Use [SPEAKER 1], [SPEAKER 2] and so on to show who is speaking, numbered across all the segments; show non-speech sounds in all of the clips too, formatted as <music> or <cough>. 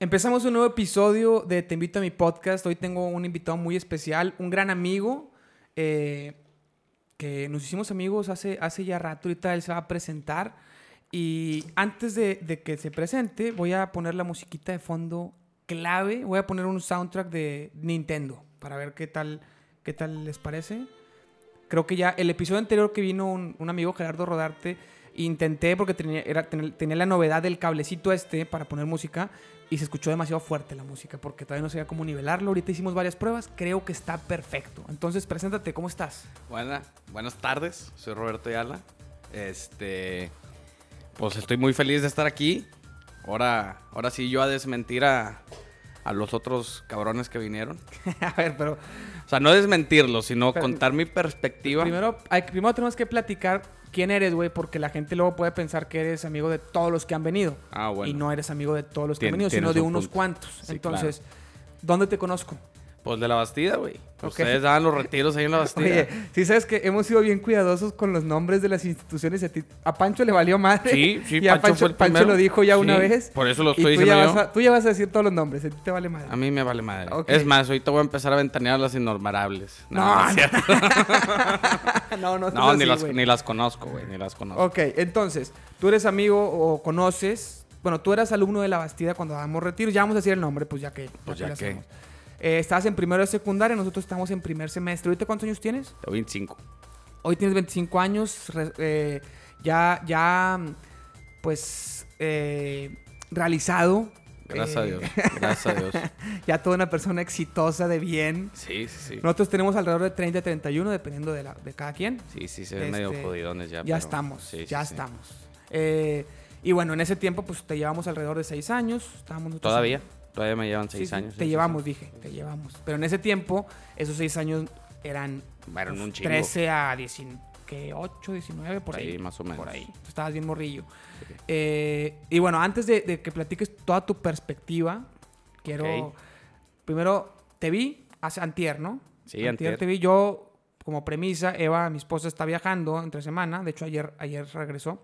[SPEAKER 1] Empezamos un nuevo episodio de Te invito a mi podcast. Hoy tengo un invitado muy especial, un gran amigo, eh, que nos hicimos amigos hace, hace ya rato. Ahorita él se va a presentar. Y antes de, de que se presente, voy a poner la musiquita de fondo clave. Voy a poner un soundtrack de Nintendo para ver qué tal, qué tal les parece. Creo que ya el episodio anterior que vino un, un amigo Gerardo Rodarte, intenté porque tenía, era- ten- tenía la novedad del cablecito este para poner música y se escuchó demasiado fuerte la música porque todavía no sabía cómo nivelarlo. Ahorita hicimos varias pruebas, creo que está perfecto. Entonces, preséntate, ¿cómo estás? <laughs>
[SPEAKER 2] Buena, buenas tardes, soy Roberto Ayala. Este, pues estoy muy feliz de estar aquí. Ahora, ahora sí yo a desmentir a, a los otros cabrones que vinieron.
[SPEAKER 1] a ver, pero
[SPEAKER 2] O sea, no desmentirlos, sino
[SPEAKER 1] Pero-
[SPEAKER 2] contar mi perspectiva.
[SPEAKER 1] primero, hay- primero tenemos que platicar quién eres, güey, porque la gente luego puede pensar que eres amigo de todos los que han venido.
[SPEAKER 2] ah, bueno.
[SPEAKER 1] Y no eres amigo de todos los que han
[SPEAKER 2] Tien-
[SPEAKER 1] venido,
[SPEAKER 2] tienes
[SPEAKER 1] sino de
[SPEAKER 2] un
[SPEAKER 1] unos
[SPEAKER 2] punto.
[SPEAKER 1] cuantos.
[SPEAKER 2] Sí,
[SPEAKER 1] Entonces, ¿dónde te conozco?
[SPEAKER 2] Pues de la Bastida, güey.
[SPEAKER 1] Ok.
[SPEAKER 2] Ustedes daban los retiros ahí en la Bastida.
[SPEAKER 1] Oye, sí sabes que hemos sido bien cuidadosos con los nombres de las instituciones. y A, ti- a Pancho le valió madre.
[SPEAKER 2] Sí, sí,
[SPEAKER 1] y a
[SPEAKER 2] Pancho fue el primero.
[SPEAKER 1] lo dijo ya una
[SPEAKER 2] Sí,
[SPEAKER 1] vez.
[SPEAKER 2] por eso
[SPEAKER 1] y
[SPEAKER 2] lo estoy
[SPEAKER 1] tú ya,
[SPEAKER 2] diciendo
[SPEAKER 1] vas
[SPEAKER 2] yo.
[SPEAKER 1] a, tú ya vas a decir todos los nombres. A ti te vale madre.
[SPEAKER 2] A mí me vale madre.
[SPEAKER 1] Ok.
[SPEAKER 2] Es más, ahorita voy a empezar a ventanear a las innombrables.
[SPEAKER 1] No,
[SPEAKER 2] es cierto.
[SPEAKER 1] <laughs> no, no,
[SPEAKER 2] Ah, No,
[SPEAKER 1] seas
[SPEAKER 2] ni,
[SPEAKER 1] así,
[SPEAKER 2] las,
[SPEAKER 1] güey.
[SPEAKER 2] ni las conozco, güey. Ni las conozco.
[SPEAKER 1] Ok, entonces, tú eres amigo o conoces. Bueno, tú eras alumno de la Bastida cuando dábamos retiros. Ya vamos a decir el nombre, pues ya que.
[SPEAKER 2] Pues ya
[SPEAKER 1] lo
[SPEAKER 2] que.
[SPEAKER 1] hacemos. Eh, estabas en primero de secundaria, nosotros estamos en primer semestre. ¿Ahorita cuántos años tienes?
[SPEAKER 2] Tengo 25.
[SPEAKER 1] Hoy tienes 25 años, re- eh, ya, ya, pues, eh, realizado.
[SPEAKER 2] Gracias
[SPEAKER 1] eh,
[SPEAKER 2] a Dios. Gracias a Dios.
[SPEAKER 1] <laughs> Ya toda una persona exitosa de bien. <laughs>
[SPEAKER 2] Sí, sí, sí.
[SPEAKER 1] Nosotros tenemos alrededor de 30 a 31, dependiendo de, la- de cada quien.
[SPEAKER 2] Sí, sí, se ven medio
[SPEAKER 1] Este,
[SPEAKER 2] jodidones ya.
[SPEAKER 1] Ya,
[SPEAKER 2] pero-
[SPEAKER 1] estamos,
[SPEAKER 2] sí, sí,
[SPEAKER 1] ya
[SPEAKER 2] sí.
[SPEAKER 1] estamos. Eh, y bueno, en ese tiempo, pues, te llevamos alrededor de 6 años. Estábamos nosotros-
[SPEAKER 2] Todavía, todavía me llevan
[SPEAKER 1] Sí,
[SPEAKER 2] seis
[SPEAKER 1] sí,
[SPEAKER 2] años. sí,
[SPEAKER 1] te
[SPEAKER 2] sí,
[SPEAKER 1] llevamos, dije, te llevamos. Pero en ese tiempo, esos 6 años eran
[SPEAKER 2] sí. Fueron
[SPEAKER 1] pues,
[SPEAKER 2] un chingo.
[SPEAKER 1] 13 a 18, 19, por
[SPEAKER 2] Sí,
[SPEAKER 1] ahí.
[SPEAKER 2] más o menos.
[SPEAKER 1] Por ahí. Tú estabas bien morrillo. Eh, y bueno, antes de, de que platiques toda tu perspectiva, quiero.
[SPEAKER 2] Ok.
[SPEAKER 1] Primero, te vi hace antier, ¿no?
[SPEAKER 2] Sí, antier.
[SPEAKER 1] te vi yo como premisa. Eva, mi esposa, está viajando entre semana. De hecho, ayer, ayer regresó.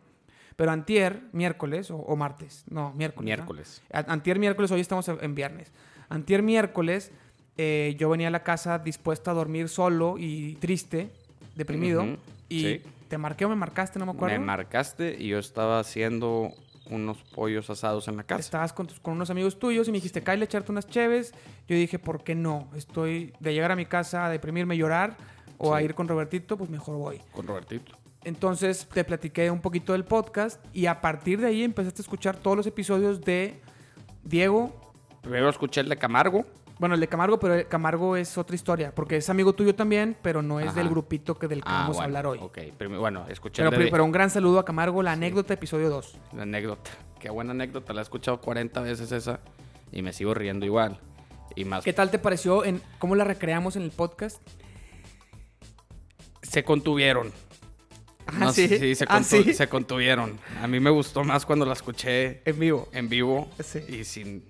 [SPEAKER 1] Pero antier, miércoles o, o martes. No, miércoles. ¿no?
[SPEAKER 2] Miércoles.
[SPEAKER 1] A- Antier miércoles, hoy estamos en viernes. Antier miércoles, eh, yo venía a la casa dispuesta a dormir solo y triste, deprimido.
[SPEAKER 2] Ujú,
[SPEAKER 1] Y
[SPEAKER 2] sí.
[SPEAKER 1] te marqué o me marcaste, no me acuerdo.
[SPEAKER 2] Me marcaste y yo estaba haciendo unos pollos asados en la casa.
[SPEAKER 1] Estabas con, tus- con unos amigos tuyos y me dijiste, Kyle, echarte unas cheves. Yo dije, ¿por qué no? Estoy de llegar a mi casa a deprimirme, llorar o a
[SPEAKER 2] Sí.
[SPEAKER 1] ir con Robertito, pues mejor voy.
[SPEAKER 2] Con Robertito.
[SPEAKER 1] Entonces te platiqué un poquito del podcast y a partir de ahí empezaste a escuchar todos los episodios de Diego,
[SPEAKER 2] Primero escuché el de Camargo.
[SPEAKER 1] Bueno, el de Camargo, pero el Camargo es otra historia, porque es amigo tuyo también, pero no es
[SPEAKER 2] Ajá. Ah,
[SPEAKER 1] del grupito que del que vamos
[SPEAKER 2] bueno,
[SPEAKER 1] a hablar hoy.
[SPEAKER 2] Ok, Prim- bueno, escuché
[SPEAKER 1] Pero,
[SPEAKER 2] el de
[SPEAKER 1] pero un gran saludo a Camargo, la anécdota, episodio 2.
[SPEAKER 2] la anécdota. Qué buena anécdota, la he escuchado 40 veces esa y me sigo riendo igual. Y más
[SPEAKER 1] ¿Qué tal te pareció? En, ¿Cómo la recreamos en el podcast?
[SPEAKER 2] se contuvieron.
[SPEAKER 1] Ah,
[SPEAKER 2] No,
[SPEAKER 1] ¿sí?
[SPEAKER 2] se,
[SPEAKER 1] Ah,
[SPEAKER 2] contu-
[SPEAKER 1] ¿sí?
[SPEAKER 2] se contuvieron. A mí me gustó más cuando la escuché
[SPEAKER 1] En vivo.
[SPEAKER 2] en vivo
[SPEAKER 1] Sí.
[SPEAKER 2] y sin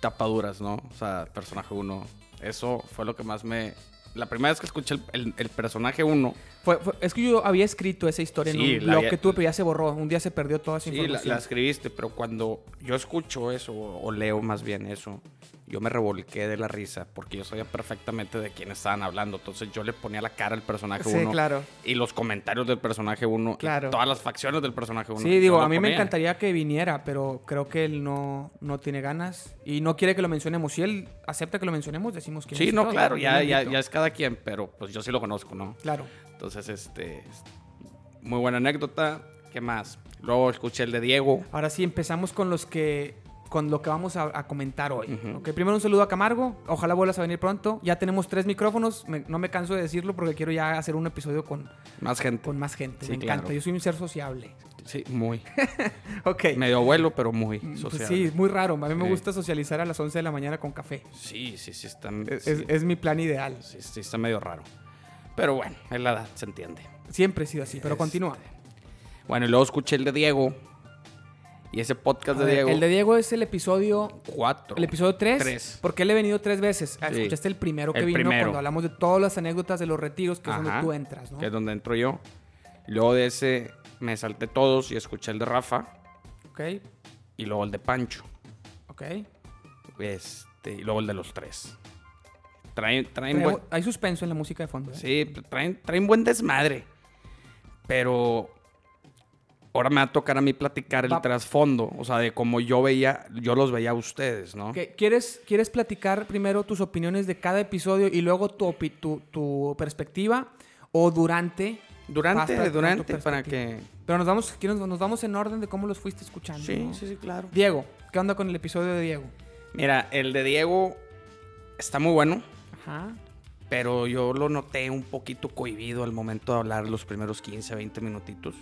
[SPEAKER 2] tapaduras, ¿no? O sea, personaje 1. Eso fue lo que más me... La primera vez que escuché el, el- el personaje 1,
[SPEAKER 1] Fue- fue- es que yo había escrito esa historia
[SPEAKER 2] Sí,
[SPEAKER 1] en un
[SPEAKER 2] la
[SPEAKER 1] blog
[SPEAKER 2] había-
[SPEAKER 1] que tuve, pero ya se borró. Un día se perdió toda esa
[SPEAKER 2] sí, la,
[SPEAKER 1] información.
[SPEAKER 2] la escribiste, pero cuando yo escucho eso, o o leo más bien eso, yo me revolqué de la risa, porque yo sabía perfectamente de quién estaban hablando. Entonces yo le ponía la cara al personaje 1
[SPEAKER 1] Sí, claro.
[SPEAKER 2] y los comentarios del personaje 1,
[SPEAKER 1] Claro.
[SPEAKER 2] todas las facciones del personaje 1.
[SPEAKER 1] Sí, digo, a mí me encantaría que viniera, pero creo que él no, no tiene ganas y no quiere que lo mencionemos. Si él acepta que lo mencionemos, decimos que
[SPEAKER 2] Sí, no, claro, ya, ya, ya es cada quien, pero pues yo sí lo conozco, ¿no?
[SPEAKER 1] Claro.
[SPEAKER 2] Entonces, este, es muy buena anécdota. ¿Qué más? Luego escuché el de Diego.
[SPEAKER 1] Ahora sí, empezamos con los que con lo que vamos a, a comentar hoy. Ok, Primero un saludo a Camargo, ojalá vuelvas a venir pronto. Ya tenemos tres micrófonos, me- no me canso de decirlo porque quiero ya hacer un episodio con,
[SPEAKER 2] Más gente.
[SPEAKER 1] con más gente.
[SPEAKER 2] Sí,
[SPEAKER 1] me encanta,
[SPEAKER 2] claro.
[SPEAKER 1] yo soy un ser
[SPEAKER 2] <laughs>
[SPEAKER 1] sociable.
[SPEAKER 2] Sí,
[SPEAKER 1] <laughs>
[SPEAKER 2] muy.
[SPEAKER 1] Ok,
[SPEAKER 2] Medio abuelo, pero muy
[SPEAKER 1] Pues
[SPEAKER 2] social.
[SPEAKER 1] sí, muy raro. A mí me
[SPEAKER 2] Sí.
[SPEAKER 1] gusta socializar a las 11 de la mañana con café.
[SPEAKER 2] sí, sí, sí, está, sí,
[SPEAKER 1] Es, es- es mi plan ideal.
[SPEAKER 2] sí, sí, está medio raro. Pero bueno, es la edad, se entiende.
[SPEAKER 1] Siempre he sido así, pero
[SPEAKER 2] Este,
[SPEAKER 1] continúa.
[SPEAKER 2] Bueno, y luego escuché el de Diego. Y ese podcast
[SPEAKER 1] A
[SPEAKER 2] de
[SPEAKER 1] ver,
[SPEAKER 2] Diego.
[SPEAKER 1] El de Diego es el episodio
[SPEAKER 2] Cuatro.
[SPEAKER 1] El episodio 3.
[SPEAKER 2] Tres.
[SPEAKER 1] Porque él he venido tres veces. Ah,
[SPEAKER 2] Sí.
[SPEAKER 1] Escuchaste el primero que
[SPEAKER 2] El
[SPEAKER 1] vino
[SPEAKER 2] primero.
[SPEAKER 1] cuando hablamos de todas las anécdotas de los retiros, que es donde
[SPEAKER 2] Ajá,
[SPEAKER 1] tú entras, ¿no?
[SPEAKER 2] Que es donde entro yo. Luego de ese me salté todos y escuché el de Rafa
[SPEAKER 1] Ok,
[SPEAKER 2] y luego el de Pancho.
[SPEAKER 1] ok. Ok.
[SPEAKER 2] Este, y luego el de los tres. Traen, traen,
[SPEAKER 1] Traemos-
[SPEAKER 2] buen-
[SPEAKER 1] Hay suspenso en la música de fondo. ¿eh?
[SPEAKER 2] sí, traen, traen buen desmadre. Pero ahora me va a tocar a mí platicar el
[SPEAKER 1] Va-
[SPEAKER 2] trasfondo. O sea, de cómo yo veía, yo los veía a ustedes, ¿no?
[SPEAKER 1] Ok, ¿Quieres, ¿Quieres platicar primero tus opiniones de cada episodio y luego tu, opi- tu, tu perspectiva? ¿O durante? vas
[SPEAKER 2] Durante,
[SPEAKER 1] platicando
[SPEAKER 2] durante,
[SPEAKER 1] tu
[SPEAKER 2] para
[SPEAKER 1] perspectiva?
[SPEAKER 2] que.
[SPEAKER 1] Pero nos vamos, aquí nos, nos vamos en orden de cómo los fuiste escuchando.
[SPEAKER 2] Sí,
[SPEAKER 1] ¿no?
[SPEAKER 2] sí, sí, claro.
[SPEAKER 1] Diego, ¿qué onda con el episodio de Diego?
[SPEAKER 2] Mira, el de Diego está muy bueno,
[SPEAKER 1] Ajá.
[SPEAKER 2] pero yo lo noté un poquito cohibido al momento de hablar los primeros 15, 20 minutitos.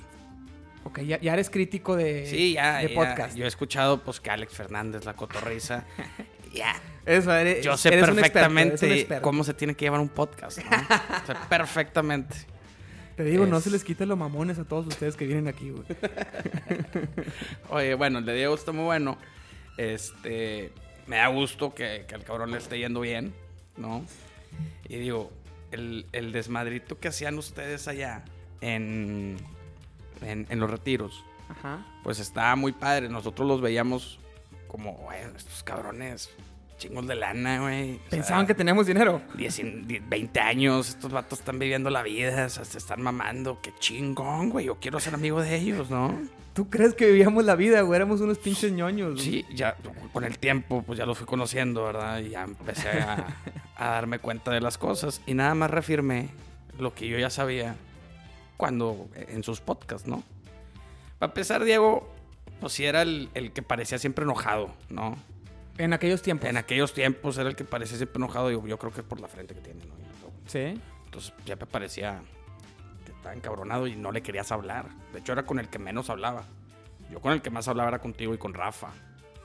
[SPEAKER 1] Ok, ya, ya eres crítico de,
[SPEAKER 2] Sí, ya.
[SPEAKER 1] de
[SPEAKER 2] ya.
[SPEAKER 1] podcast.
[SPEAKER 2] Yo he escuchado pues que Alex Fernández, la cotorriza. ya.
[SPEAKER 1] Eso, eres-
[SPEAKER 2] Yo sé
[SPEAKER 1] eres un experto, eres un
[SPEAKER 2] perfectamente
[SPEAKER 1] experto.
[SPEAKER 2] cómo se tiene que llevar un podcast. ¿no? sé
[SPEAKER 1] <laughs>
[SPEAKER 2] perfectamente.
[SPEAKER 1] Te digo, no
[SPEAKER 2] es-
[SPEAKER 1] se les quita los mamones a todos ustedes que vienen aquí, güey.
[SPEAKER 2] Oye, bueno, el de Diego está muy bueno. Este, me da gusto que, que al cabrón le esté yendo bien, ¿no? Y digo, el, el desmadrito que hacían ustedes allá en, en, en los retiros,
[SPEAKER 1] Ajá.
[SPEAKER 2] pues estaba muy padre. Nosotros los veíamos como, güey, estos cabrones, chingos de lana, güey. O sea,
[SPEAKER 1] Pensaban que teníamos dinero.
[SPEAKER 2] 10, 20 años, estos vatos están viviendo la vida, o sea, se están mamando, qué chingón, güey, yo quiero ser amigo de ellos, ¿no?
[SPEAKER 1] ¿Tú crees que vivíamos la vida, güey? Éramos unos pinches ñoños. güey.
[SPEAKER 2] Sí, ya con el tiempo, pues ya los fui conociendo, ¿verdad? Y ya empecé a, a darme cuenta de las cosas. Y nada más reafirmé lo que yo ya sabía cuando en sus podcasts, ¿no? Para empezar, Diego, pues sí era el, el que parecía siempre enojado, ¿no?
[SPEAKER 1] En aquellos tiempos.
[SPEAKER 2] En aquellos tiempos era el que parecía siempre enojado, yo, yo creo que por la frente que tiene, ¿no?
[SPEAKER 1] Sí.
[SPEAKER 2] Entonces siempre parecía que estaba encabronado y no le querías hablar. De hecho, era con el que menos hablaba. Yo con el que más hablaba era contigo y con Rafa,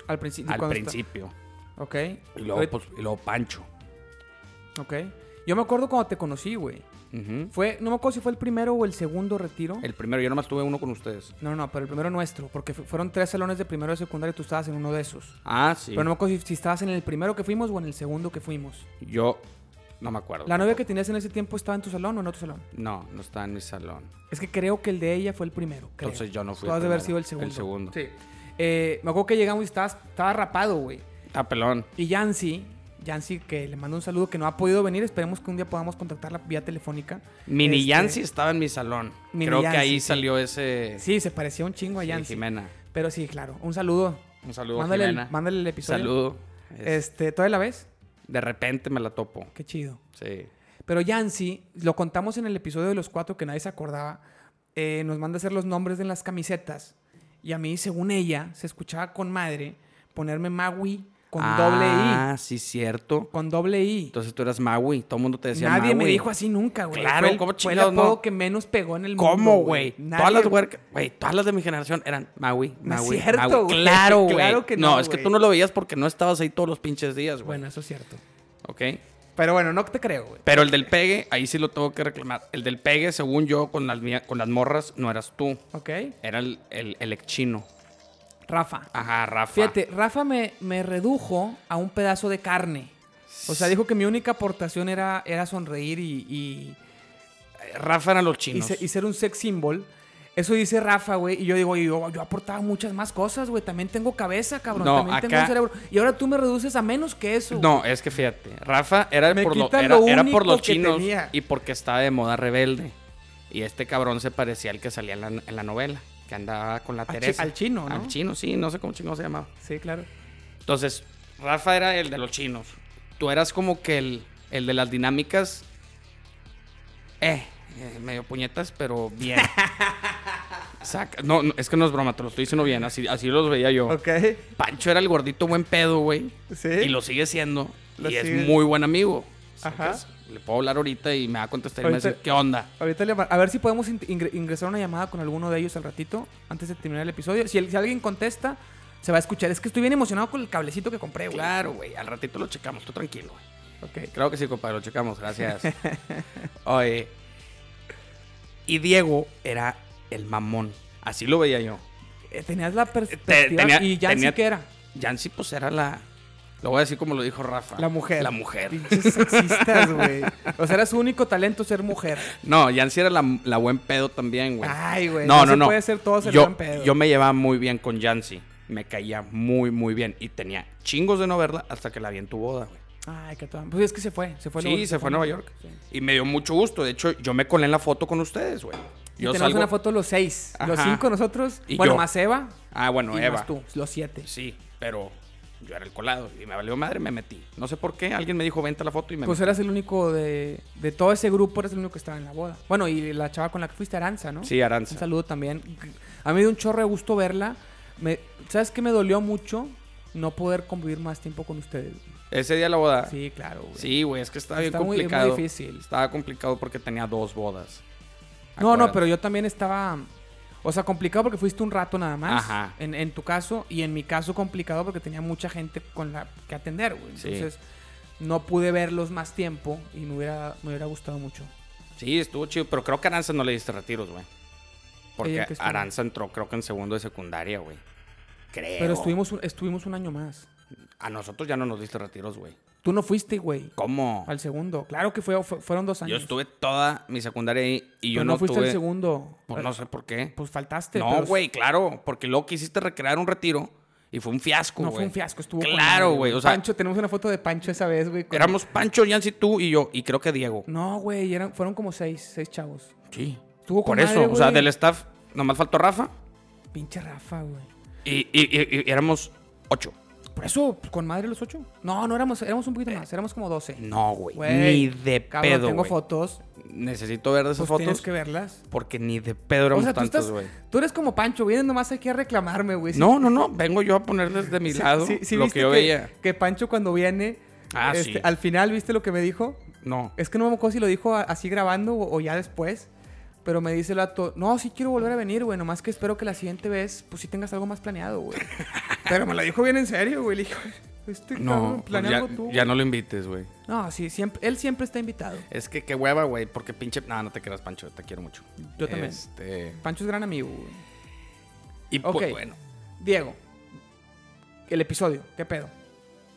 [SPEAKER 1] Al, princi-
[SPEAKER 2] al
[SPEAKER 1] cuando está-
[SPEAKER 2] principio.
[SPEAKER 1] Ok.
[SPEAKER 2] Y luego,
[SPEAKER 1] Ahorita-
[SPEAKER 2] pues, y luego Pancho.
[SPEAKER 1] Ok. Yo me acuerdo cuando te conocí, güey. Fue, no me acuerdo si fue el primero o el segundo retiro.
[SPEAKER 2] El primero, yo nomás tuve uno con ustedes.
[SPEAKER 1] No, no, pero el primero nuestro, porque fu- fueron tres salones de primero de secundaria y tú estabas en uno de esos.
[SPEAKER 2] Ah, sí.
[SPEAKER 1] Pero no me acuerdo si, si estabas en el primero que fuimos o en el segundo que fuimos.
[SPEAKER 2] Yo no me acuerdo.
[SPEAKER 1] ¿La novia que tenías en ese tiempo estaba en tu salón o en otro salón?
[SPEAKER 2] No, no estaba en mi salón.
[SPEAKER 1] Es que creo que el de ella fue el primero. creo.
[SPEAKER 2] Entonces yo no fui.
[SPEAKER 1] Tú has
[SPEAKER 2] el
[SPEAKER 1] de haber
[SPEAKER 2] primero.
[SPEAKER 1] sido el segundo.
[SPEAKER 2] El segundo.
[SPEAKER 1] Sí. Eh, me acuerdo que llegamos y estabas, estaba rapado, güey.
[SPEAKER 2] Ah, pelón.
[SPEAKER 1] Y Yancy, Yancy, que le mando un saludo, que no ha podido venir, esperemos que un día podamos contactarla vía telefónica.
[SPEAKER 2] Mini
[SPEAKER 1] Este,
[SPEAKER 2] Yancy estaba en mi salón.
[SPEAKER 1] Mini
[SPEAKER 2] Creo que
[SPEAKER 1] Yancy, sí.
[SPEAKER 2] ahí salió ese.
[SPEAKER 1] Sí, se parecía un chingo a
[SPEAKER 2] sí,
[SPEAKER 1] Yancy.
[SPEAKER 2] Jimena.
[SPEAKER 1] Pero sí, claro, un saludo.
[SPEAKER 2] Un saludo.
[SPEAKER 1] mándale,
[SPEAKER 2] Jimena.
[SPEAKER 1] El, mándale el episodio.
[SPEAKER 2] Saludo. Es-
[SPEAKER 1] Este, ¿Todavía la ves?
[SPEAKER 2] De repente me la topo.
[SPEAKER 1] Qué chido.
[SPEAKER 2] Sí.
[SPEAKER 1] Pero Yancy, lo contamos en el episodio de los cuatro que nadie se acordaba, eh, nos manda a hacer los nombres de las camisetas. Y a mí, según ella, se escuchaba con madre ponerme Maui con doble
[SPEAKER 2] Ah, sí, cierto.
[SPEAKER 1] I. Con doble I.
[SPEAKER 2] Entonces tú eras Maui. Todo el mundo te decía
[SPEAKER 1] Nadie me
[SPEAKER 2] Maui.
[SPEAKER 1] dijo así nunca, güey.
[SPEAKER 2] Claro,
[SPEAKER 1] fue el,
[SPEAKER 2] ¿cómo
[SPEAKER 1] fue el
[SPEAKER 2] chingados no?
[SPEAKER 1] apodo que menos pegó en el mundo.
[SPEAKER 2] ¿Cómo, güey? Todas las
[SPEAKER 1] Nadie-
[SPEAKER 2] huercas- güey, todas las de mi generación eran Maui,
[SPEAKER 1] No es
[SPEAKER 2] Maui,
[SPEAKER 1] cierto,
[SPEAKER 2] Maui.
[SPEAKER 1] güey.
[SPEAKER 2] <laughs> Claro, güey.
[SPEAKER 1] Claro que no,
[SPEAKER 2] es que
[SPEAKER 1] güey.
[SPEAKER 2] tú no lo veías porque no estabas ahí todos los pinches días, güey.
[SPEAKER 1] Bueno, eso es cierto.
[SPEAKER 2] Ok.
[SPEAKER 1] Pero bueno, no te creo, güey.
[SPEAKER 2] Pero el del pegue, ahí sí lo tengo que reclamar. El del pegue, según yo, con las, mía- con las morras, no eras tú.
[SPEAKER 1] ¿Ok?
[SPEAKER 2] Era el, el, el ex chino.
[SPEAKER 1] Rafa.
[SPEAKER 2] Ajá, Ah, Rafa.
[SPEAKER 1] Fíjate, Rafa me, me redujo a un pedazo de carne. O sea, dijo que mi única aportación era, era sonreír y, y-
[SPEAKER 2] Rafa eran los
[SPEAKER 1] y
[SPEAKER 2] chinos.
[SPEAKER 1] se- y ser un sex symbol. Eso dice Rafa, güey. Y yo digo, "Oye, yo, yo aportaba muchas más cosas, güey. También tengo cabeza, cabrón.
[SPEAKER 2] No,
[SPEAKER 1] También tengo
[SPEAKER 2] acá-
[SPEAKER 1] un cerebro. Y ahora tú me reduces a menos que eso. güey.
[SPEAKER 2] no, es que fíjate, Rafa era,
[SPEAKER 1] Me
[SPEAKER 2] por, lo-
[SPEAKER 1] quitan
[SPEAKER 2] era,
[SPEAKER 1] lo
[SPEAKER 2] era por
[SPEAKER 1] único
[SPEAKER 2] los
[SPEAKER 1] que
[SPEAKER 2] chinos
[SPEAKER 1] tenía.
[SPEAKER 2] y porque estaba de moda rebelde. Y este cabrón se parecía al que salía en la, en la novela, que andaba con la
[SPEAKER 1] Al chi-
[SPEAKER 2] Teresa.
[SPEAKER 1] al chino, ¿no?
[SPEAKER 2] Al chino, sí, no sé cómo chino se llamaba.
[SPEAKER 1] Sí, claro.
[SPEAKER 2] Entonces, Rafa era el de los chinos. Tú eras como que el, el de las dinámicas. Eh, eh, medio puñetas, pero
[SPEAKER 1] <laughs>
[SPEAKER 2] bien. Saca- no, no, es que no es broma, te lo estoy diciendo bien. Así, así los veía yo.
[SPEAKER 1] Ok.
[SPEAKER 2] Pancho era el gordito buen pedo, güey.
[SPEAKER 1] Sí.
[SPEAKER 2] Y lo sigue siendo.
[SPEAKER 1] ¿Eh? Lo
[SPEAKER 2] y
[SPEAKER 1] sigue-
[SPEAKER 2] es muy buen amigo.
[SPEAKER 1] Ajá.
[SPEAKER 2] Sacas, Le puedo hablar ahorita y me va a contestar y me va a
[SPEAKER 1] Ahorita-
[SPEAKER 2] decir, ¿qué onda?
[SPEAKER 1] Ahorita le va- a ver si podemos in- ingre- ingresar una llamada con alguno de ellos al ratito, antes de terminar el episodio. Si, el- si alguien contesta, se va a escuchar. Es que estoy bien emocionado con el cablecito que compré, güey.
[SPEAKER 2] Claro, güey. Al ratito lo checamos, tú tranquilo, güey.
[SPEAKER 1] Ok.
[SPEAKER 2] Claro que sí, compadre, lo checamos, gracias. <laughs> Oye. Y Diego era el mamón. Así lo veía yo.
[SPEAKER 1] Eh, Tenías la perspectiva
[SPEAKER 2] tenía-
[SPEAKER 1] y ya
[SPEAKER 2] tenía-
[SPEAKER 1] sí que era.
[SPEAKER 2] Yancy, pues era la. Lo voy a decir como lo dijo Rafa.
[SPEAKER 1] La mujer.
[SPEAKER 2] La mujer.
[SPEAKER 1] Pinches sexistas, güey. O sea, era su único talento ser mujer.
[SPEAKER 2] No, Yancy era la, la buen pedo también, güey.
[SPEAKER 1] Ay, güey.
[SPEAKER 2] No, no,
[SPEAKER 1] se
[SPEAKER 2] no.
[SPEAKER 1] puede ser todos el
[SPEAKER 2] yo,
[SPEAKER 1] buen pedo.
[SPEAKER 2] yo me llevaba muy bien con Yancy. me caía muy, muy bien. Y tenía chingos de no verla hasta que la vi en tu boda, güey.
[SPEAKER 1] Ay, que todo- Pues es que se fue. Se fue
[SPEAKER 2] Sí,
[SPEAKER 1] luego-
[SPEAKER 2] se fue a Nueva York.
[SPEAKER 1] Sí.
[SPEAKER 2] Y me dio mucho gusto. De hecho, yo me colé en la foto con ustedes, güey.
[SPEAKER 1] Y
[SPEAKER 2] Yo
[SPEAKER 1] tenemos
[SPEAKER 2] salgo-
[SPEAKER 1] una foto los seis. Los
[SPEAKER 2] Ajá.
[SPEAKER 1] cinco nosotros.
[SPEAKER 2] Y
[SPEAKER 1] bueno,
[SPEAKER 2] yo.
[SPEAKER 1] más Eva.
[SPEAKER 2] Ah, bueno,
[SPEAKER 1] y
[SPEAKER 2] Eva.
[SPEAKER 1] más tú. Los siete.
[SPEAKER 2] Sí, pero yo era el colado y me valió madre, me metí. No sé por qué, alguien me dijo, vente a la foto y me
[SPEAKER 1] Pues
[SPEAKER 2] metí.
[SPEAKER 1] eras el único de, de todo ese grupo, eras el único que estaba en la boda. Bueno, y la chava con la que fuiste, Aranza, ¿no?
[SPEAKER 2] Sí, Aranza.
[SPEAKER 1] Un saludo también. A mí me dio un chorro de gusto verla. Me, ¿Sabes qué me dolió mucho? No poder convivir más tiempo con ustedes.
[SPEAKER 2] Ese día de la boda. Ah. Sí,
[SPEAKER 1] Sí, claro. güey.
[SPEAKER 2] güey, es que estaba bien
[SPEAKER 1] Está muy- es muy
[SPEAKER 2] complicado.
[SPEAKER 1] difícil.
[SPEAKER 2] Estaba complicado porque tenía dos bodas.
[SPEAKER 1] No, no,
[SPEAKER 2] Acuérdate.
[SPEAKER 1] pero yo también estaba. O sea, complicado porque fuiste un rato nada más.
[SPEAKER 2] Ajá.
[SPEAKER 1] En, en tu caso. Y en mi caso, complicado porque tenía mucha gente con la que atender, güey.
[SPEAKER 2] Sí.
[SPEAKER 1] Entonces, no pude verlos más tiempo y me hubiera, me hubiera gustado mucho.
[SPEAKER 2] Sí, estuvo chido, pero creo que a Aranza no le diste retiros, güey.
[SPEAKER 1] Ella
[SPEAKER 2] Porque
[SPEAKER 1] que estuvo.
[SPEAKER 2] Aranza entró creo que en segundo de secundaria, güey. Creo.
[SPEAKER 1] Pero estuvimos, un- estuvimos un año más.
[SPEAKER 2] A nosotros ya no nos diste retiros, güey.
[SPEAKER 1] Tú no fuiste, güey.
[SPEAKER 2] ¿Cómo?
[SPEAKER 1] Al segundo. Claro que fue, fue- fueron dos años.
[SPEAKER 2] Yo estuve toda mi secundaria ahí y yo
[SPEAKER 1] Pero
[SPEAKER 2] no,
[SPEAKER 1] no fuiste
[SPEAKER 2] tuve...
[SPEAKER 1] al segundo.
[SPEAKER 2] Pues no sé por qué.
[SPEAKER 1] Pues faltaste.
[SPEAKER 2] No,
[SPEAKER 1] pero-
[SPEAKER 2] güey, claro, porque luego quisiste recrear un retiro y fue un fiasco,
[SPEAKER 1] No
[SPEAKER 2] güey.
[SPEAKER 1] fue un fiasco, estuvo. con
[SPEAKER 2] Claro,
[SPEAKER 1] madre,
[SPEAKER 2] güey, o sea,
[SPEAKER 1] Pancho, tenemos una foto de Pancho esa vez, güey. con-
[SPEAKER 2] éramos Pancho, Yancy, tú y yo, y creo que Diego.
[SPEAKER 1] No, güey, eran, fueron como seis, seis chavos.
[SPEAKER 2] Sí.
[SPEAKER 1] Mm. Estuvo con
[SPEAKER 2] Por eso,
[SPEAKER 1] madre,
[SPEAKER 2] o sea,
[SPEAKER 1] güey.
[SPEAKER 2] del staff nomás faltó Rafa
[SPEAKER 1] Pinche Rafa, güey.
[SPEAKER 2] y, y- y- y éramos ocho.
[SPEAKER 1] Por eso, pues, con madre los ocho. No, no éramos, éramos un poquito más, éramos como doce.
[SPEAKER 2] No, güey,
[SPEAKER 1] Güey,
[SPEAKER 2] ni de
[SPEAKER 1] cabrón,
[SPEAKER 2] pedo,
[SPEAKER 1] Tengo
[SPEAKER 2] güey.
[SPEAKER 1] fotos,
[SPEAKER 2] Necesito ver de esas
[SPEAKER 1] pues tienes
[SPEAKER 2] fotos
[SPEAKER 1] que verlas.
[SPEAKER 2] porque ni de pedo
[SPEAKER 1] O
[SPEAKER 2] éramos
[SPEAKER 1] sea, tú
[SPEAKER 2] tantos,
[SPEAKER 1] estás,
[SPEAKER 2] güey.
[SPEAKER 1] tú eres como Pancho, vienes nomás aquí a reclamarme, güey.
[SPEAKER 2] No, no, no, vengo yo a ponerles de mi lado
[SPEAKER 1] Sí, sí,
[SPEAKER 2] lo
[SPEAKER 1] viste
[SPEAKER 2] que yo veía.
[SPEAKER 1] Que Pancho cuando viene,
[SPEAKER 2] Ah,
[SPEAKER 1] este,
[SPEAKER 2] sí.
[SPEAKER 1] al final, ¿viste lo que me dijo?
[SPEAKER 2] No.
[SPEAKER 1] Es que no me acuerdo si lo dijo a- así grabando o, o ya después. Pero me dice el vato, no, sí quiero volver a venir, güey. Nomás que espero que la siguiente vez, pues sí tengas algo más planeado,
[SPEAKER 2] <laughs>
[SPEAKER 1] güey. pero me lo dijo bien en serio, güey. Le dije, este
[SPEAKER 2] No, pues
[SPEAKER 1] cabrón, planea
[SPEAKER 2] ya-
[SPEAKER 1] algo tú.
[SPEAKER 2] ya no lo invites, güey.
[SPEAKER 1] No, sí, siempre, él siempre está invitado.
[SPEAKER 2] Es que qué hueva, güey, porque pinche... No, no te creas, Pancho, te quiero mucho.
[SPEAKER 1] Yo también.
[SPEAKER 2] Este...
[SPEAKER 1] Pancho es gran amigo, güey.
[SPEAKER 2] Y pues,
[SPEAKER 1] Ok.
[SPEAKER 2] bueno,
[SPEAKER 1] Diego, el episodio, ¿qué pedo?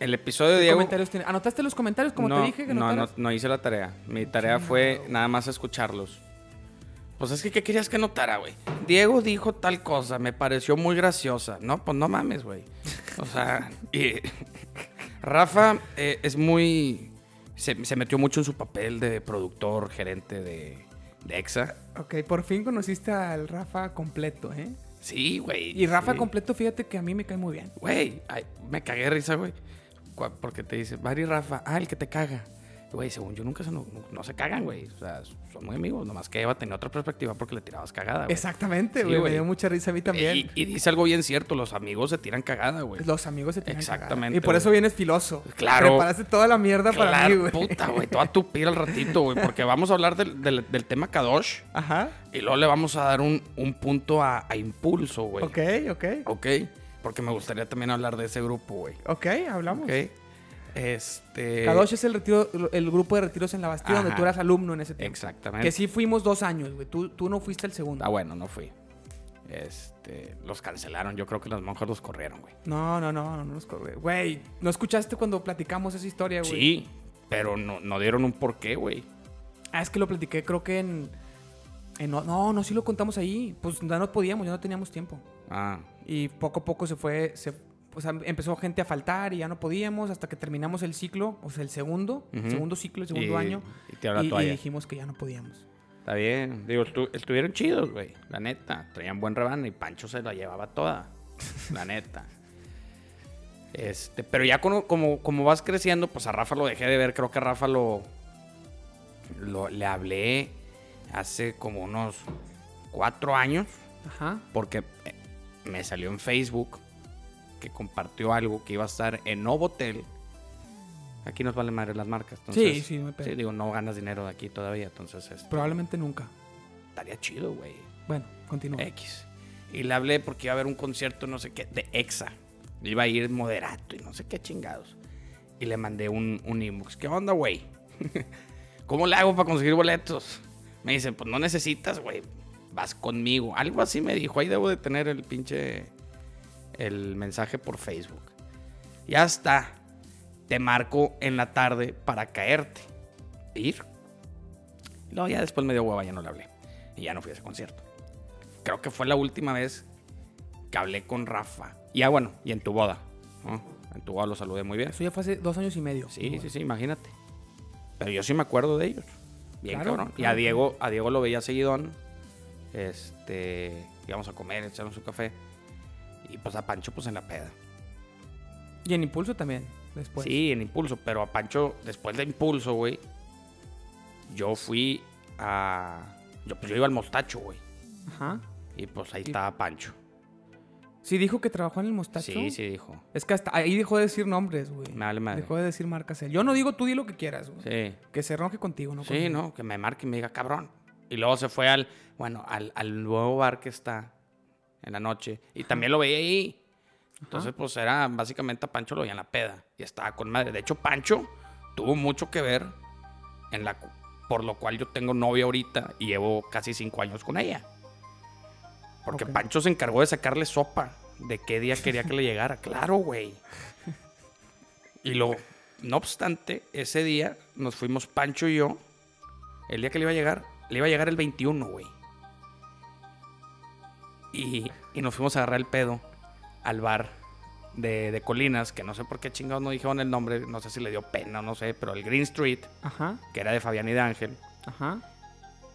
[SPEAKER 2] el episodio de
[SPEAKER 1] ¿Qué
[SPEAKER 2] Diego...
[SPEAKER 1] comentarios tiene? ¿Anotaste los comentarios como
[SPEAKER 2] no,
[SPEAKER 1] te dije? Que
[SPEAKER 2] no, no,
[SPEAKER 1] anotaras?
[SPEAKER 2] no hice la tarea. Mi tarea fue nada más escucharlos. Pues es que, ¿qué querías que notara, güey? Diego dijo tal cosa, me pareció muy graciosa. No, pues no mames, güey. O sea, y- <laughs> Rafa eh, es muy... Se, se metió mucho en su papel de productor, gerente de, de EXA.
[SPEAKER 1] Ok, por fin conociste al Rafa completo, ¿eh?
[SPEAKER 2] Sí, güey.
[SPEAKER 1] Y Rafa
[SPEAKER 2] sí. Ah,
[SPEAKER 1] completo, fíjate que a mí me cae muy bien.
[SPEAKER 2] Güey, ay, me cagué de risa, güey. Cua- Porque te dice, Mari Rafa, ah, el que te caga. Güey, según yo nunca se, no, no se cagan, güey. O sea, son muy amigos. Nomás que Eva tenía otra perspectiva porque le tirabas cagada, güey.
[SPEAKER 1] Exactamente,
[SPEAKER 2] Sí,
[SPEAKER 1] güey. me
[SPEAKER 2] güey.
[SPEAKER 1] dio mucha risa a mí también.
[SPEAKER 2] Y, y dice algo bien cierto, los amigos se tiran cagada, güey.
[SPEAKER 1] los amigos se tienen que agarrar.
[SPEAKER 2] pues, Exactamente,
[SPEAKER 1] Y por
[SPEAKER 2] güey.
[SPEAKER 1] eso vienes filoso.
[SPEAKER 2] Claro.
[SPEAKER 1] Preparaste toda la mierda para mí,
[SPEAKER 2] Claro,
[SPEAKER 1] güey.
[SPEAKER 2] puta, güey. Te va a tupir al ratito, güey. Porque vamos a hablar del, del- del tema Kadosh
[SPEAKER 1] Ajá.
[SPEAKER 2] y luego le vamos a dar un, un punto a, a impulso, güey.
[SPEAKER 1] Ok, ok.
[SPEAKER 2] Pues, Ok. Porque me gustaría también hablar de ese grupo, güey.
[SPEAKER 1] Ok, hablamos.
[SPEAKER 2] Ok. Este.
[SPEAKER 1] Kadosh es el retiro, el grupo de retiros en la Bastida donde
[SPEAKER 2] Ajá.
[SPEAKER 1] tú eras alumno en ese tiempo.
[SPEAKER 2] Exactamente.
[SPEAKER 1] Que sí fuimos dos años, güey. Tú, tú no fuiste el segundo.
[SPEAKER 2] Ah, bueno, no fui. Este, los cancelaron. Yo creo que las monjas los corrieron, güey.
[SPEAKER 1] No, no, no, no, no nos corre- Güey, ¿no escuchaste cuando platicamos esa historia, güey?
[SPEAKER 2] Sí, pero no, no dieron un porqué, güey.
[SPEAKER 1] Ah, es que lo platiqué, creo que en. en o- no, no, sí lo contamos ahí. Pues ya no podíamos, ya no teníamos tiempo.
[SPEAKER 2] Ah,
[SPEAKER 1] Y poco a poco se fue. Se, o sea, empezó gente a faltar y ya no podíamos hasta que terminamos el ciclo, o sea, el segundo,
[SPEAKER 2] Ujú.
[SPEAKER 1] segundo ciclo, el segundo
[SPEAKER 2] Y-
[SPEAKER 1] año.
[SPEAKER 2] y tiraron la toalla.
[SPEAKER 1] dijimos que ya no podíamos.
[SPEAKER 2] está bien. Digo, estu- estuvieron chidos, güey. La neta. Traían buen rebano y Pancho se la llevaba toda. La neta. Este, pero ya como, como, como vas creciendo, pues a Rafa lo dejé de ver. Creo que a Rafa lo, lo- le hablé hace como unos cuatro años.
[SPEAKER 1] Ajá.
[SPEAKER 2] porque eh, me salió en Facebook que compartió algo que iba a estar en Novotel. Aquí nos valen madre las marcas. Entonces,
[SPEAKER 1] Sí, sí, no hay pedo.
[SPEAKER 2] digo, no ganas dinero de aquí todavía, entonces es-
[SPEAKER 1] Probablemente nunca.
[SPEAKER 2] estaría chido, güey.
[SPEAKER 1] Bueno, continúa.
[SPEAKER 2] X. Y le hablé porque iba a haber un concierto, no sé qué, de EXA. Iba a ir moderato y no sé qué chingados. Y le mandé un, un inbox. ¿Qué onda, güey? <laughs> ¿Cómo le hago para conseguir boletos? Me dice, pues no necesitas, güey. Vas conmigo. Algo así me dijo. Ahí debo de tener el pinche... El mensaje por Facebook. Ya está. Te marco en la tarde para caerte. Ir. Luego ya después me dio hueva, ya no le hablé. Y ya no fui a ese concierto creo que fue la última vez que hablé con Rafa. Y ah, bueno, y en tu boda. ¿no? En tu boda lo saludé muy bien.
[SPEAKER 1] Eso ya fue hace dos años y medio.
[SPEAKER 2] Sí, sí, sí, imagínate. Pero yo sí me acuerdo de ellos. Bien
[SPEAKER 1] Claro,
[SPEAKER 2] cabrón. Y a
[SPEAKER 1] claro.
[SPEAKER 2] Diego, a Diego lo veía seguidón. Este, íbamos a comer, echarnos un café. Y pues a Pancho pues en la peda.
[SPEAKER 1] Y en Impulso también, después.
[SPEAKER 2] Sí, en Impulso, pero a Pancho, después de Impulso, güey, yo fui a... Yo, pues yo iba al Mostacho, güey.
[SPEAKER 1] Ajá.
[SPEAKER 2] Y pues ahí estaba Pancho.
[SPEAKER 1] Sí, dijo que trabajó en el mostacho.
[SPEAKER 2] Sí, sí, dijo.
[SPEAKER 1] Es que hasta ahí dejó de decir nombres, güey.
[SPEAKER 2] Me vale madre.
[SPEAKER 1] Dejó de decir marcas él. Yo no digo tú di lo que quieras, güey.
[SPEAKER 2] Sí.
[SPEAKER 1] Que se ronje contigo, ¿no?
[SPEAKER 2] Sí,
[SPEAKER 1] conmigo.
[SPEAKER 2] no, que me marque y me diga, cabrón. Y luego se fue al, bueno, al, al nuevo bar que está en la noche. Y también lo veía ahí. Entonces, pues era básicamente a Pancho lo veía en la peda. Y estaba con madre. De hecho, Pancho tuvo mucho que ver en la, cu- por lo cual yo tengo novia ahorita y llevo casi cinco años con ella. Porque
[SPEAKER 1] Ok.
[SPEAKER 2] Pancho se encargó de sacarle sopa de qué día quería que le llegara. Claro, güey. Y luego, no obstante, ese día nos fuimos Pancho y yo. El día que le iba a llegar, le iba a llegar el 21, güey. Y, y nos fuimos a agarrar el pedo al bar de, de Colinas, que no sé por qué chingados no dijeron el nombre, no sé si le dio pena, no sé, pero el Green Street,
[SPEAKER 1] Ajá,
[SPEAKER 2] que era de Fabián y de Ángel.
[SPEAKER 1] ajá.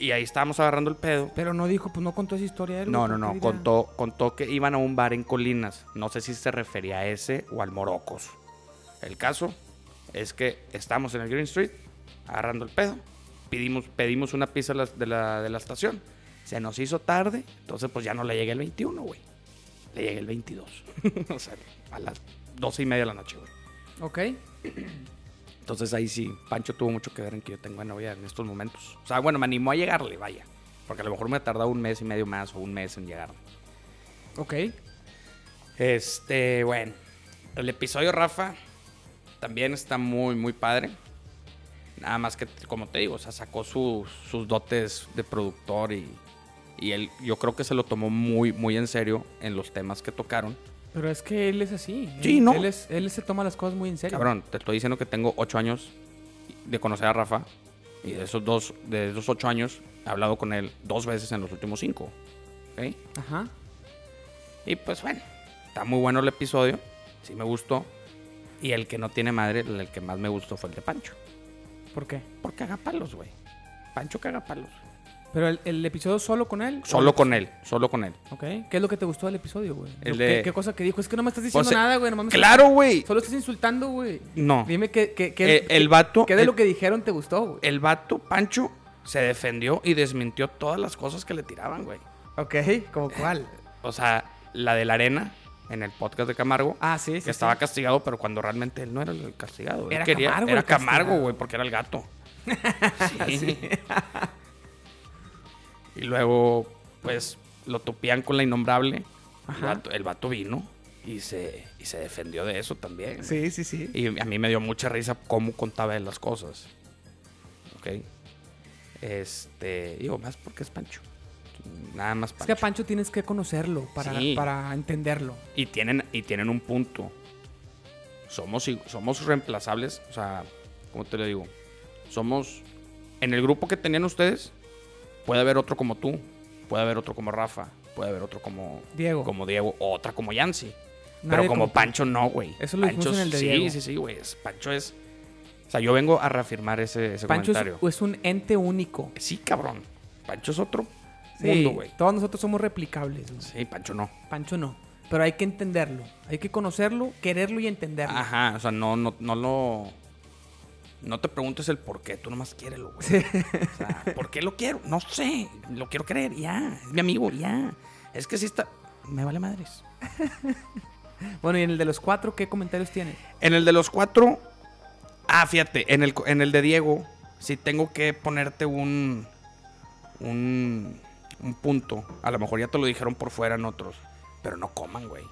[SPEAKER 2] Y ahí estábamos agarrando el pedo.
[SPEAKER 1] Pero no dijo, pues no contó esa historia él.
[SPEAKER 2] No,
[SPEAKER 1] güey, ¿por qué
[SPEAKER 2] no, no,
[SPEAKER 1] diría?
[SPEAKER 2] contó, contó que iban a un bar en Colinas. No sé si se refería a ese o al Morocos. El caso es que estamos en el Green Street agarrando el pedo. Pedimos, pedimos una pizza de la, de, la, de la estación. Se nos hizo tarde, entonces pues ya no le llegué el 21, güey. Le llegué el 22. <laughs> o sea, a las 12 y media de la noche, güey.
[SPEAKER 1] Ok.
[SPEAKER 2] Entonces ahí sí, Pancho tuvo mucho que ver en que yo tengo novia en estos momentos. O sea, bueno, me animó a llegarle, vaya. Porque a lo mejor me ha tardado un mes y medio más o un mes en llegarle.
[SPEAKER 1] Ok.
[SPEAKER 2] Este, bueno. El episodio Rafa también está muy, muy padre. Nada más que, como te digo, o sea, sacó sus- sus dotes de productor y, y él, yo creo que se lo tomó muy, muy en serio en los temas que tocaron.
[SPEAKER 1] Pero es que él es así. Él-
[SPEAKER 2] Sí, ¿no?
[SPEAKER 1] Él, es- él se toma las cosas muy en serio.
[SPEAKER 2] Cabrón, te estoy diciendo que tengo ocho años de conocer a Rafa y de esos dos, de esos ocho años he hablado con él dos veces en los últimos cinco. ¿ok?
[SPEAKER 1] Ajá.
[SPEAKER 2] Y pues bueno, está muy bueno el episodio. Sí me gustó. Y el que no tiene madre, el que más me gustó fue el de Pancho.
[SPEAKER 1] ¿Por qué?
[SPEAKER 2] Por cagapalos, güey. Pancho cagapalos.
[SPEAKER 1] Pero el, el episodio solo con él.
[SPEAKER 2] Solo con él, solo con él.
[SPEAKER 1] Ok. ¿Qué es lo que te gustó del episodio, güey?
[SPEAKER 2] El
[SPEAKER 1] Lo-
[SPEAKER 2] de-
[SPEAKER 1] ¿Qué, qué cosa que dijo? Es que no me estás diciendo
[SPEAKER 2] O sea,
[SPEAKER 1] nada, güey. nomás me estás-
[SPEAKER 2] ¡Claro, güey!
[SPEAKER 1] Solo estás insultando, güey.
[SPEAKER 2] No.
[SPEAKER 1] Dime qué. qué, qué-
[SPEAKER 2] Eh, el vato-
[SPEAKER 1] ¿Qué de
[SPEAKER 2] el-
[SPEAKER 1] lo que dijeron te gustó, güey?
[SPEAKER 2] El vato, Pancho, se defendió y desmintió todas las cosas que le tiraban, güey.
[SPEAKER 1] Ok. ¿Como cuál?
[SPEAKER 2] O sea, la de la arena en el podcast de Camargo.
[SPEAKER 1] Ah, sí, sí,
[SPEAKER 2] Que estaba
[SPEAKER 1] sí.
[SPEAKER 2] castigado, pero cuando realmente él no era el castigado. Él
[SPEAKER 1] Era
[SPEAKER 2] quería-
[SPEAKER 1] Camargo
[SPEAKER 2] Era
[SPEAKER 1] el castigado.
[SPEAKER 2] Camargo, güey, porque era
[SPEAKER 1] <laughs>
[SPEAKER 2] el gato. Sí. y luego, pues, lo topían con la innombrable. El vato, el vato vino y se, y se defendió de eso también.
[SPEAKER 1] Sí, sí, sí.
[SPEAKER 2] Y a mí me dio mucha risa cómo contaba él las cosas. Ok. Este, digo, más porque es Pancho. Nada más
[SPEAKER 1] Es
[SPEAKER 2] Pancho.
[SPEAKER 1] que a Pancho tienes que conocerlo para,
[SPEAKER 2] Sí.
[SPEAKER 1] para entenderlo.
[SPEAKER 2] Y tienen, y tienen un punto. Somos, i- somos reemplazables. O sea, ¿cómo te lo digo? Somos. En el grupo que tenían ustedes, puede haber otro como tú. Puede haber otro como Rafa. Puede haber otro como
[SPEAKER 1] Diego.
[SPEAKER 2] Como Diego. o otra como Yancy. Pero
[SPEAKER 1] Nadie
[SPEAKER 2] como,
[SPEAKER 1] como tú.
[SPEAKER 2] Pancho, no, güey.
[SPEAKER 1] Eso lo dijimos
[SPEAKER 2] Pancho
[SPEAKER 1] en el de
[SPEAKER 2] sí,
[SPEAKER 1] Diego.
[SPEAKER 2] Sí, sí, güey. es- Pancho es. O sea, yo vengo a reafirmar ese, ese
[SPEAKER 1] Pancho es,
[SPEAKER 2] comentario.
[SPEAKER 1] es un ente único.
[SPEAKER 2] Sí, cabrón. Pancho es otro
[SPEAKER 1] Sí,
[SPEAKER 2] mundo, güey.
[SPEAKER 1] Todos nosotros somos replicables. güey.
[SPEAKER 2] Sí, Pancho no.
[SPEAKER 1] Pancho no. Pero hay que entenderlo. Hay que conocerlo, quererlo y entenderlo.
[SPEAKER 2] Ajá, o sea, no, no, no lo. No te preguntes el por qué, tú nomás quiérelo, güey. O sea, ¿por qué lo quiero? No sé, lo quiero creer, ya. Es mi amigo, ya. Es que sí está. Me vale madres.
[SPEAKER 1] Bueno, y en el de los cuatro, ¿qué comentarios tienes?
[SPEAKER 2] En el de los cuatro. Ah, fíjate, en el, en el de Diego, sí tengo que ponerte un. Un. Un punto. A lo mejor ya te lo dijeron por fuera en otros. Pero no coman, güey.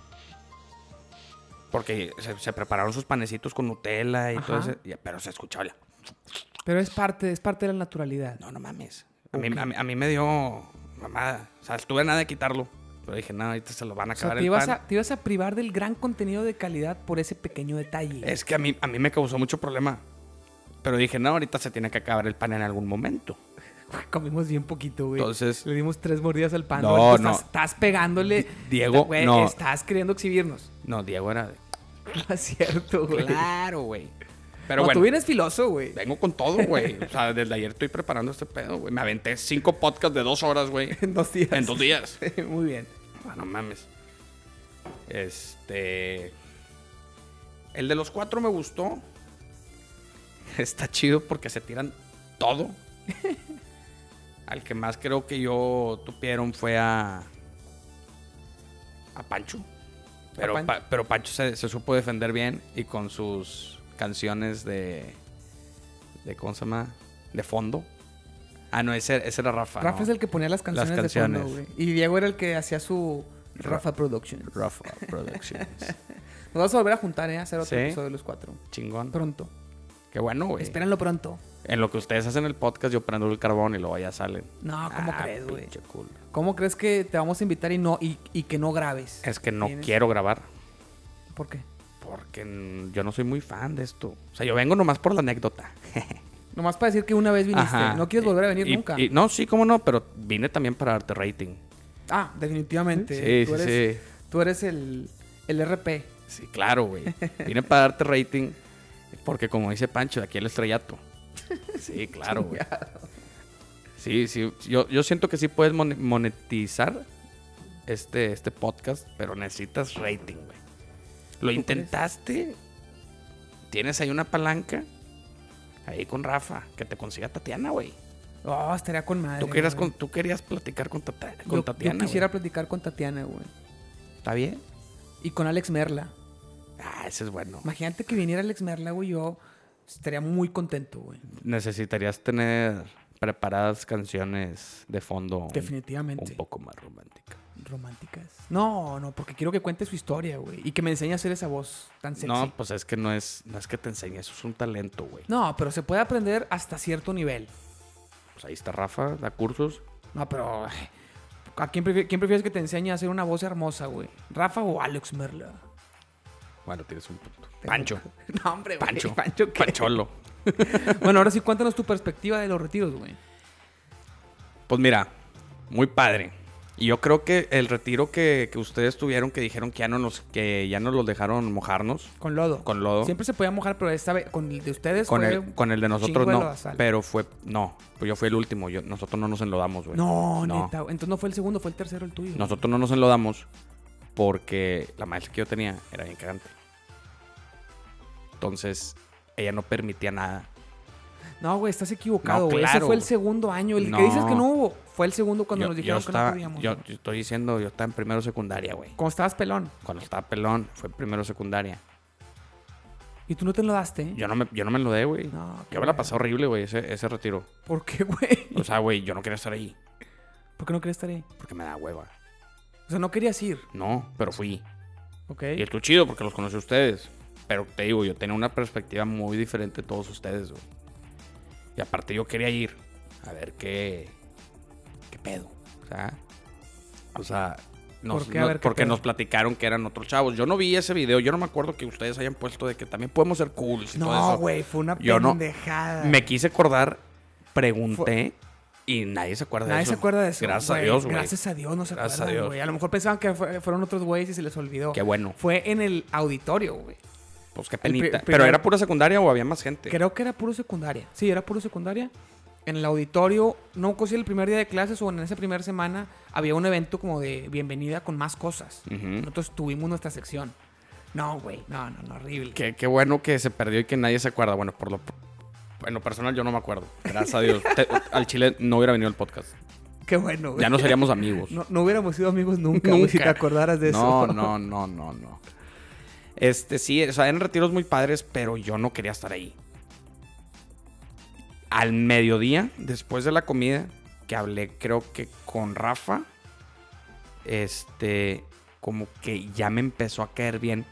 [SPEAKER 2] Porque se, se prepararon sus panecitos con Nutella y todo
[SPEAKER 1] Ajá.
[SPEAKER 2] eso. y- Pero se escuchaba la-
[SPEAKER 1] Pero es parte, es parte de la naturalidad.
[SPEAKER 2] No, no mames. A mí, a mí- a mí me dio mamada. O sea, estuve a nada de quitarlo. Pero dije, no, ahorita se lo van a
[SPEAKER 1] O sea,
[SPEAKER 2] acabar
[SPEAKER 1] te
[SPEAKER 2] el
[SPEAKER 1] ibas,
[SPEAKER 2] pan.
[SPEAKER 1] a, te ibas a privar del gran contenido de calidad por ese pequeño detalle.
[SPEAKER 2] Es que a mí, a mí me causó mucho problema. Pero dije, no, ahorita se tiene que acabar el pan en algún momento.
[SPEAKER 1] Comimos bien poquito, güey.
[SPEAKER 2] Entonces-
[SPEAKER 1] Le dimos tres mordidas al pan.
[SPEAKER 2] No,
[SPEAKER 1] Roberto,
[SPEAKER 2] no.
[SPEAKER 1] Estás, estás pegándole.
[SPEAKER 2] Diego,
[SPEAKER 1] Güey,
[SPEAKER 2] no.
[SPEAKER 1] Estás queriendo exhibirnos. <laughs>
[SPEAKER 2] No, Diego era de...
[SPEAKER 1] No es cierto, güey.
[SPEAKER 2] Claro, güey. Pero
[SPEAKER 1] Pero
[SPEAKER 2] bueno,
[SPEAKER 1] tú vienes filoso, güey.
[SPEAKER 2] vengo con todo, güey. O sea, desde ayer estoy preparando este pedo, güey. Me aventé cinco podcasts de dos horas, güey.
[SPEAKER 1] <laughs> En dos días.
[SPEAKER 2] En dos días.
[SPEAKER 1] Muy bien.
[SPEAKER 2] Ah, no mames. Este. El de los cuatro me gustó. <laughs> Está chido porque se tiran
[SPEAKER 1] <laughs>
[SPEAKER 2] todo. Al que más creo que yo tupieron fue a. A Pancho. Pero,
[SPEAKER 1] Pancho.
[SPEAKER 2] Pa- pero Pancho se, se supo defender bien y con sus canciones de. de ¿Cómo se llama? De fondo. Ah, no, ese, ese era Rafa.
[SPEAKER 1] Rafa
[SPEAKER 2] ¿no?
[SPEAKER 1] es el que ponía las canciones,
[SPEAKER 2] canciones.
[SPEAKER 1] de fondo, güey. Y Diego era el que hacía su Rafa Productions.
[SPEAKER 2] Rafa
[SPEAKER 1] <laughs>
[SPEAKER 2] Productions.
[SPEAKER 1] Nos vamos a volver a juntar, ¿eh? A hacer otro
[SPEAKER 2] Sí. Pues.
[SPEAKER 1] episodio de los cuatro.
[SPEAKER 2] Chingón.
[SPEAKER 1] Pronto.
[SPEAKER 2] Qué bueno, güey.
[SPEAKER 1] Espérenlo pronto.
[SPEAKER 2] En lo que ustedes hacen el podcast, yo prendo el carbón y luego ya salen.
[SPEAKER 1] No, ¿cómo
[SPEAKER 2] Ah,
[SPEAKER 1] crees, güey?
[SPEAKER 2] pinche culo.
[SPEAKER 1] ¿Cómo crees que te vamos a invitar y no y, y que no grabes?
[SPEAKER 2] Es que no
[SPEAKER 1] ¿Tienes?
[SPEAKER 2] quiero grabar.
[SPEAKER 1] ¿Por qué?
[SPEAKER 2] Porque mm, yo no soy muy fan de esto. O sea, yo vengo nomás por la anécdota.
[SPEAKER 1] Nomás para decir que una vez viniste.
[SPEAKER 2] Ajá.
[SPEAKER 1] No quieres volver a venir
[SPEAKER 2] Y-
[SPEAKER 1] nunca.
[SPEAKER 2] y- no, sí, cómo no, pero vine también para darte rating.
[SPEAKER 1] Ah, definitivamente.
[SPEAKER 2] Sí,
[SPEAKER 1] tú
[SPEAKER 2] sí,
[SPEAKER 1] eres,
[SPEAKER 2] sí.
[SPEAKER 1] Tú eres el, el RP.
[SPEAKER 2] Sí, claro, güey. Vine para darte rating porque, como dice Pancho, de aquí el estrellato.
[SPEAKER 1] <laughs>
[SPEAKER 2] Sí, claro, güey. Sí, sí. Yo, yo siento que sí puedes mone- monetizar este, este podcast, pero necesitas rating, güey. Lo intentaste. Tienes ahí una palanca. Ahí con Rafa. Que te consiga Tatiana, güey.
[SPEAKER 1] Oh, estaría con madre.
[SPEAKER 2] Tú querías,
[SPEAKER 1] güey.
[SPEAKER 2] con, tú querías platicar con, Tata-
[SPEAKER 1] Yo-
[SPEAKER 2] con
[SPEAKER 1] yo
[SPEAKER 2] Tatiana. güey.
[SPEAKER 1] quisiera platicar con Tatiana, güey.
[SPEAKER 2] ¿Está bien?
[SPEAKER 1] Y con Alex Merla.
[SPEAKER 2] Ah, ese es bueno.
[SPEAKER 1] Imagínate que viniera Alex Merla, güey. Yo estaría muy contento, güey.
[SPEAKER 2] necesitarías tener preparadas canciones de fondo un,
[SPEAKER 1] Definitivamente.
[SPEAKER 2] un poco más románticas.
[SPEAKER 1] Románticas. No, no, porque quiero que cuente su historia, güey. Y que me enseñe a hacer esa voz tan sexy.
[SPEAKER 2] No, pues es que no es, no es que te enseñe, eso es un talento, güey.
[SPEAKER 1] No, pero se puede aprender hasta cierto nivel.
[SPEAKER 2] Pues ahí está Rafa, da cursos.
[SPEAKER 1] No, pero. ay, ¿A quién, prefi- quién prefieres que te enseñe a hacer una voz hermosa, güey? ¿Rafa o Alex Merla? <laughs>
[SPEAKER 2] Bueno, tienes un punto. Pancho.
[SPEAKER 1] No, hombre, güey.
[SPEAKER 2] Pancho.
[SPEAKER 1] Pancho, ¿qué?
[SPEAKER 2] Pancholo.
[SPEAKER 1] <laughs> Bueno, ahora sí, cuéntanos tu perspectiva de los retiros, güey.
[SPEAKER 2] Pues mira, muy padre. Y yo creo que el retiro que, que ustedes tuvieron, que dijeron que ya no nos, que ya no los dejaron mojarnos,
[SPEAKER 1] Con lodo.
[SPEAKER 2] Con lodo.
[SPEAKER 1] Siempre se podía mojar, pero esta vez con el de ustedes.
[SPEAKER 2] con
[SPEAKER 1] Pues fue
[SPEAKER 2] el, con el de
[SPEAKER 1] un
[SPEAKER 2] nosotros
[SPEAKER 1] chingo de
[SPEAKER 2] no.
[SPEAKER 1] lodazal.
[SPEAKER 2] pero fue, no, pues yo fui el último, yo, nosotros no nos enlodamos, güey.
[SPEAKER 1] No, neta. güey. Entonces no fue el segundo, fue el tercero el tuyo.
[SPEAKER 2] Nosotros no nos enlodamos porque la maestra que yo tenía era bien cagante. Entonces, ella no permitía nada.
[SPEAKER 1] No, güey, estás equivocado,
[SPEAKER 2] No,
[SPEAKER 1] güey. Ese
[SPEAKER 2] claro,
[SPEAKER 1] fue el
[SPEAKER 2] güey.
[SPEAKER 1] segundo año. El que
[SPEAKER 2] No.
[SPEAKER 1] dices que no hubo fue el segundo cuando
[SPEAKER 2] Yo-
[SPEAKER 1] nos
[SPEAKER 2] yo
[SPEAKER 1] dijeron que
[SPEAKER 2] estaba-
[SPEAKER 1] no podíamos.
[SPEAKER 2] Yo,
[SPEAKER 1] güey.
[SPEAKER 2] yo estoy diciendo, yo estaba en primero secundaria, güey.
[SPEAKER 1] Cuando estabas pelón.
[SPEAKER 2] Cuando estaba pelón, fue primero secundaria.
[SPEAKER 1] Y tú no te enlodaste. ¿eh?
[SPEAKER 2] Yo no me, yo no me enlodé, güey.
[SPEAKER 1] No, qué
[SPEAKER 2] yo me la
[SPEAKER 1] bueno.
[SPEAKER 2] pasé horrible, güey, ese, ese retiro.
[SPEAKER 1] ¿Por qué, <laughs> güey?
[SPEAKER 2] O sea, güey, yo no quería estar ahí
[SPEAKER 1] ¿Por qué no querías estar ahí?
[SPEAKER 2] porque me da hueva.
[SPEAKER 1] O sea, no querías ir,
[SPEAKER 2] No, pero fui.
[SPEAKER 1] ¿ok?
[SPEAKER 2] Y estuvo chido porque los conocí a ustedes. Pero te digo, yo tenía una perspectiva muy diferente de todos ustedes, güey. Y aparte yo quería ir a ver qué... ¿Qué pedo? O sea... O sea... Nos,
[SPEAKER 1] ¿Por qué? A
[SPEAKER 2] no-
[SPEAKER 1] ver, ¿qué
[SPEAKER 2] porque
[SPEAKER 1] pedo?
[SPEAKER 2] nos platicaron que eran otros chavos. Yo no vi ese video. Yo no me acuerdo que ustedes hayan puesto de que también podemos ser cool. Y todo
[SPEAKER 1] No,
[SPEAKER 2] eso.
[SPEAKER 1] güey, fue una
[SPEAKER 2] Yo no-
[SPEAKER 1] pendejada.
[SPEAKER 2] Me quise acordar, pregunté y nadie se acuerda de
[SPEAKER 1] Nadie
[SPEAKER 2] eso.
[SPEAKER 1] se acuerda de eso.
[SPEAKER 2] Gracias a
[SPEAKER 1] güey.
[SPEAKER 2] Dios, güey.
[SPEAKER 1] Gracias a Dios no se
[SPEAKER 2] Gracias a
[SPEAKER 1] acuerdan,
[SPEAKER 2] Dios.
[SPEAKER 1] güey. A lo mejor pensaban que fue- fueron otros güeyes y se les olvidó.
[SPEAKER 2] Qué bueno.
[SPEAKER 1] Fue en el auditorio, güey.
[SPEAKER 2] Pues qué
[SPEAKER 1] pri-
[SPEAKER 2] penita. ¿Pero
[SPEAKER 1] primer-
[SPEAKER 2] era pura secundaria o había más gente?
[SPEAKER 1] Creo que era puro secundaria. Sí, era puro secundaria. En el auditorio, no casi el primer día de clases o en esa primera semana, había un evento como de bienvenida con más cosas.
[SPEAKER 2] Ujú.
[SPEAKER 1] Nosotros tuvimos nuestra sección. No, güey. No, no, no, horrible.
[SPEAKER 2] Qué, qué bueno que se perdió y que nadie se acuerda. Bueno, por lo, en lo personal yo no me acuerdo. Gracias
[SPEAKER 1] <laughs>
[SPEAKER 2] a Dios. Te- al Chile no hubiera venido el podcast.
[SPEAKER 1] Qué bueno, güey.
[SPEAKER 2] Ya no seríamos amigos.
[SPEAKER 1] <laughs> No, no hubiéramos sido amigos nunca, güey, si te
[SPEAKER 2] Nunca.
[SPEAKER 1] acordaras de
[SPEAKER 2] No,
[SPEAKER 1] eso.
[SPEAKER 2] no, no, no, no. Este, sí, o sea, eran retiros muy padres, pero yo no quería estar ahí. Al mediodía, después de la comida, que hablé creo que con Rafa, este, como que ya me empezó a caer bien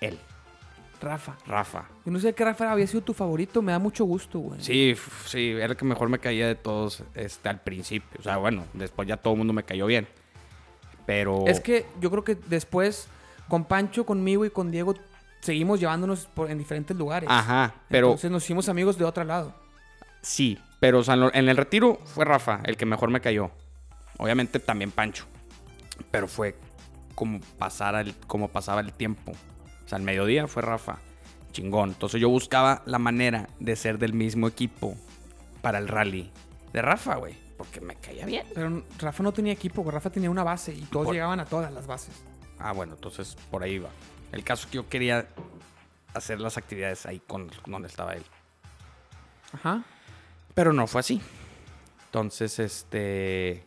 [SPEAKER 2] él,
[SPEAKER 1] <laughs> Rafa.
[SPEAKER 2] Rafa.
[SPEAKER 1] Yo no sé qué Rafa había sido tu favorito. Me da mucho gusto, güey.
[SPEAKER 2] Sí, f- sí, era el que mejor me caía de todos este, al principio. O sea, bueno, después ya todo el mundo me cayó bien. Pero.
[SPEAKER 1] Es que yo creo que después, con Pancho, conmigo y con Diego, seguimos llevándonos por- en diferentes lugares.
[SPEAKER 2] Ajá, pero
[SPEAKER 1] Entonces nos hicimos amigos de otro lado.
[SPEAKER 2] Sí, pero San Lo- en el retiro fue Rafa el que mejor me cayó. Obviamente también Pancho. Pero fue como, pasara el, como pasaba el tiempo. O sea, al mediodía fue Rafa. Chingón. Entonces yo buscaba la manera de ser del mismo equipo para el rally de Rafa, güey. Porque me caía bien.
[SPEAKER 1] Pero Rafa no tenía equipo, güey, Rafa tenía una base y todos
[SPEAKER 2] Por-
[SPEAKER 1] llegaban a todas las bases.
[SPEAKER 2] Ah, bueno, entonces por ahí va. El caso es que yo quería hacer las actividades ahí con donde estaba él.
[SPEAKER 1] Ajá.
[SPEAKER 2] Pero no fue así. Entonces, este.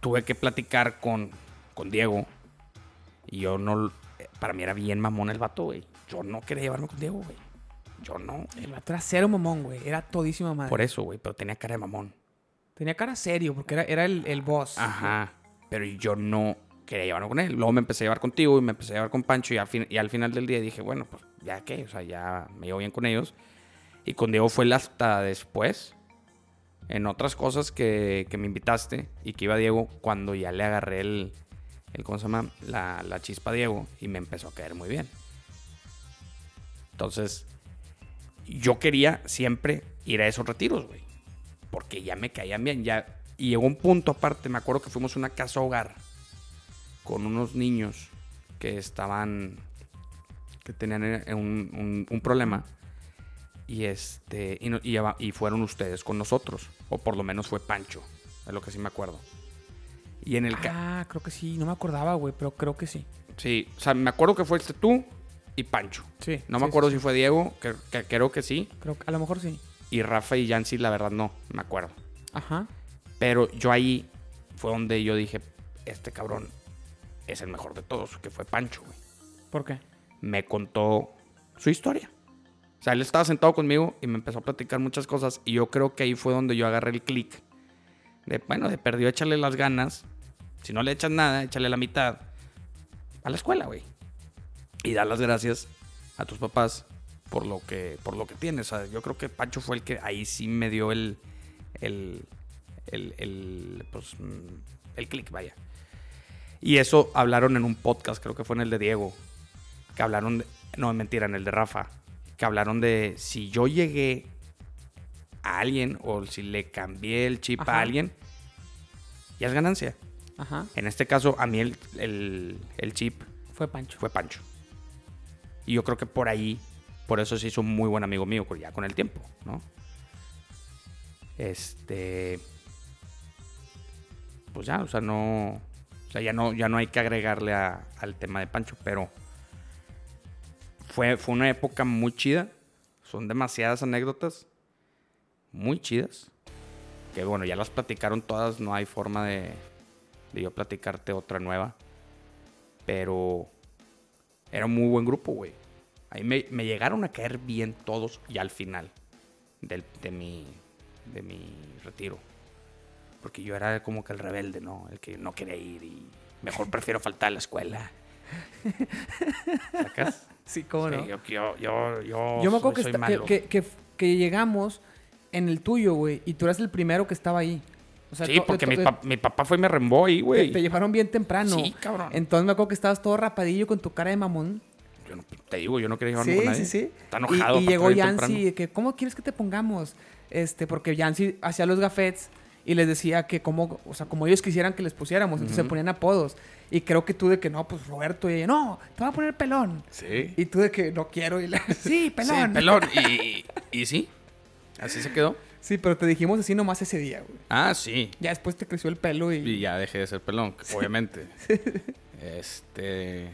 [SPEAKER 2] Tuve que platicar con, con Diego. Y yo no. Para mí era bien mamón el vato, güey. Yo no quería llevarme con Diego, güey. Yo no.
[SPEAKER 1] El vato era cero mamón, güey. Era todísima madre.
[SPEAKER 2] Por e- eso, güey. Pero tenía cara de mamón.
[SPEAKER 1] Tenía cara serio porque era, era el, el boss.
[SPEAKER 2] Ajá. Pero yo no quería llevarme con él. Luego me empecé a llevar contigo y me empecé a llevar con Pancho. Y al, fin- y al final del día dije, bueno, pues ya qué. O sea, ya me llevo bien con ellos. Y con Diego fue el hasta después. En otras cosas que, que me invitaste y que iba Diego cuando ya le agarré el, el ¿cómo se llama? La, la chispa a Diego y me empezó a caer muy bien. Entonces, yo quería siempre ir a esos retiros, güey. Porque ya me caían bien. Ya, y llegó un punto aparte, me acuerdo que fuimos a una casa hogar con unos niños que estaban, que tenían eh, un, un- un problema. Y, este, y, no- y lleva- y fueron ustedes con nosotros. O por lo menos fue Pancho, es lo que sí me acuerdo. Y en el ca-
[SPEAKER 1] Ah, creo que sí. No me acordaba, güey, pero creo que sí.
[SPEAKER 2] Sí, o sea, me acuerdo que fuiste tú y Pancho.
[SPEAKER 1] Sí.
[SPEAKER 2] No
[SPEAKER 1] sí,
[SPEAKER 2] me acuerdo
[SPEAKER 1] sí,
[SPEAKER 2] si fue Diego, que, que creo que sí.
[SPEAKER 1] sí. Creo que a lo mejor sí.
[SPEAKER 2] Y Rafa y Yancy, la verdad, no, me acuerdo.
[SPEAKER 1] Ajá.
[SPEAKER 2] Pero yo ahí fue donde yo dije, este cabrón es el mejor de todos, que fue Pancho, güey.
[SPEAKER 1] ¿Por qué?
[SPEAKER 2] Me contó su historia. O sea, él estaba sentado conmigo y me empezó a platicar muchas cosas. Y yo creo que ahí fue donde yo agarré el clic. De, bueno, de perdió échale las ganas. Si no le echas nada, échale la mitad. A la escuela, güey. Y dar las gracias a tus papás por lo que, por lo que tienes. O sea, yo creo que Pancho fue el que ahí sí me dio el. el. el. el, pues, mm, el clic, vaya. Y eso hablaron en un podcast, creo que fue en el de Diego. Que hablaron. de- no, mentira, en el de Rafa. Que hablaron de si yo llegué a alguien o si le cambié el chip a
[SPEAKER 1] Ajá.
[SPEAKER 2] alguien, ya es ganancia.
[SPEAKER 1] Ajá.
[SPEAKER 2] En este caso, a mí el, el- el chip
[SPEAKER 1] Fue Pancho.
[SPEAKER 2] fue Pancho. Y yo creo que por ahí, por eso se hizo un muy buen amigo mío, con- ya con el tiempo, ¿no? Este. Pues ya, o sea, no. O sea, ya no, ya no hay que agregarle a- al tema de Pancho, pero. Fue, fue una época muy chida. Son demasiadas anécdotas. Muy chidas. Que bueno, ya las platicaron todas. No hay forma de, de yo platicarte otra nueva. Pero era un muy buen grupo, güey. Ahí me, me llegaron a caer bien todos y al final del- de, mi, de mi retiro. Porque yo era como que el rebelde, ¿no? El que no quería ir y mejor prefiero faltar a la escuela. ¿Sacas?
[SPEAKER 1] Sí, <laughs> cómo
[SPEAKER 2] Sí, yo, yo, yo,
[SPEAKER 1] Yo
[SPEAKER 2] yo
[SPEAKER 1] me
[SPEAKER 2] soy-
[SPEAKER 1] acuerdo que,
[SPEAKER 2] soy
[SPEAKER 1] esta- que,
[SPEAKER 2] malo.
[SPEAKER 1] que- que- que llegamos en el tuyo, güey, y tú eras el primero que estaba ahí. O sea,
[SPEAKER 2] sí,
[SPEAKER 1] to-
[SPEAKER 2] porque
[SPEAKER 1] to-
[SPEAKER 2] mi,
[SPEAKER 1] te-
[SPEAKER 2] pap- mi papá fue y me rembó ahí,
[SPEAKER 1] te,
[SPEAKER 2] güey.
[SPEAKER 1] te llevaron bien temprano.
[SPEAKER 2] Sí, cabrón.
[SPEAKER 1] Entonces me acuerdo que estabas todo rapadillo con tu cara de mamón.
[SPEAKER 2] Yo no- te digo, yo no quería llevarme
[SPEAKER 1] Sí,
[SPEAKER 2] con
[SPEAKER 1] sí,
[SPEAKER 2] nadie.
[SPEAKER 1] sí.
[SPEAKER 2] Está enojado.
[SPEAKER 1] Y, y
[SPEAKER 2] papá,
[SPEAKER 1] llegó
[SPEAKER 2] bien
[SPEAKER 1] Yancy
[SPEAKER 2] temprano.
[SPEAKER 1] de que, ¿cómo quieres que te pongamos? Este, porque Yancy hacía los gafetes y les decía que cómo, o sea, como ellos quisieran que les pusiéramos. Entonces se ponían apodos. Y creo que tú de que no, pues Roberto. Y ella, no, te voy a poner pelón.
[SPEAKER 2] Sí.
[SPEAKER 1] Y tú de que no quiero. Y la- <laughs> sí, pelón.
[SPEAKER 2] Sí, pelón. Y, y sí, así se quedó.
[SPEAKER 1] Sí, pero te dijimos así nomás ese día, güey.
[SPEAKER 2] Ah, sí.
[SPEAKER 1] Ya después te creció el pelo y... <laughs>
[SPEAKER 2] Y ya dejé de ser pelón, obviamente. Este.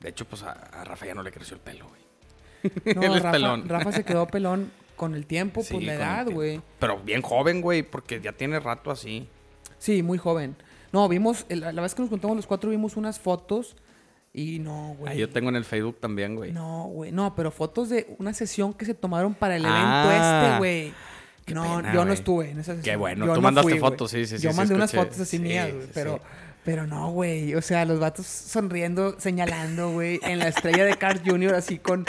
[SPEAKER 2] De hecho, pues a, a Rafa ya no le creció el pelo, güey.
[SPEAKER 1] No,
[SPEAKER 2] <laughs> Él es
[SPEAKER 1] Rafa,
[SPEAKER 2] pelón.
[SPEAKER 1] Rafa se
[SPEAKER 2] <laughs>
[SPEAKER 1] quedó pelón con el tiempo,
[SPEAKER 2] Sí,
[SPEAKER 1] Pues, por la
[SPEAKER 2] con el
[SPEAKER 1] edad,
[SPEAKER 2] tiempo.
[SPEAKER 1] güey.
[SPEAKER 2] Pero bien joven, güey, porque ya tiene rato así.
[SPEAKER 1] Sí, muy joven. No, vimos, el- la vez que nos contamos los cuatro vimos unas fotos y no, güey.
[SPEAKER 2] Ahí yo tengo en el Facebook también, güey.
[SPEAKER 1] No, güey. No, pero fotos de una sesión que se tomaron para el evento
[SPEAKER 2] Ah.
[SPEAKER 1] este, güey.
[SPEAKER 2] Qué
[SPEAKER 1] No,
[SPEAKER 2] pena,
[SPEAKER 1] yo no
[SPEAKER 2] güey.
[SPEAKER 1] estuve en esa sesión.
[SPEAKER 2] Qué bueno,
[SPEAKER 1] Yo
[SPEAKER 2] tú
[SPEAKER 1] no
[SPEAKER 2] mandaste
[SPEAKER 1] fui, güey.
[SPEAKER 2] fotos, sí, sí, sí,
[SPEAKER 1] Yo
[SPEAKER 2] sí,
[SPEAKER 1] mandé unas
[SPEAKER 2] escuché.
[SPEAKER 1] fotos así
[SPEAKER 2] Sí,
[SPEAKER 1] mías,
[SPEAKER 2] sí,
[SPEAKER 1] güey.
[SPEAKER 2] sí.
[SPEAKER 1] Pero, pero no, güey. O sea, los vatos sonriendo, señalando, güey, en la estrella de Carl Jr. así
[SPEAKER 2] <laughs>
[SPEAKER 1] con.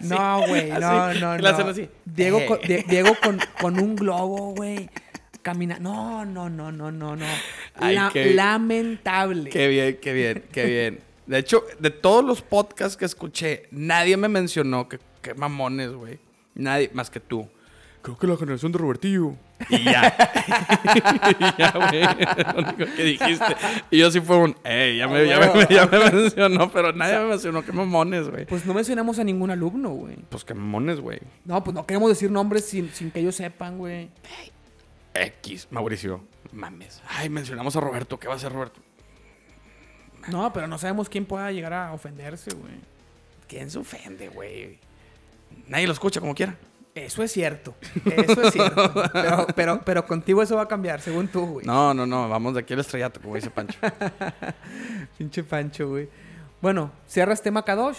[SPEAKER 1] No, güey. No,
[SPEAKER 2] así,
[SPEAKER 1] no,
[SPEAKER 2] y
[SPEAKER 1] no.
[SPEAKER 2] la hacen así.
[SPEAKER 1] Diego,
[SPEAKER 2] Eh.
[SPEAKER 1] con, Die- Diego con, con un globo, güey. Camina. No, no, no, no, no, no.
[SPEAKER 2] Ay,
[SPEAKER 1] La-
[SPEAKER 2] qué-
[SPEAKER 1] Lamentable.
[SPEAKER 2] Qué bien, qué bien, qué bien. De hecho, de todos los podcasts que escuché, nadie me mencionó que, que mamones, güey. Nadie, más que tú. creo que la generación de Robertillo. Y ya. <laughs> y ya, güey. Lo único que dijiste. Y yo sí fue un, eh, ya me, ya me, ya me mencionó, pero nadie me mencionó. Qué mamones, güey.
[SPEAKER 1] Pues no mencionamos a ningún alumno, güey.
[SPEAKER 2] Pues qué mamones, güey.
[SPEAKER 1] No, pues no queremos decir nombres sin, sin que ellos sepan, güey.
[SPEAKER 2] X, Mauricio. Mames. Ay, mencionamos a Roberto. ¿Qué va a hacer Roberto?
[SPEAKER 1] No, pero no sabemos quién pueda llegar a ofenderse, güey.
[SPEAKER 2] ¿Quién se ofende, güey? Nadie lo escucha como quiera.
[SPEAKER 1] Eso es cierto. Eso es cierto. Pero, pero, pero contigo eso va a cambiar, según tú, güey.
[SPEAKER 2] No, no, no. Vamos de aquí al estrellato, como dice Pancho.
[SPEAKER 1] Pinche Pancho, güey. Bueno, ¿cierras tema Kadosh?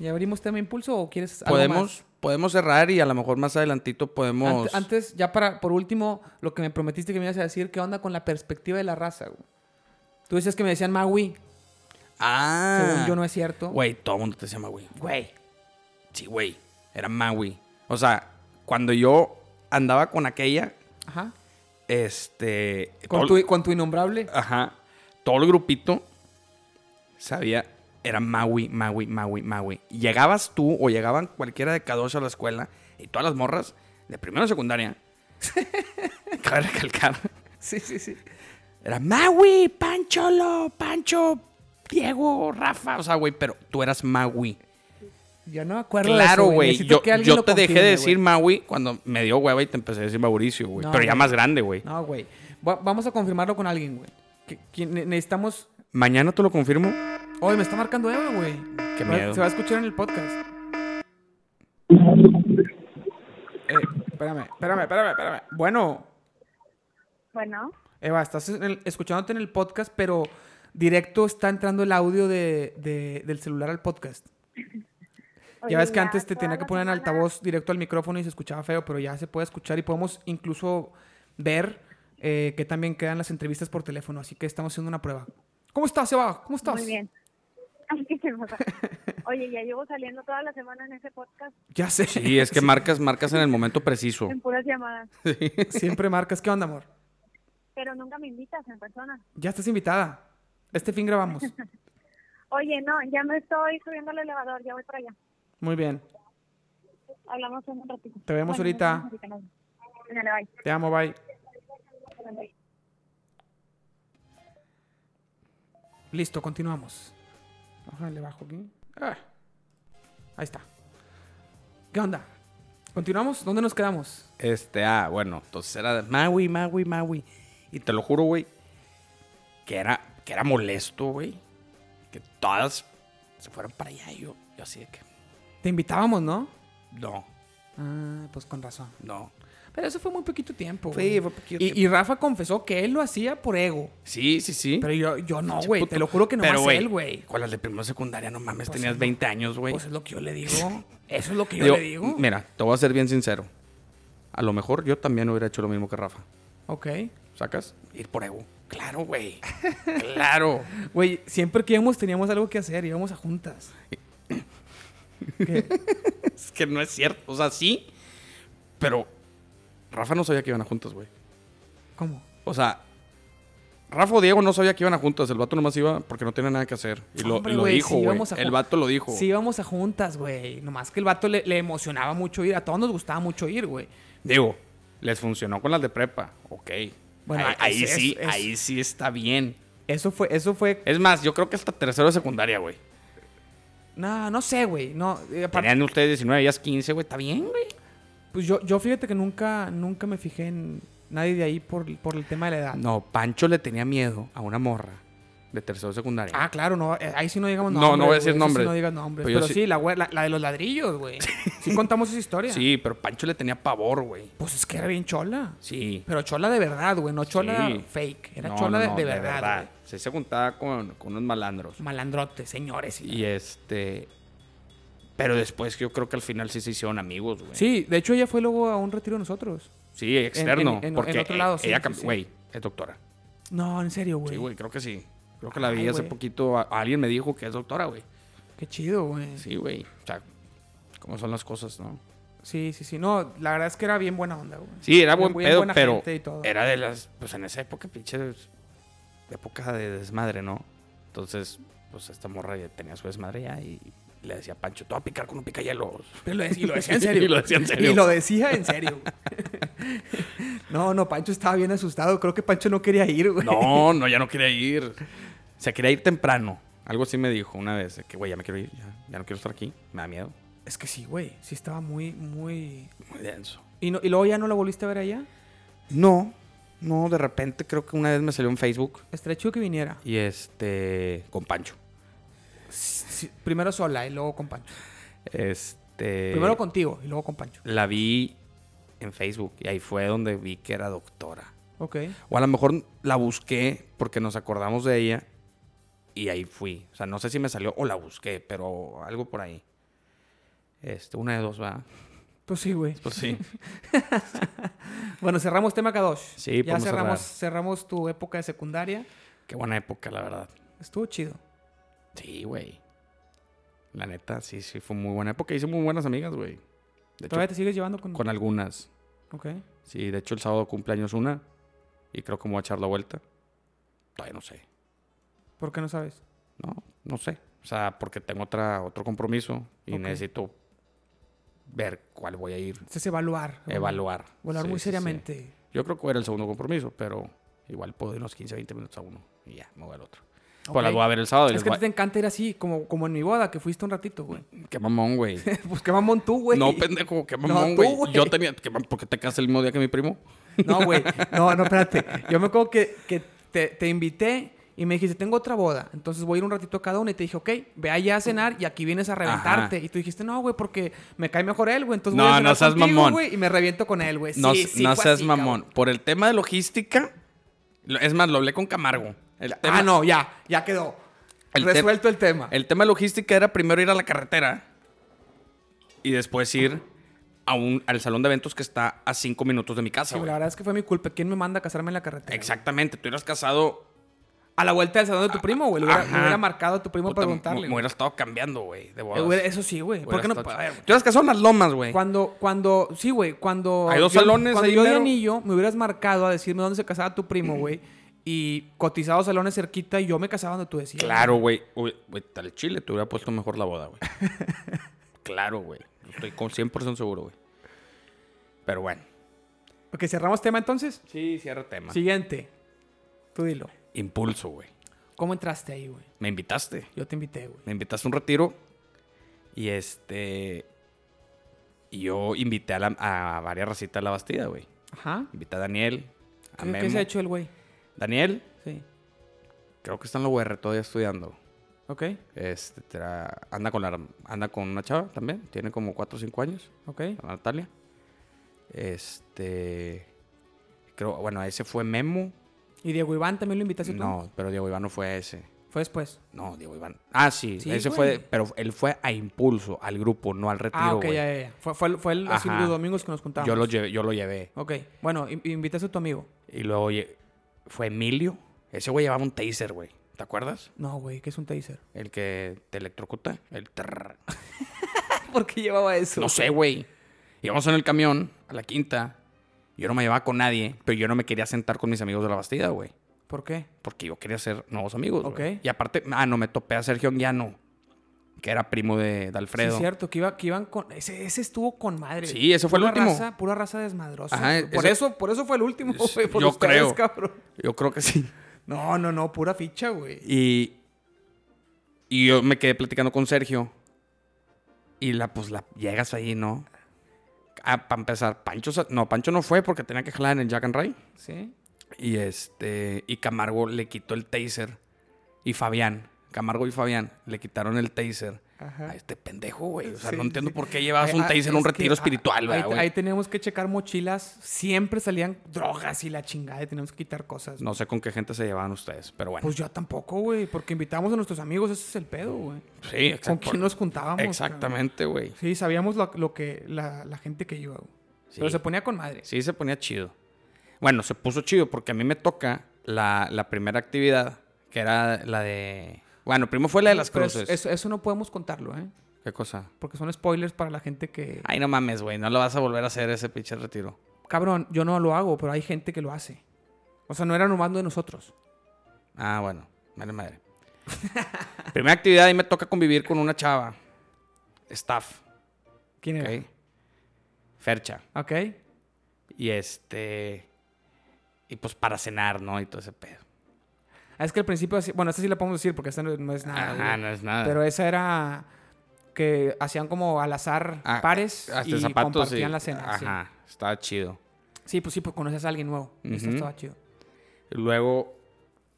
[SPEAKER 1] ¿Y abrimos tema impulso o quieres algo más?
[SPEAKER 2] podemos, podemos cerrar y a lo mejor más adelantito podemos...
[SPEAKER 1] Ante- antes, ya para, por último, lo que me prometiste que me ibas a decir, ¿qué onda con la perspectiva de la raza, güey? Tú decías que me decían Maui,
[SPEAKER 2] ah.
[SPEAKER 1] según yo no es cierto.
[SPEAKER 2] Güey, todo el mundo te llama, güey.
[SPEAKER 1] Güey.
[SPEAKER 2] Sí, güey. Era Maui. O sea, cuando yo andaba con aquella,
[SPEAKER 1] Ajá.
[SPEAKER 2] este.
[SPEAKER 1] Con
[SPEAKER 2] todo-
[SPEAKER 1] tu, con tu innombrable. <laughs>
[SPEAKER 2] Ajá. Todo el grupito sabía. Era Maui, Maui, Maui, Maui. Y Llegabas tú o llegaban cualquiera de K2 a la escuela y todas las morras de primero
[SPEAKER 1] <laughs>
[SPEAKER 2] a secundaria. cabe recalcar.
[SPEAKER 1] Sí, sí, sí.
[SPEAKER 2] Era Maui, Pancholo, Pancho, Diego, Rafa. O sea, güey, pero tú eras Maui.
[SPEAKER 1] Yo no me acuerdo de eso,
[SPEAKER 2] Claro, güey.
[SPEAKER 1] Necesito
[SPEAKER 2] Yo,
[SPEAKER 1] que alguien
[SPEAKER 2] yo
[SPEAKER 1] lo
[SPEAKER 2] te dejé
[SPEAKER 1] confirme,
[SPEAKER 2] de
[SPEAKER 1] güey.
[SPEAKER 2] decir Maui cuando me dio hueva y te empecé a decir Mauricio, güey.
[SPEAKER 1] No,
[SPEAKER 2] Pero ya
[SPEAKER 1] güey.
[SPEAKER 2] más grande, güey.
[SPEAKER 1] No, güey. Va- vamos a confirmarlo con alguien, güey. Que- que ne- necesitamos...
[SPEAKER 2] Mañana te lo confirmo.
[SPEAKER 1] Oye, me está marcando Eva, güey.
[SPEAKER 2] Qué
[SPEAKER 1] Va-
[SPEAKER 2] miedo.
[SPEAKER 1] Se va a escuchar en el podcast. Eh, espérame, espérame, espérame, espérame. Bueno,
[SPEAKER 3] Bueno,
[SPEAKER 1] Eva, estás en el- escuchándote en el podcast, pero directo está entrando el audio de, de- del celular al podcast.
[SPEAKER 3] oye,
[SPEAKER 1] ya ves que antes te
[SPEAKER 3] toda
[SPEAKER 1] tenía que
[SPEAKER 3] la
[SPEAKER 1] poner en
[SPEAKER 3] semana-
[SPEAKER 1] altavoz directo al micrófono y se escuchaba feo, pero ya se puede escuchar y podemos incluso ver eh, que también quedan las entrevistas por teléfono. Así que estamos haciendo una prueba. ¿Cómo estás, Eva? ¿Cómo estás?
[SPEAKER 3] Muy bien. <laughs> Ay, qué hermosa. Oye, ya llevo saliendo toda la semana en ese podcast
[SPEAKER 1] Ya sé.
[SPEAKER 2] Sí, es que marcas, marcas en el momento preciso.
[SPEAKER 3] en puras llamadas,
[SPEAKER 1] Siempre marcas. ¿Qué onda, amor?
[SPEAKER 3] pero nunca me invitas en persona.
[SPEAKER 1] Ya estás invitada. Este fin grabamos.
[SPEAKER 3] <laughs> Oye, no, ya me estoy subiendo al elevador, ya voy para allá.
[SPEAKER 1] Muy bien.
[SPEAKER 3] Hablamos en un ratito.
[SPEAKER 1] Te vemos
[SPEAKER 3] Bueno,
[SPEAKER 1] ahorita.
[SPEAKER 3] nos vemos ahorita. Ándale, bye.
[SPEAKER 1] Te amo, bye. Listo, continuamos. Ajá, le bajo aquí. Ah, ahí está. ¿Qué onda? ¿Continuamos? ¿Dónde nos quedamos?
[SPEAKER 2] Este, ah, bueno, entonces era de Maui, Maui, Maui. Y te lo juro, güey, que era, que era molesto, güey. Que todas se fueron para allá. y Yo, yo así de que,
[SPEAKER 1] Te invitábamos, ¿no?
[SPEAKER 2] no,
[SPEAKER 1] Ah, pues con razón.
[SPEAKER 2] no.
[SPEAKER 1] Pero eso fue muy poquito tiempo.
[SPEAKER 2] Fue-
[SPEAKER 1] güey.
[SPEAKER 2] fue poquito
[SPEAKER 1] y,
[SPEAKER 2] tiempo.
[SPEAKER 1] y Rafa confesó que él lo hacía por ego.
[SPEAKER 2] Sí, sí, sí.
[SPEAKER 1] Pero yo, yo no,
[SPEAKER 2] Sí,
[SPEAKER 1] Ah, güey.
[SPEAKER 2] puto.
[SPEAKER 1] Te lo juro que no
[SPEAKER 2] Pero,
[SPEAKER 1] más él, güey.
[SPEAKER 2] Con las de primero secundaria, no mames,
[SPEAKER 1] Pues
[SPEAKER 2] tenías
[SPEAKER 1] sí.
[SPEAKER 2] 20 años, güey.
[SPEAKER 1] Pues es lo que yo le digo. Eso es lo que yo
[SPEAKER 2] Digo,
[SPEAKER 1] le digo.
[SPEAKER 2] Mira, te voy a ser bien sincero. A lo mejor yo también hubiera hecho lo mismo que Rafa.
[SPEAKER 1] Ok.
[SPEAKER 2] ¿Sacas? Ir por ego. Claro,
[SPEAKER 1] <laughs>
[SPEAKER 2] güey. claro.
[SPEAKER 1] Güey, siempre que íbamos teníamos algo que hacer, íbamos a juntas. ¿Qué?
[SPEAKER 2] Es que no es cierto. O sea, sí. Pero Rafa no sabía que iban a juntas, güey.
[SPEAKER 1] ¿Cómo?
[SPEAKER 2] O sea, Rafa o Diego no sabía que iban a juntas. El vato nomás iba porque no tenía nada que hacer. Y lo,
[SPEAKER 1] Hombre,
[SPEAKER 2] y lo
[SPEAKER 1] güey,
[SPEAKER 2] dijo,
[SPEAKER 1] sí
[SPEAKER 2] güey.
[SPEAKER 1] íbamos a
[SPEAKER 2] el
[SPEAKER 1] ju-
[SPEAKER 2] vato lo dijo.
[SPEAKER 1] Sí, íbamos a juntas, güey. Nomás que el vato le, le emocionaba mucho ir. A todos nos gustaba mucho ir, güey.
[SPEAKER 2] Digo, les funcionó con las de prepa. Ok.
[SPEAKER 1] Bueno,
[SPEAKER 2] ahí, ahí
[SPEAKER 1] es- es-
[SPEAKER 2] sí,
[SPEAKER 1] es-
[SPEAKER 2] ahí sí está bien.
[SPEAKER 1] Eso fue, eso fue.
[SPEAKER 2] Es más, yo creo que hasta tercero de secundaria, güey.
[SPEAKER 1] No, no sé, güey. No, eh, aparte-
[SPEAKER 2] Tenían ustedes 19, ellas 15, güey. Está bien, güey.
[SPEAKER 1] pues yo, yo fíjate que nunca, nunca me fijé en nadie de ahí por, por el tema de la edad.
[SPEAKER 2] No, Pancho le tenía miedo a una morra de tercero de secundaria.
[SPEAKER 1] Ah, claro, no, eh, ahí sí no digamos
[SPEAKER 2] No,
[SPEAKER 1] nombres.
[SPEAKER 2] no voy
[SPEAKER 1] güey,
[SPEAKER 2] a decir
[SPEAKER 1] eso sí
[SPEAKER 2] nombres.
[SPEAKER 1] no digas nombres.
[SPEAKER 2] Pero yo
[SPEAKER 1] Pero,
[SPEAKER 2] sí-
[SPEAKER 1] sí, la, güey- la, la de los ladrillos,
[SPEAKER 2] <laughs>
[SPEAKER 1] güey. Sí contamos esa historia.
[SPEAKER 2] sí, pero Pancho le tenía pavor, güey.
[SPEAKER 1] Pues es que era bien chola.
[SPEAKER 2] Sí.
[SPEAKER 1] Pero chola de verdad, güey, no chola
[SPEAKER 2] Sí.
[SPEAKER 1] fake. Era
[SPEAKER 2] No,
[SPEAKER 1] chola
[SPEAKER 2] no,
[SPEAKER 1] de-
[SPEAKER 2] no,
[SPEAKER 1] de, verdad. güey.
[SPEAKER 2] Sí, se juntaba con, con unos malandros.
[SPEAKER 1] Malandrote, señores.
[SPEAKER 2] Y este. Pero después yo creo que al final sí se hicieron amigos, güey.
[SPEAKER 1] Sí, de hecho ella fue luego a un retiro de nosotros.
[SPEAKER 2] Sí,
[SPEAKER 1] en-
[SPEAKER 2] externo.
[SPEAKER 1] en- en
[SPEAKER 2] porque
[SPEAKER 1] otro lado,
[SPEAKER 2] e-
[SPEAKER 1] sí,
[SPEAKER 2] ella
[SPEAKER 1] sí,
[SPEAKER 2] cambió-
[SPEAKER 1] sí.
[SPEAKER 2] Güey, es doctora.
[SPEAKER 1] No, en serio, güey.
[SPEAKER 2] Sí, güey, creo que sí. Creo que la vi
[SPEAKER 1] Ay,
[SPEAKER 2] hace
[SPEAKER 1] güey.
[SPEAKER 2] poquito. a- alguien me dijo que es doctora, güey.
[SPEAKER 1] Qué chido, güey. Sí.
[SPEAKER 2] Sí, güey. O sea, cómo son las cosas, ¿no?
[SPEAKER 1] sí, sí, No, la verdad es que era bien buena onda, güey.
[SPEAKER 2] Sí, era
[SPEAKER 1] Bien-
[SPEAKER 2] buen
[SPEAKER 1] bien
[SPEAKER 2] pedo,
[SPEAKER 1] buena
[SPEAKER 2] pero
[SPEAKER 1] gente y todo.
[SPEAKER 2] era de las, pues en esa época, pinche, época de desmadre, ¿no? Entonces, pues esta morra ya tenía su desmadre ya y Y le decía, Pancho, te voy a picar con un <laughs> picayelos.
[SPEAKER 1] Pero lo de- <laughs> y lo decía en serio.
[SPEAKER 2] Y lo decía en serio.
[SPEAKER 1] Y lo decía en serio. <laughs> no, no, Pancho estaba bien asustado. Creo que Pancho no quería ir, güey.
[SPEAKER 2] No, no, ya no quería ir. O sea, quería ir temprano. Algo así me dijo una vez, de que, güey, ya me quiero ir, ya, ya no quiero estar aquí, me da miedo.
[SPEAKER 1] <laughs> Es que sí, güey. Sí estaba muy, muy...
[SPEAKER 2] Muy denso.
[SPEAKER 1] ¿Y, no- y luego ya no la volviste a ver allá?
[SPEAKER 2] No, no, de repente creo que una vez me salió en Facebook
[SPEAKER 1] Estrecho que viniera.
[SPEAKER 2] y este, con Pancho.
[SPEAKER 1] Sí, primero sola y luego con Pancho.
[SPEAKER 2] Este.
[SPEAKER 1] Primero contigo y luego con Pancho.
[SPEAKER 2] La vi en Facebook y ahí fue donde vi que era doctora.
[SPEAKER 1] Ok.
[SPEAKER 2] O a lo mejor la busqué porque nos acordamos de ella y ahí fui. O sea, no sé si me salió o la busqué, pero algo por ahí. Este, una de dos, va.
[SPEAKER 1] Pues sí, güey.
[SPEAKER 2] Pues sí.
[SPEAKER 1] Bueno, cerramos tema K2.
[SPEAKER 2] Sí,
[SPEAKER 1] Ya
[SPEAKER 2] podemos
[SPEAKER 1] cerramos,
[SPEAKER 2] cerrar.
[SPEAKER 1] cerramos tu época de secundaria.
[SPEAKER 2] <laughs> Qué buena época, la verdad.
[SPEAKER 1] Estuvo chido.
[SPEAKER 2] Sí, güey. La neta, sí, sí, fue muy buena época. Hice muy buenas amigas, güey. De hecho,
[SPEAKER 1] ¿Todavía te sigues llevando con...?
[SPEAKER 2] con algunas.
[SPEAKER 1] Ok.
[SPEAKER 2] Sí, de hecho, el sábado cumpleaños una y creo que me voy a echar la vuelta. Todavía no sé.
[SPEAKER 1] ¿Por qué no sabes?
[SPEAKER 2] No, no sé. O sea, porque tengo otra, otro compromiso y
[SPEAKER 1] Ok.
[SPEAKER 2] necesito ver cuál voy a ir,
[SPEAKER 1] Es evaluar.
[SPEAKER 2] evaluar.
[SPEAKER 1] Evaluar
[SPEAKER 2] Sí,
[SPEAKER 1] muy
[SPEAKER 2] sí, sí.
[SPEAKER 1] seriamente.
[SPEAKER 2] Yo creo que era el segundo compromiso, pero igual puedo ir unos 15, 20 minutos a uno y ya, me voy al otro.
[SPEAKER 1] Ok.
[SPEAKER 2] Pues las voy a ver el sábado. y
[SPEAKER 1] Es
[SPEAKER 2] les
[SPEAKER 1] que a
[SPEAKER 2] voy
[SPEAKER 1] ti te encanta ir así, como, como en mi boda, que fuiste un ratito, güey. <laughs>
[SPEAKER 2] a- Qué mamón, güey.
[SPEAKER 1] pues qué mamón tú, güey.
[SPEAKER 2] No, pendejo, qué
[SPEAKER 1] No,
[SPEAKER 2] mamón,
[SPEAKER 1] tú,
[SPEAKER 2] güey.
[SPEAKER 1] güey.
[SPEAKER 2] Yo tenía... ¿qué mam- ¿Por qué te casas el mismo día que mi primo?
[SPEAKER 1] No, güey. No, no, espérate. Yo me acuerdo que, que te, te invité y me dijiste, tengo otra boda. Entonces voy a ir un ratito a cada una. Y te dije, ok, ve allá a cenar y aquí vienes a reventarte. Y tú dijiste, no, güey, porque me cae mejor él, güey. Entonces voy
[SPEAKER 2] No,
[SPEAKER 1] a cenar
[SPEAKER 2] no seas
[SPEAKER 1] contigo,
[SPEAKER 2] mamón.
[SPEAKER 1] güey, y me reviento con él, güey.
[SPEAKER 2] No,
[SPEAKER 1] Sí,
[SPEAKER 2] s-
[SPEAKER 1] sí,
[SPEAKER 2] no
[SPEAKER 1] fue
[SPEAKER 2] seas
[SPEAKER 1] así,
[SPEAKER 2] mamón.
[SPEAKER 1] cabrón.
[SPEAKER 2] Por el tema de logística, lo- es más, lo hablé con Camargo. El tema-
[SPEAKER 1] Ah, no, ya. Ya quedó.
[SPEAKER 2] El tem-
[SPEAKER 1] Resuelto el tema.
[SPEAKER 2] El tema de logística era primero ir a la carretera y después ir a un, al salón de eventos que está a cinco minutos de mi
[SPEAKER 1] Sí,
[SPEAKER 2] casa, güey.
[SPEAKER 1] la verdad es que fue mi culpa. ¿Quién me manda a casarme en la carretera?
[SPEAKER 2] Exactamente, tú eras casado.
[SPEAKER 1] A la vuelta del salón de tu primo, güey. Le hubiera, le
[SPEAKER 2] Ajá.
[SPEAKER 1] hubiera marcado a tu primo
[SPEAKER 2] puta,
[SPEAKER 1] para
[SPEAKER 2] me-
[SPEAKER 1] preguntarle.
[SPEAKER 2] Me hubiera estado cambiando, güey, de bodas.
[SPEAKER 1] Eh, güey, Eso sí, güey. ¿Por
[SPEAKER 2] Hubiera
[SPEAKER 1] qué no?
[SPEAKER 2] estado
[SPEAKER 1] A
[SPEAKER 2] chido.
[SPEAKER 1] ver,
[SPEAKER 2] Tú eras casado en las lomas, güey.
[SPEAKER 1] Cuando, cuando, sí, güey, cuando.
[SPEAKER 2] Hay dos
[SPEAKER 1] yo-
[SPEAKER 2] salones
[SPEAKER 1] Cuando
[SPEAKER 2] ahí
[SPEAKER 1] yo de
[SPEAKER 2] mero.
[SPEAKER 1] anillo, me hubieras marcado a decirme dónde se casaba tu primo, güey. Y cotizado salones cerquita y yo me casaba donde tú decías.
[SPEAKER 2] Claro, güey. Uy, Güey, tal chile, te hubiera puesto mejor la
[SPEAKER 1] <laughs>
[SPEAKER 2] boda, güey. claro, güey. Yo Estoy con 100% seguro, güey. Pero bueno.
[SPEAKER 1] Ok, cerramos tema entonces.
[SPEAKER 2] Sí, cierra tema.
[SPEAKER 1] Siguiente. Tú dilo.
[SPEAKER 2] Impulso, güey.
[SPEAKER 1] ¿Cómo entraste ahí, güey?
[SPEAKER 2] Me invitaste.
[SPEAKER 1] Yo te invité, güey.
[SPEAKER 2] me invitaste a un retiro y este y yo invité a, la- a varias racitas a la Bastida, güey.
[SPEAKER 1] Ajá.
[SPEAKER 2] Invité a Daniel, a
[SPEAKER 1] ¿Qué, qué
[SPEAKER 2] Memo.
[SPEAKER 1] se ha hecho el güey?
[SPEAKER 2] Daniel,
[SPEAKER 1] Sí.
[SPEAKER 2] creo que está en la UR todavía estudiando.
[SPEAKER 1] Ok,
[SPEAKER 2] Este, tra- anda con la- anda con una chava también, tiene como 4 o 5 años,
[SPEAKER 1] ok.
[SPEAKER 2] la Natalia. Este creo, bueno, ese fue Memo.
[SPEAKER 1] ¿Y Diego Iván también lo invitaste tú?
[SPEAKER 2] No, pero Diego Iván no fue a ese.
[SPEAKER 1] Fue después.
[SPEAKER 2] No, Diego Iván. Ah, sí,
[SPEAKER 1] Sí,
[SPEAKER 2] ese
[SPEAKER 1] güey.
[SPEAKER 2] fue, pero él fue a impulso, al grupo, no al retiro,
[SPEAKER 1] Ah, ok,
[SPEAKER 2] güey.
[SPEAKER 1] ya, ya, ya. Fue, fue, fue el, así
[SPEAKER 2] Ajá.
[SPEAKER 1] los domingos que nos contábamos.
[SPEAKER 2] Yo lo llevé, yo lo llevé.
[SPEAKER 1] Ok, bueno, in- invitaste a tu amigo.
[SPEAKER 2] Y luego lle- fue Emilio. Ese güey llevaba un taser, güey. ¿Te acuerdas?
[SPEAKER 1] No, güey, que es un taser.
[SPEAKER 2] El que te electrocuta. El trrr.
[SPEAKER 1] <laughs> ¿Por qué llevaba eso?
[SPEAKER 2] No sé, güey. Íbamos en el camión a la quinta. Yo no me llevaba con nadie, pero yo no me quería sentar con mis amigos de la Bastida, güey.
[SPEAKER 1] ¿Por qué?
[SPEAKER 2] Porque yo quería ser nuevos amigos. güey.
[SPEAKER 1] Ok.
[SPEAKER 2] Y aparte, ah, no, me topé a Sergio Anguiano, que era primo de, de
[SPEAKER 1] Sí,
[SPEAKER 2] Alfredo.
[SPEAKER 1] es cierto, que, iba, que iban con. Ese, ese estuvo con madre.
[SPEAKER 2] Sí, ese fue el
[SPEAKER 1] Pura
[SPEAKER 2] último.
[SPEAKER 1] Raza, pura raza desmadrosa.
[SPEAKER 2] Ajá,
[SPEAKER 1] güey. por,
[SPEAKER 2] ese-
[SPEAKER 1] eso, por eso fue el último,
[SPEAKER 2] Es-
[SPEAKER 1] güey. Por
[SPEAKER 2] yo
[SPEAKER 1] ustedes,
[SPEAKER 2] creo.
[SPEAKER 1] cabrón.
[SPEAKER 2] Yo creo que sí.
[SPEAKER 1] No, no, no, pura ficha, güey.
[SPEAKER 2] Y, y yo me quedé platicando con Sergio. Y la, pues la llegas ahí, ¿no? para empezar, Pancho. sa- No, Pancho no fue porque tenía que jalar en el Jack and Ray.
[SPEAKER 1] Sí.
[SPEAKER 2] Y este. Y Camargo le quitó el taser. Y Fabián. Camargo y Fabián le quitaron el taser.
[SPEAKER 1] Ajá.
[SPEAKER 2] A este pendejo, güey. O sea,
[SPEAKER 1] Sí,
[SPEAKER 2] no entiendo
[SPEAKER 1] sí.
[SPEAKER 2] por qué llevabas
[SPEAKER 1] Ay,
[SPEAKER 2] un
[SPEAKER 1] ah,
[SPEAKER 2] taser en un
[SPEAKER 1] es que,
[SPEAKER 2] retiro
[SPEAKER 1] ah,
[SPEAKER 2] espiritual,
[SPEAKER 1] ahí,
[SPEAKER 2] ¿verdad, güey?
[SPEAKER 1] ahí teníamos que checar mochilas. Siempre salían drogas y la chingada y teníamos que quitar cosas.
[SPEAKER 2] No sé con qué gente se llevaban ustedes, pero bueno.
[SPEAKER 1] Pues yo tampoco, güey. Porque invitamos a nuestros amigos, ese es el pedo, güey.
[SPEAKER 2] sí,
[SPEAKER 1] ¿Con
[SPEAKER 2] exacto-
[SPEAKER 1] quién nos juntábamos? cabrón?
[SPEAKER 2] Exactamente, güey.
[SPEAKER 1] Sí, sabíamos lo, lo que la, la gente que iba, güey.
[SPEAKER 2] Sí.
[SPEAKER 1] Pero se ponía con madre.
[SPEAKER 2] Sí, se ponía chido. Bueno, se puso chido porque a mí me toca la, la primera actividad, que era la de... Bueno, primero fue la de las
[SPEAKER 1] Pero
[SPEAKER 2] cruces.
[SPEAKER 1] Eso, eso no podemos contarlo, ¿eh?
[SPEAKER 2] ¿Qué cosa?
[SPEAKER 1] Porque son spoilers para la gente que...
[SPEAKER 2] Ay, no mames, güey, no lo vas a volver a hacer ese pinche retiro.
[SPEAKER 1] Cabrón, yo no lo hago, pero hay gente que lo hace. O sea, no era nomás de nosotros. <laughs>
[SPEAKER 2] Ah, bueno, madre madre. primera actividad y me toca convivir con una chava staff.
[SPEAKER 1] ¿Quién era?
[SPEAKER 2] ¿ok? Fercha.
[SPEAKER 1] Ok.
[SPEAKER 2] Y este. Y pues para cenar, ¿no? Y todo ese pedo.
[SPEAKER 1] Ah, Es que al principio, así- bueno, esta sí la podemos decir porque esta no, no es nada.
[SPEAKER 2] Ajá,
[SPEAKER 1] Ah, güey.
[SPEAKER 2] no es nada.
[SPEAKER 1] Pero esa era que hacían como al azar
[SPEAKER 2] Ah,
[SPEAKER 1] pares
[SPEAKER 2] hasta
[SPEAKER 1] y
[SPEAKER 2] zapatos
[SPEAKER 1] compartían
[SPEAKER 2] y-
[SPEAKER 1] la cena. sí.
[SPEAKER 2] Ajá, estaba chido.
[SPEAKER 1] Sí. pues sí, pues conoces a alguien nuevo. Y Eso
[SPEAKER 2] Ujú.
[SPEAKER 1] estaba chido.
[SPEAKER 2] Luego,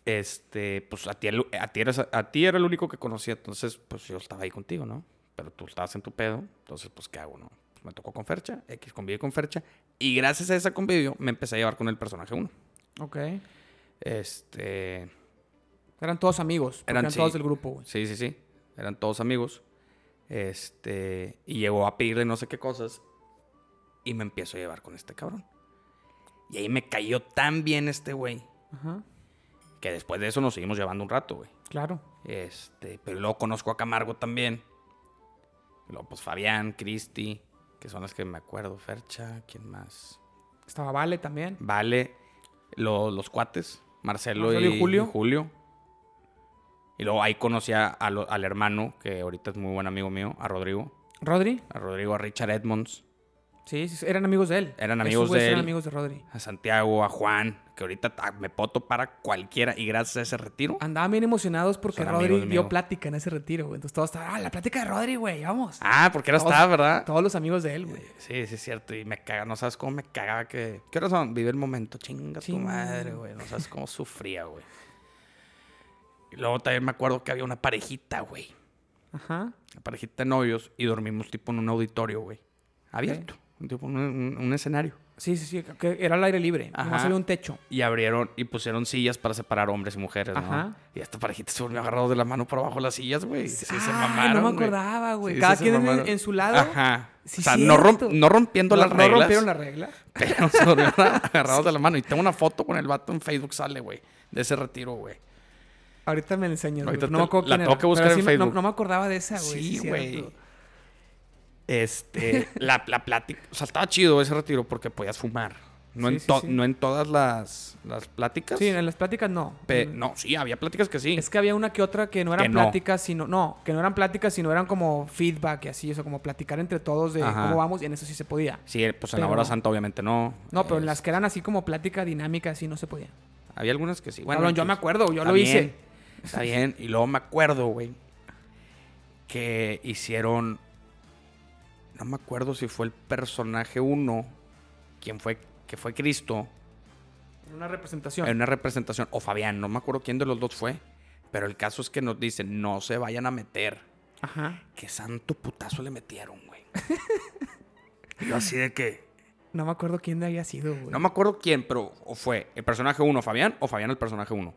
[SPEAKER 2] este, pues a ti, el- a, ti eras- a ti era el único que conocía, entonces, pues yo estaba ahí contigo, ¿no? Pero tú estabas en tu pedo, entonces, pues, ¿qué hago, no? Pues, me tocó con Fercha, X conviví con Fercha, y gracias a esa convivio me empecé a llevar con el personaje 1.
[SPEAKER 1] Ok.
[SPEAKER 2] Este,
[SPEAKER 1] Eran todos amigos. porque Eran,
[SPEAKER 2] Eran, sí.
[SPEAKER 1] todos del grupo, güey.
[SPEAKER 2] sí, sí, sí, eran todos amigos, este, y llegó a pedirle no sé qué cosas, y me empiezo a llevar con este cabrón. Y ahí me cayó tan bien este güey,
[SPEAKER 1] Ajá.
[SPEAKER 2] que después de eso nos seguimos llevando un rato, güey.
[SPEAKER 1] Claro.
[SPEAKER 2] Este, pero luego conozco a Camargo también. Y Luego, pues Fabián, Cristi, que son las que me acuerdo. Fercha, ¿quién más?
[SPEAKER 1] Estaba Vale también.
[SPEAKER 2] Vale, lo- los cuates, Marcelo,
[SPEAKER 1] Marcelo y
[SPEAKER 2] y,
[SPEAKER 1] Julio.
[SPEAKER 2] Julio. y luego ahí conocí a- a lo- al hermano, que ahorita es muy buen amigo mío, a Rodrigo.
[SPEAKER 1] ¿Rodri?
[SPEAKER 2] A Rodrigo, a Richard Edmonds,
[SPEAKER 1] Sí, sí, sí, eran amigos de él.
[SPEAKER 2] Eran
[SPEAKER 1] Esos
[SPEAKER 2] amigos
[SPEAKER 1] güeyes
[SPEAKER 2] de
[SPEAKER 1] Eran
[SPEAKER 2] él.
[SPEAKER 1] amigos de Rodri.
[SPEAKER 2] a Santiago, a Juan, que ahorita ta- me puedo topar a cualquiera. Y gracias a ese retiro,
[SPEAKER 1] Andaban bien emocionados porque
[SPEAKER 2] Son
[SPEAKER 1] Rodri
[SPEAKER 2] amigos
[SPEAKER 1] dio
[SPEAKER 2] míos.
[SPEAKER 1] plática en ese retiro, güey. Entonces todos estaban, ah, la plática de Rodri, güey, vamos.
[SPEAKER 2] Ah, porque era
[SPEAKER 1] Todos-
[SPEAKER 2] estaba, ¿verdad?
[SPEAKER 1] Todos los amigos de él, güey.
[SPEAKER 2] Sí, sí, es cierto. Y me caga, no sabes cómo me cagaba que. ¿Qué horas son? Vive el momento, chinga tu
[SPEAKER 1] Chinga.
[SPEAKER 2] madre, güey. No sabes cómo sufría, güey. Y luego también me acuerdo que había una parejita, güey.
[SPEAKER 1] Ajá.
[SPEAKER 2] Una parejita de novios y dormimos tipo en un auditorio, güey. Abierto. un Tipo en un, un- un escenario.
[SPEAKER 1] Sí, sí, sí, que era al aire libre. Nomás
[SPEAKER 2] Ajá.
[SPEAKER 1] había un techo.
[SPEAKER 2] Y abrieron y pusieron sillas para separar hombres y mujeres, ¿no?
[SPEAKER 1] Ajá.
[SPEAKER 2] Y esta parejita se volvió agarrados de la mano por abajo de las sillas, güey. Sí, se
[SPEAKER 1] Ah,
[SPEAKER 2] mamaron.
[SPEAKER 1] no me
[SPEAKER 2] güey.
[SPEAKER 1] acordaba, güey.
[SPEAKER 2] Sí,
[SPEAKER 1] Cada
[SPEAKER 2] sí se
[SPEAKER 1] quien en-
[SPEAKER 2] mamaron.
[SPEAKER 1] en su lado.
[SPEAKER 2] Ajá.
[SPEAKER 1] Sí,
[SPEAKER 2] o sea, no, romp-
[SPEAKER 1] cierto.
[SPEAKER 2] no rompiendo
[SPEAKER 1] No-
[SPEAKER 2] las reglas.
[SPEAKER 1] No rompieron la regla.
[SPEAKER 2] Pero <laughs> se volvieron a- agarrados de la mano. Y tengo una foto con el vato en Facebook, sale, güey. De ese retiro, güey.
[SPEAKER 1] Ahorita me la enseñas, güey.
[SPEAKER 2] Ahorita
[SPEAKER 1] No
[SPEAKER 2] te-
[SPEAKER 1] me acuerdo
[SPEAKER 2] la
[SPEAKER 1] quién era,
[SPEAKER 2] tengo que
[SPEAKER 1] pero
[SPEAKER 2] buscar en
[SPEAKER 1] sí me- no-
[SPEAKER 2] Facebook.
[SPEAKER 1] No me acordaba de esa, Ah, güey.
[SPEAKER 2] Sí,
[SPEAKER 1] es
[SPEAKER 2] güey.
[SPEAKER 1] cierto. <laughs>
[SPEAKER 2] Este, la, la plática. O sea, estaba chido ese retiro porque podías fumar. No,
[SPEAKER 1] Sí,
[SPEAKER 2] en,
[SPEAKER 1] sí,
[SPEAKER 2] to-
[SPEAKER 1] sí.
[SPEAKER 2] no en todas las, las pláticas.
[SPEAKER 1] Sí, en las pláticas no.
[SPEAKER 2] Pe- no, sí, había pláticas que sí.
[SPEAKER 1] Es que había una que otra que no eran
[SPEAKER 2] Que no.
[SPEAKER 1] pláticas, sino. No, que no eran pláticas, sino eran como feedback y así, o sea, como platicar entre todos de
[SPEAKER 2] Ajá.
[SPEAKER 1] cómo vamos, y en eso sí se podía.
[SPEAKER 2] Sí, pues en la
[SPEAKER 1] pero
[SPEAKER 2] hora
[SPEAKER 1] no.
[SPEAKER 2] santa, obviamente no.
[SPEAKER 1] No, pero en
[SPEAKER 2] Es-
[SPEAKER 1] las que eran así como plática dinámica, así no se podía.
[SPEAKER 2] Había algunas que sí.
[SPEAKER 1] Bueno, yo
[SPEAKER 2] X.
[SPEAKER 1] me acuerdo, yo
[SPEAKER 2] Está
[SPEAKER 1] lo hice.
[SPEAKER 2] bien, Está bien. Y luego me acuerdo, güey, que hicieron. No me acuerdo si fue el personaje 1, quien fue, que fue Cristo,
[SPEAKER 1] Una representación.
[SPEAKER 2] en una representación, o Fabián, no me acuerdo quién de los dos fue. Pero el caso es que nos dicen, no se vayan a meter.
[SPEAKER 1] Ajá.
[SPEAKER 2] Qué santo putazo le metieron, güey. Y <laughs> Yo así de que.
[SPEAKER 1] No me acuerdo quién había sido, güey.
[SPEAKER 2] No me acuerdo quién, pero o fue el personaje 1 Fabián o Fabián el personaje 1.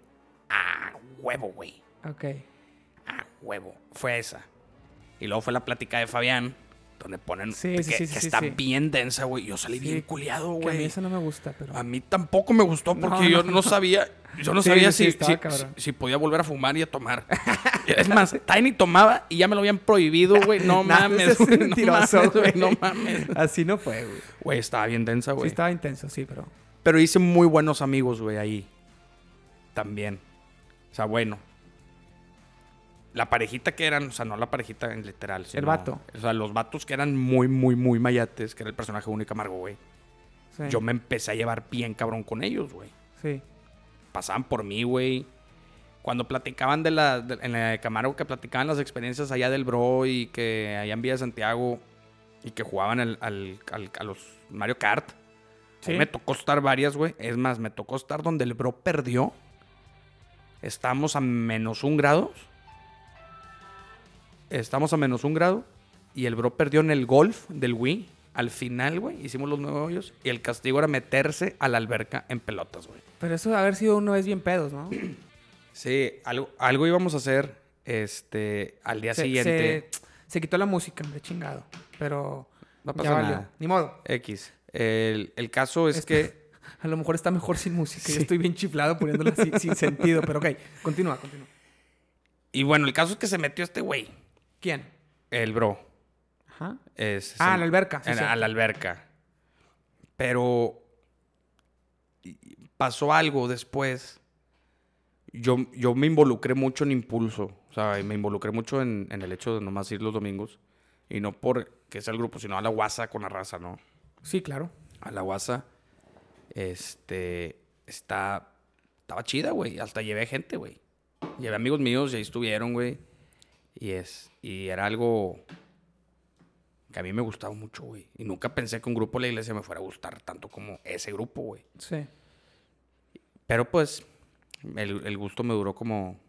[SPEAKER 2] Ah, huevo, güey.
[SPEAKER 1] Ok.
[SPEAKER 2] Ah, huevo. Fue esa. Y luego fue la plática de Fabián, donde ponen
[SPEAKER 1] Sí,
[SPEAKER 2] que,
[SPEAKER 1] sí, sí, sí,
[SPEAKER 2] que
[SPEAKER 1] sí,
[SPEAKER 2] está
[SPEAKER 1] sí.
[SPEAKER 2] bien densa, güey. Yo salí
[SPEAKER 1] Sí,
[SPEAKER 2] bien culiado,
[SPEAKER 1] Que a mí
[SPEAKER 2] güey.
[SPEAKER 1] esa no me gusta, pero.
[SPEAKER 2] A mí tampoco me gustó porque
[SPEAKER 1] No,
[SPEAKER 2] yo
[SPEAKER 1] no,
[SPEAKER 2] no, sabía, yo no
[SPEAKER 1] Sí,
[SPEAKER 2] sabía
[SPEAKER 1] sí, sí,
[SPEAKER 2] si,
[SPEAKER 1] estaba
[SPEAKER 2] si-
[SPEAKER 1] cabrón.
[SPEAKER 2] si- si podía volver a fumar y a tomar. <laughs> es más, Tiny tomaba y ya me lo habían prohibido, güey.
[SPEAKER 1] <laughs>
[SPEAKER 2] No
[SPEAKER 1] Nah,
[SPEAKER 2] mames,
[SPEAKER 1] ese es
[SPEAKER 2] güey. No
[SPEAKER 1] mentiroso,
[SPEAKER 2] mames, güey. No
[SPEAKER 1] güey.
[SPEAKER 2] mames.
[SPEAKER 1] Así no fue, güey.
[SPEAKER 2] Güey, estaba bien densa,
[SPEAKER 1] Sí,
[SPEAKER 2] güey.
[SPEAKER 1] estaba intenso, sí, pero.
[SPEAKER 2] Pero hice muy buenos amigos, güey, ahí. También. O sea, bueno. La parejita que eran, o sea, no la parejita en literal. sino-
[SPEAKER 1] vato.
[SPEAKER 2] O sea, los vatos que eran muy, muy, muy mayates, que era el personaje único amargo, güey.
[SPEAKER 1] Sí.
[SPEAKER 2] Yo me empecé a llevar bien cabrón con ellos, güey.
[SPEAKER 1] Sí.
[SPEAKER 2] Pasaban por mí, güey. Cuando platicaban de la. de- en la de Camargo, que platicaban las experiencias allá del Bro y que allá en Villa Santiago y que jugaban al- al- al- a los Mario Kart.
[SPEAKER 1] Sí.
[SPEAKER 2] A mí Me tocó estar varias, güey. Es más, me tocó estar donde el bro perdió. Estamos a menos un grado. Estamos a menos un grado. Y el bro perdió en el golf del Wii. Al final, güey, hicimos los nueve hoyos. Y el castigo era meterse a la alberca en pelotas, güey.
[SPEAKER 1] Pero eso de haber sido una vez bien pedos, ¿no?
[SPEAKER 2] Sí, algo, algo íbamos a hacer este, al día
[SPEAKER 1] Se-
[SPEAKER 2] siguiente.
[SPEAKER 1] Se, se quitó la música, hombre, chingado. Pero.
[SPEAKER 2] No
[SPEAKER 1] ya
[SPEAKER 2] pasa
[SPEAKER 1] valió.
[SPEAKER 2] nada.
[SPEAKER 1] Ni modo.
[SPEAKER 2] X. El, el caso es
[SPEAKER 1] Es-
[SPEAKER 2] que
[SPEAKER 1] <laughs> A lo mejor está mejor sin música. Yo estoy bien chiflado poniéndola <laughs> sin, sin sentido, pero ok. Continúa, continúa.
[SPEAKER 2] Y bueno, el caso es que se metió este güey.
[SPEAKER 1] ¿Quién?
[SPEAKER 2] El bro.
[SPEAKER 1] Ajá.
[SPEAKER 2] Es-
[SPEAKER 1] Ah,
[SPEAKER 2] se-
[SPEAKER 1] a la alberca, sí,
[SPEAKER 2] en-
[SPEAKER 1] cierto.
[SPEAKER 2] a la alberca. Pero y- pasó algo después. Yo, yo me involucré mucho en impulso. O sea, me involucré mucho en, en el hecho de nomás ir los domingos. Y no por que sea el grupo, sino a la guasa con la raza, ¿no?
[SPEAKER 1] Sí, claro.
[SPEAKER 2] A la guasa. Este. Está. Estaba chida, güey. Hasta llevé gente, güey. Llevé amigos míos y ahí estuvieron, güey. Y es. Y era algo. Que a mí me gustaba mucho, güey. Y nunca pensé que un grupo de la iglesia me fuera a gustar tanto como ese grupo, güey.
[SPEAKER 1] Sí.
[SPEAKER 2] Pero pues, el, el gusto me duró como.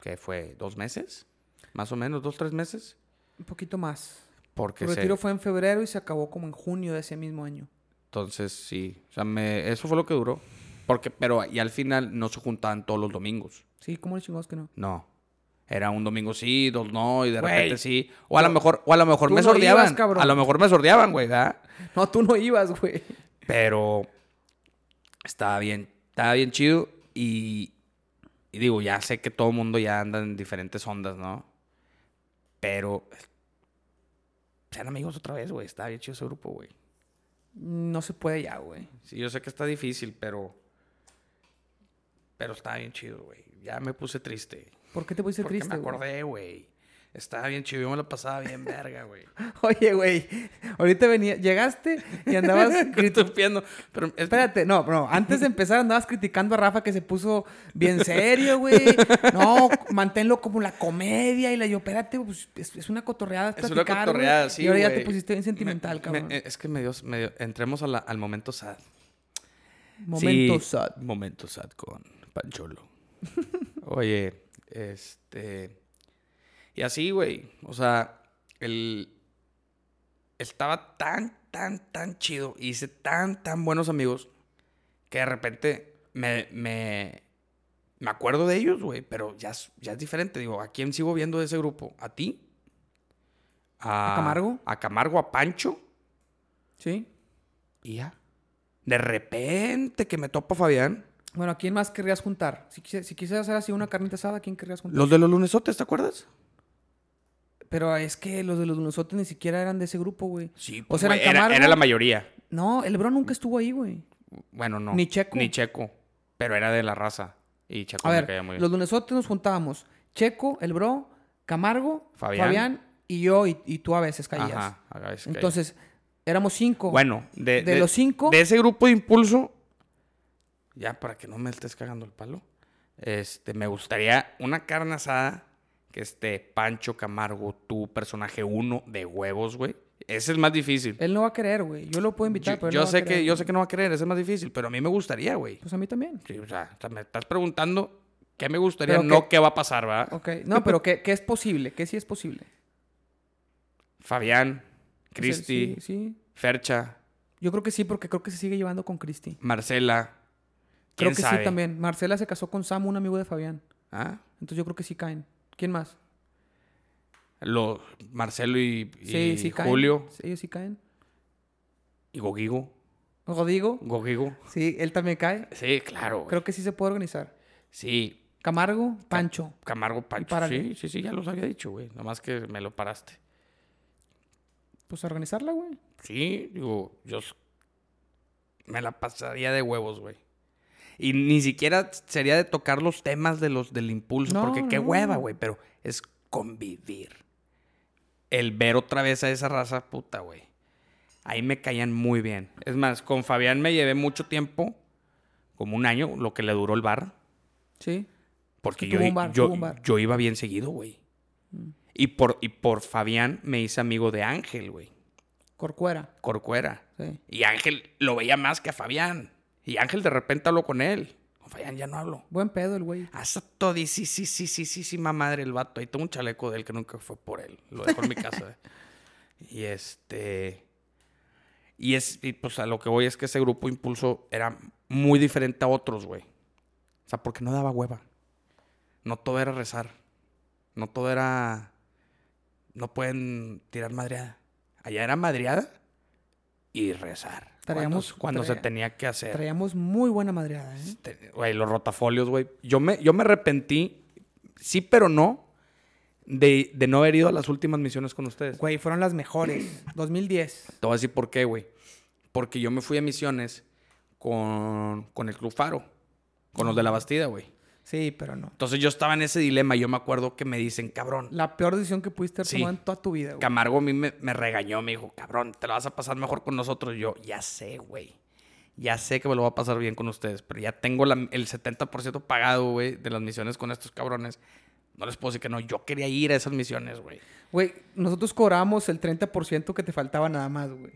[SPEAKER 2] ¿Qué fue? ¿Dos meses? Más o menos, dos, tres meses.
[SPEAKER 1] Un poquito más.
[SPEAKER 2] Porque
[SPEAKER 1] Su
[SPEAKER 2] se-
[SPEAKER 1] retiro fue en febrero y se acabó como en junio de ese mismo año.
[SPEAKER 2] Entonces, sí. O sea, me- eso fue lo que duró. Porque, pero, y al final no se juntaban todos los domingos.
[SPEAKER 1] Sí, ¿cómo los chingados <laughs> que no?
[SPEAKER 2] No. Era un domingo sí, dos no, y de
[SPEAKER 1] Güey,
[SPEAKER 2] repente sí. O a lo mejor, o a lo mejor
[SPEAKER 1] tú
[SPEAKER 2] me
[SPEAKER 1] no ibas,
[SPEAKER 2] sordeaban.
[SPEAKER 1] cabrón.
[SPEAKER 2] a lo mejor me sordeaban, güey, ¿verdad?
[SPEAKER 1] No, tú no ibas, güey.
[SPEAKER 2] Pero estaba bien, estaba bien chido. Y, y digo, ya sé que todo el mundo ya anda en diferentes ondas, ¿no? Pero sean amigos otra vez, güey. Estaba bien chido ese grupo, güey.
[SPEAKER 1] No se puede ya, güey.
[SPEAKER 2] Sí, yo sé que está difícil, pero. Pero estaba bien chido, güey. Ya me puse triste.
[SPEAKER 1] ¿Por qué te pusiste
[SPEAKER 2] Porque
[SPEAKER 1] triste,
[SPEAKER 2] me
[SPEAKER 1] güey?
[SPEAKER 2] acordé, güey. Estaba bien chido, yo me lo pasaba bien verga,
[SPEAKER 1] <laughs>
[SPEAKER 2] güey.
[SPEAKER 1] <laughs> Oye, güey, ahorita venía, llegaste y andabas... <laughs> cri-
[SPEAKER 2] <laughs> Estupiendo. Pero es-
[SPEAKER 1] Espérate, no, no, antes de empezar andabas criticando a Rafa que se puso bien serio, güey. No, manténlo como la comedia y la yo, espérate, pues, es, es una cotorreada.
[SPEAKER 2] es una
[SPEAKER 1] platicar, güey".
[SPEAKER 2] cotorreada, sí,
[SPEAKER 1] Y ahora ya
[SPEAKER 2] güey.
[SPEAKER 1] te pusiste bien sentimental,
[SPEAKER 2] Me- eh,
[SPEAKER 1] cabrón.
[SPEAKER 2] me- es que me dio, me dio- entremos a la- al momento sad.
[SPEAKER 1] Momento
[SPEAKER 2] Sí,
[SPEAKER 1] sad.
[SPEAKER 2] Momento sad con Pancholo. <laughs> Oye, este. Y así, güey. O sea, el. Estaba tan, tan, tan chido. Hice tan, tan buenos amigos. Que de repente me. me me acuerdo de ellos, güey, pero ya es, ya es diferente. Digo, ¿a quién sigo viendo de ese grupo? ¿A ti?
[SPEAKER 1] ¿A Camargo?
[SPEAKER 2] ¿A Camargo? ¿A Pancho?
[SPEAKER 1] Sí.
[SPEAKER 2] Y ya. De repente que me topa Fabián.
[SPEAKER 1] Bueno, ¿a quién más querrías juntar? Si, quise- si quisieras hacer así una carnita asada, ¿a quién querrías juntar?
[SPEAKER 2] Los de los lunesotes, ¿te acuerdas?
[SPEAKER 1] Pero es que los de los Lunosotes ni siquiera eran de ese grupo, güey.
[SPEAKER 2] Sí,
[SPEAKER 1] pues, eran
[SPEAKER 2] era,
[SPEAKER 1] Camargo.
[SPEAKER 2] era la mayoría.
[SPEAKER 1] No, el bro nunca estuvo ahí, güey.
[SPEAKER 2] Bueno, no.
[SPEAKER 1] Ni Checo.
[SPEAKER 2] Ni Checo. Pero era de la raza. Y Checo
[SPEAKER 1] A
[SPEAKER 2] me
[SPEAKER 1] ver,
[SPEAKER 2] caía muy bien.
[SPEAKER 1] los lunesotes nos juntábamos. Checo, el bro, Camargo,
[SPEAKER 2] Fabián.
[SPEAKER 1] Fabián, y yo, y, y tú a veces caías.
[SPEAKER 2] Ajá, a la vez que-
[SPEAKER 1] Entonces, éramos cinco.
[SPEAKER 2] Bueno, de,
[SPEAKER 1] de, los cinco,
[SPEAKER 2] De ese grupo de impulso. Ya, para que no me estés cagando el palo. Este, me gustaría una carne asada que esté Pancho Camargo, tu personaje uno de huevos, güey. Ese es más difícil.
[SPEAKER 1] él no va a querer, güey. Yo lo puedo invitar,
[SPEAKER 2] yo
[SPEAKER 1] pero él
[SPEAKER 2] yo
[SPEAKER 1] no va a
[SPEAKER 2] sé que,
[SPEAKER 1] querer,
[SPEAKER 2] yo
[SPEAKER 1] güey.
[SPEAKER 2] sé que no va a querer, ese es más difícil, pero a mí me gustaría, güey.
[SPEAKER 1] Pues a mí también.
[SPEAKER 2] Sí, o sea, o sea, me estás preguntando qué me gustaría,
[SPEAKER 1] Pero
[SPEAKER 2] no
[SPEAKER 1] que-
[SPEAKER 2] qué va a pasar, ¿verdad?
[SPEAKER 1] Ok. No, pero que, que es posible, que sí es posible.
[SPEAKER 2] Fabián,
[SPEAKER 1] O sea,
[SPEAKER 2] Cristi,
[SPEAKER 1] Sí, sí.
[SPEAKER 2] Fercha,
[SPEAKER 1] Yo creo que sí, porque creo que se sigue llevando con Cristi.
[SPEAKER 2] Marcela.
[SPEAKER 1] Creo
[SPEAKER 2] ¿Quién
[SPEAKER 1] que
[SPEAKER 2] sabe?
[SPEAKER 1] sí también. Marcela se casó con Sam, un amigo de Fabián.
[SPEAKER 2] ¿Ah?
[SPEAKER 1] Entonces yo creo que sí caen. ¿Quién más?
[SPEAKER 2] Lo- Marcelo y, y
[SPEAKER 1] Sí, sí caen.
[SPEAKER 2] Julio.
[SPEAKER 1] Sí, Ellos sí caen.
[SPEAKER 2] Y Gogigo.
[SPEAKER 1] Rodrigo.
[SPEAKER 2] Gogigo.
[SPEAKER 1] Sí, él también cae.
[SPEAKER 2] Sí, claro. güey.
[SPEAKER 1] Creo que sí se puede organizar.
[SPEAKER 2] Sí,
[SPEAKER 1] Camargo, Pancho.
[SPEAKER 2] Camargo Pancho.
[SPEAKER 1] párale.
[SPEAKER 2] Sí, sí, sí, ya los había dicho, güey. Nada más que me lo paraste.
[SPEAKER 1] Pues a organizarla, güey.
[SPEAKER 2] Sí, digo, yo s- me la pasaría de huevos, güey. Y ni siquiera sería de tocar los temas de los del impulso,
[SPEAKER 1] No,
[SPEAKER 2] porque qué
[SPEAKER 1] no.
[SPEAKER 2] hueva, güey, pero es convivir. El ver otra vez a esa raza puta, güey. Ahí me caían muy bien. Es más, con Fabián me llevé mucho tiempo, como un año, lo que le duró el bar,
[SPEAKER 1] Sí.
[SPEAKER 2] porque
[SPEAKER 1] Sí,
[SPEAKER 2] yo,
[SPEAKER 1] tuvo
[SPEAKER 2] i-
[SPEAKER 1] un bar,
[SPEAKER 2] yo,
[SPEAKER 1] tuvo un bar. Mm.
[SPEAKER 2] yo iba bien seguido, güey. Y por, y por Fabián me hice amigo de Ángel, güey.
[SPEAKER 1] Corcuera.
[SPEAKER 2] Corcuera.
[SPEAKER 1] Sí.
[SPEAKER 2] Y Ángel lo veía más que a Fabián. Y Ángel de repente habló con él. Con Fabián ya no hablo.
[SPEAKER 1] Buen pedo el güey.
[SPEAKER 2] Hasta todo y sí, sí, sí, sí, sí, sí, ma madre el vato. Ahí tengo un chaleco de él que nunca fue por él. Lo dejó en mi
[SPEAKER 1] <laughs>
[SPEAKER 2] casa. Y este. Y es, y, pues a lo que voy es que ese grupo Impulso era muy diferente a otros, güey. O sea, porque no daba hueva. No todo era rezar. No todo era. No pueden tirar madreada. Allá era madreada y rezar.
[SPEAKER 1] Traíamos-
[SPEAKER 2] cuando, cuando se
[SPEAKER 1] traía-
[SPEAKER 2] tenía que hacer.
[SPEAKER 1] Traíamos muy buena madreada, ¿eh?
[SPEAKER 2] Te- Güey, los rotafolios, güey. Yo me, yo me arrepentí, sí, pero no, de, de no haber ido a las últimas misiones con ustedes.
[SPEAKER 1] Güey, fueron las mejores. <clears throat> 2010.
[SPEAKER 2] Te voy a decir por qué, güey. Porque yo me fui a misiones con, con el Club Faro, con los de la Bastida, güey.
[SPEAKER 1] Sí, pero no.
[SPEAKER 2] Entonces yo estaba en ese dilema. Yo me acuerdo que me dicen, cabrón.
[SPEAKER 1] La peor decisión que pudiste haber
[SPEAKER 2] Sí.
[SPEAKER 1] tomado en toda tu vida, güey.
[SPEAKER 2] Camargo a mí me, me regañó. Me dijo, cabrón, te la vas a pasar mejor con nosotros. Yo, ya sé, güey. Ya sé que me lo va a pasar bien con ustedes. Pero ya tengo la- el 70% pagado, güey, de las misiones con estos cabrones. No les puedo decir que no. Yo quería ir a esas misiones, güey.
[SPEAKER 1] Güey, nosotros cobramos el 30% que te faltaba nada más, güey.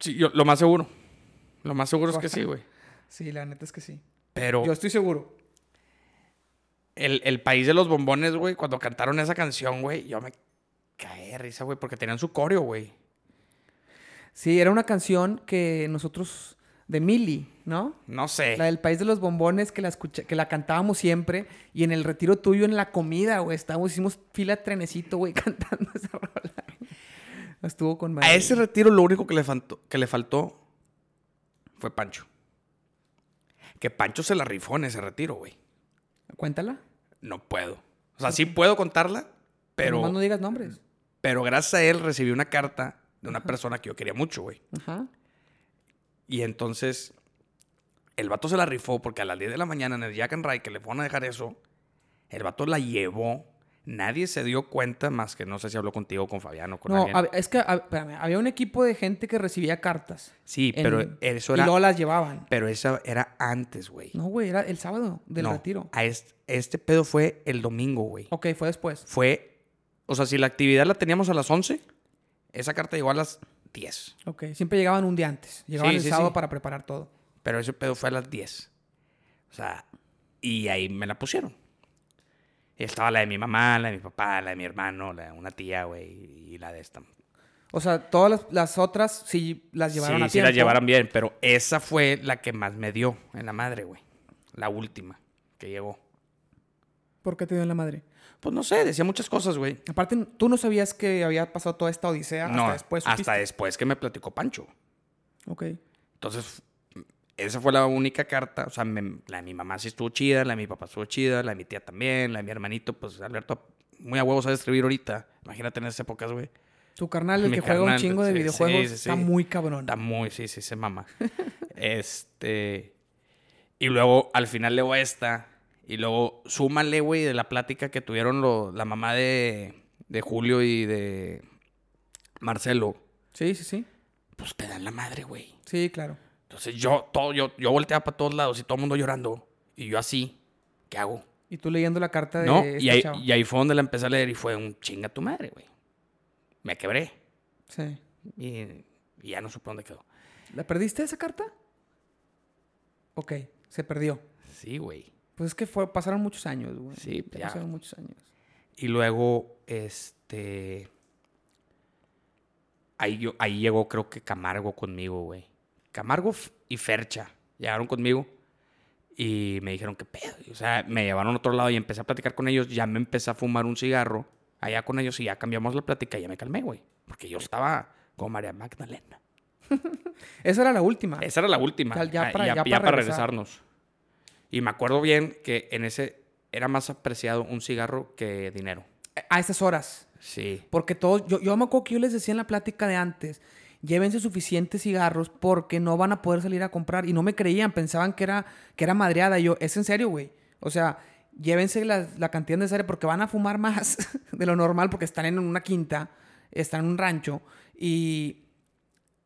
[SPEAKER 2] Sí, yo, lo más seguro. Lo más seguro es que sí, güey.
[SPEAKER 1] Sí, la neta es que sí.
[SPEAKER 2] Pero
[SPEAKER 1] Yo estoy seguro.
[SPEAKER 2] el, el país de los bombones, güey, cuando cantaron esa canción, güey, yo me caí de risa, güey, porque tenían su coreo, güey.
[SPEAKER 1] Sí, era una canción que nosotros, de Mili, ¿no?
[SPEAKER 2] No sé.
[SPEAKER 1] La del País de los Bombones, que la, escucha- que la cantábamos siempre. Y en el retiro tuyo, en la comida, güey, estábamos, hicimos fila trenecito, güey, <laughs> cantando esa rola. Estuvo con madre.
[SPEAKER 2] A ese retiro lo único que le, faltó, que le faltó fue Pancho. Que Pancho se la rifó en ese retiro, güey.
[SPEAKER 1] Cuéntala.
[SPEAKER 2] No puedo. O sea, sí puedo contarla, pero,
[SPEAKER 1] Nomás no digas nombres.
[SPEAKER 2] pero gracias a él recibí una carta de una persona que yo quería mucho, güey.
[SPEAKER 1] Ajá.
[SPEAKER 2] Y entonces, el vato se la rifó porque a las 10 de la mañana en el Jack and Ride que le fueron a dejar eso, el vato la llevó. Nadie se dio cuenta más que no sé si habló contigo, con Fabiano, con
[SPEAKER 1] No,
[SPEAKER 2] alguien.
[SPEAKER 1] hab- es que, hab- espérame, había un equipo de gente que recibía cartas.
[SPEAKER 2] Sí,
[SPEAKER 1] en-
[SPEAKER 2] pero eso era.
[SPEAKER 1] Y luego las llevaban.
[SPEAKER 2] Pero esa era antes, güey.
[SPEAKER 1] No, güey, era el sábado del
[SPEAKER 2] No,
[SPEAKER 1] retiro.
[SPEAKER 2] a este, este pedo fue el domingo, güey.
[SPEAKER 1] Ok, fue después.
[SPEAKER 2] Fue. O sea, si la actividad la teníamos a las 11, esa carta llegó a las 10.
[SPEAKER 1] Ok, siempre llegaban un día antes. Llegaban
[SPEAKER 2] Sí,
[SPEAKER 1] el
[SPEAKER 2] sí,
[SPEAKER 1] sábado
[SPEAKER 2] sí.
[SPEAKER 1] para preparar todo.
[SPEAKER 2] Pero ese pedo fue a las 10. O sea, y ahí me la pusieron. Y estaba la de mi mamá, la de mi papá, la de mi hermano, la de una tía, güey, y la de esta.
[SPEAKER 1] O sea, todas las, las otras sí las llevaron
[SPEAKER 2] sí,
[SPEAKER 1] a
[SPEAKER 2] sí,
[SPEAKER 1] tiempo.
[SPEAKER 2] la llevaron bien, pero esa fue la que más me dio en la madre, güey. La última que llegó.
[SPEAKER 1] ¿Por qué te dio en la madre?
[SPEAKER 2] Pues no sé, decía muchas cosas, güey.
[SPEAKER 1] Aparte, tú no sabías que había pasado toda esta odisea
[SPEAKER 2] No,
[SPEAKER 1] hasta después.
[SPEAKER 2] hasta
[SPEAKER 1] eso.
[SPEAKER 2] después que me platicó Pancho.
[SPEAKER 1] Ok.
[SPEAKER 2] Entonces, esa fue la única carta. O sea, me- la de mi mamá sí estuvo chida, la de mi papá estuvo chida, la de mi tía también, la de mi hermanito, pues Alberto, muy a huevo sabe escribir ahorita. Imagínate en esas épocas, güey.
[SPEAKER 1] Tu carnal, el
[SPEAKER 2] Mi
[SPEAKER 1] que juega un
[SPEAKER 2] carnal,
[SPEAKER 1] chingo de
[SPEAKER 2] sí,
[SPEAKER 1] videojuegos,
[SPEAKER 2] sí, sí, sí.
[SPEAKER 1] está muy cabrón.
[SPEAKER 2] Está muy, sí, sí, se mama. este. Y luego al final leo esta. Y luego súmale, güey, de la plática que tuvieron lo- la mamá de, de Julio y de Marcelo.
[SPEAKER 1] Sí, sí, sí.
[SPEAKER 2] Pues te dan la madre, güey.
[SPEAKER 1] Sí, claro.
[SPEAKER 2] Entonces yo, todo, yo, yo volteaba para todos lados y todo el mundo llorando. Y yo así, ¿qué hago?
[SPEAKER 1] Y tú leyendo la carta de este
[SPEAKER 2] ¿No?
[SPEAKER 1] esta
[SPEAKER 2] Y ahí,
[SPEAKER 1] chava.
[SPEAKER 2] y ahí fue donde la empecé a leer y fue un chinga tu madre, güey. Me quebré.
[SPEAKER 1] Sí.
[SPEAKER 2] Y, y ya no supe dónde quedó.
[SPEAKER 1] ¿La perdiste esa carta? Ok, se perdió.
[SPEAKER 2] Sí, güey.
[SPEAKER 1] Pues es que fue, pasaron muchos años, güey.
[SPEAKER 2] Sí, pues ya.
[SPEAKER 1] Pasaron muchos años.
[SPEAKER 2] Y luego, este. Ahí, yo, ahí llegó, creo que Camargo conmigo, güey. Camargo f- y Fercha llegaron conmigo y me dijeron, ¿qué pedo? O sea, me llevaron a otro lado y empecé a platicar con ellos. Ya me empecé a fumar un cigarro allá con ellos y ya cambiamos la plática y ya me calmé, güey. Porque yo estaba con María Magdalena.
[SPEAKER 1] Esa era la última.
[SPEAKER 2] Esa era la última.
[SPEAKER 1] Ya- ya
[SPEAKER 2] Ah,
[SPEAKER 1] para-
[SPEAKER 2] ya-
[SPEAKER 1] ya
[SPEAKER 2] ya
[SPEAKER 1] para
[SPEAKER 2] para
[SPEAKER 1] regresar.
[SPEAKER 2] regresarnos. Y me acuerdo bien que en ese era más apreciado un cigarro que dinero.
[SPEAKER 1] A esas horas.
[SPEAKER 2] Sí.
[SPEAKER 1] Porque todos, yo, yo me acuerdo que yo les decía en la plática de antes, llévense suficientes cigarros porque no van a poder salir a comprar. Y no me creían, pensaban que era, que era madreada. Y yo, es en serio, güey. O sea, llévense la, la cantidad necesaria porque van a fumar más <laughs> de lo normal porque están en una quinta, están en un rancho y,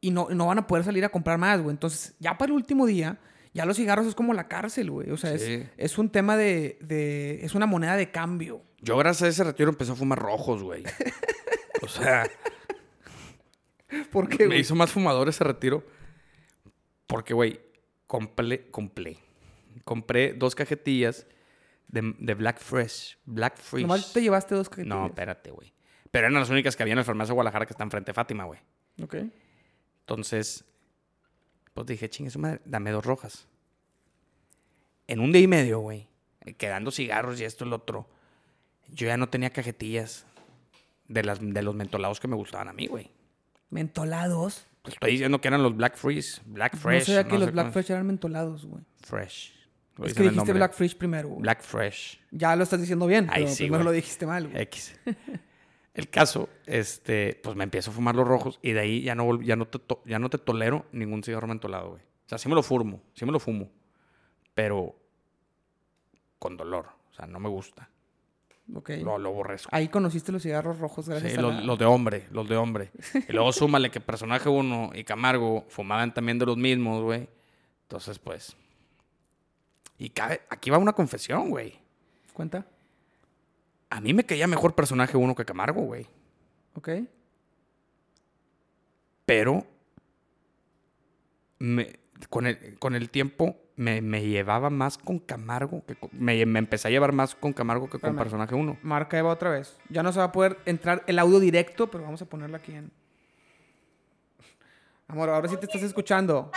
[SPEAKER 1] y no, no van a poder salir a comprar más, güey. Entonces, ya para el último día, ya los cigarros es como la cárcel, güey. O sea, es,
[SPEAKER 2] Sí.
[SPEAKER 1] es un tema de, de... Es una moneda de cambio.
[SPEAKER 2] Yo gracias a ese retiro empecé a fumar rojos, güey. O sea,
[SPEAKER 1] porque
[SPEAKER 2] me hizo más fumador ese retiro. Porque, güey, compré, compré. Compré dos cajetillas de, de Black Fresh. Black Fresh.
[SPEAKER 1] Nomás te llevaste dos cajetillas.
[SPEAKER 2] no, espérate, güey. Pero eran las únicas que había en la farmacia de Guadalajara que están frente a Fátima, güey.
[SPEAKER 1] Ok.
[SPEAKER 2] Entonces, pues dije, chingue su madre, dame dos rojas. En un día y medio, güey, quedando cigarros y esto y lo otro, yo ya no tenía cajetillas de, las, de los mentolados que me gustaban a mí, güey.
[SPEAKER 1] Mentolados.
[SPEAKER 2] Te estoy diciendo que eran los Black Freeze, Black Fresh.
[SPEAKER 1] no sabía que
[SPEAKER 2] no
[SPEAKER 1] los
[SPEAKER 2] sé
[SPEAKER 1] Black
[SPEAKER 2] cómo-
[SPEAKER 1] Fresh eran mentolados, güey.
[SPEAKER 2] Fresh. Lo
[SPEAKER 1] Es
[SPEAKER 2] dicen
[SPEAKER 1] que
[SPEAKER 2] el
[SPEAKER 1] dijiste
[SPEAKER 2] nombre.
[SPEAKER 1] Black Fresh primero, güey.
[SPEAKER 2] Black Fresh.
[SPEAKER 1] Ya lo estás diciendo bien,
[SPEAKER 2] Ay,
[SPEAKER 1] pero
[SPEAKER 2] sí,
[SPEAKER 1] primero
[SPEAKER 2] güey. Eh,
[SPEAKER 1] lo dijiste mal, güey.
[SPEAKER 2] X. El caso, este, pues me empiezo a fumar los rojos y de ahí ya no, vol- ya no, te, to- ya no te tolero ningún cigarro mentolado, güey. O sea, sí me lo fumo, sí me lo fumo, pero
[SPEAKER 4] con dolor. O sea, no me gusta.
[SPEAKER 1] Ok.
[SPEAKER 4] Lo, lo aborrezco.
[SPEAKER 1] Ahí conociste los cigarros rojos Ah, gracias
[SPEAKER 4] Sí,
[SPEAKER 1] a
[SPEAKER 4] los,
[SPEAKER 1] la-
[SPEAKER 4] los de hombre, los de hombre.
[SPEAKER 1] <laughs>
[SPEAKER 4] Y luego súmale que personaje uno y Camargo fumaban también de los mismos, güey. Entonces, pues. Y cabe- aquí va una confesión, güey.
[SPEAKER 1] ¿Cuenta?
[SPEAKER 4] A mí me caía mejor personaje uno que Camargo, güey.
[SPEAKER 1] Ok.
[SPEAKER 4] Pero me- con, el, con el tiempo me, me llevaba más con Camargo. Que con- me, me empecé a llevar más con Camargo que con
[SPEAKER 1] Espérame.
[SPEAKER 4] personaje uno.
[SPEAKER 1] Marca Eva otra vez. Ya no se va a poder entrar el audio directo, pero vamos a ponerla aquí en. Amor, ahora sí te estás escuchando.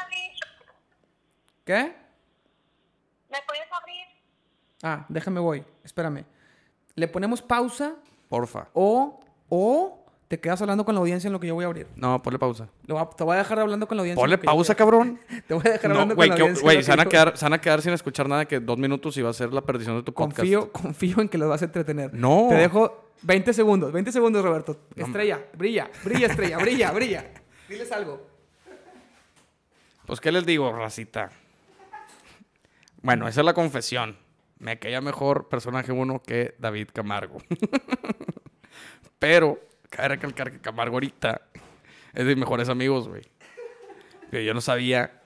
[SPEAKER 1] ¿Qué?
[SPEAKER 3] ¿Me puedes abrir?
[SPEAKER 1] Ah, déjame voy. Espérame. Le ponemos pausa
[SPEAKER 4] Porfa.
[SPEAKER 1] o, o te quedas hablando con la audiencia en lo que yo voy a abrir.
[SPEAKER 4] No, ponle pausa.
[SPEAKER 1] Lo va- te voy a dejar hablando con la audiencia. en
[SPEAKER 4] Ponle
[SPEAKER 1] lo que yo voy
[SPEAKER 4] pausa,
[SPEAKER 1] a-
[SPEAKER 4] cabrón.
[SPEAKER 1] Te voy a dejar
[SPEAKER 4] No,
[SPEAKER 1] hablando
[SPEAKER 4] güey,
[SPEAKER 1] con
[SPEAKER 4] que-
[SPEAKER 1] la audiencia. en
[SPEAKER 4] güey,
[SPEAKER 1] lo que
[SPEAKER 4] se, van a
[SPEAKER 1] yo-
[SPEAKER 4] quedar, se van a quedar sin escuchar nada que dos minutos y va a ser la perdición de tu
[SPEAKER 1] Confío,
[SPEAKER 4] podcast.
[SPEAKER 1] confío en que los vas a entretener.
[SPEAKER 4] No.
[SPEAKER 1] Te dejo 20 segundos, 20 segundos, Roberto.
[SPEAKER 4] No,
[SPEAKER 1] Estrella, brilla, brilla, estrella, brilla, brilla. <laughs> Diles algo.
[SPEAKER 4] Pues, ¿qué les digo, racita? Bueno, esa es la confesión. Me caía mejor personaje uno que David Camargo. <laughs> Pero, cabe recalcar que Camargo ahorita es de mis mejores amigos, güey. Que Yo no sabía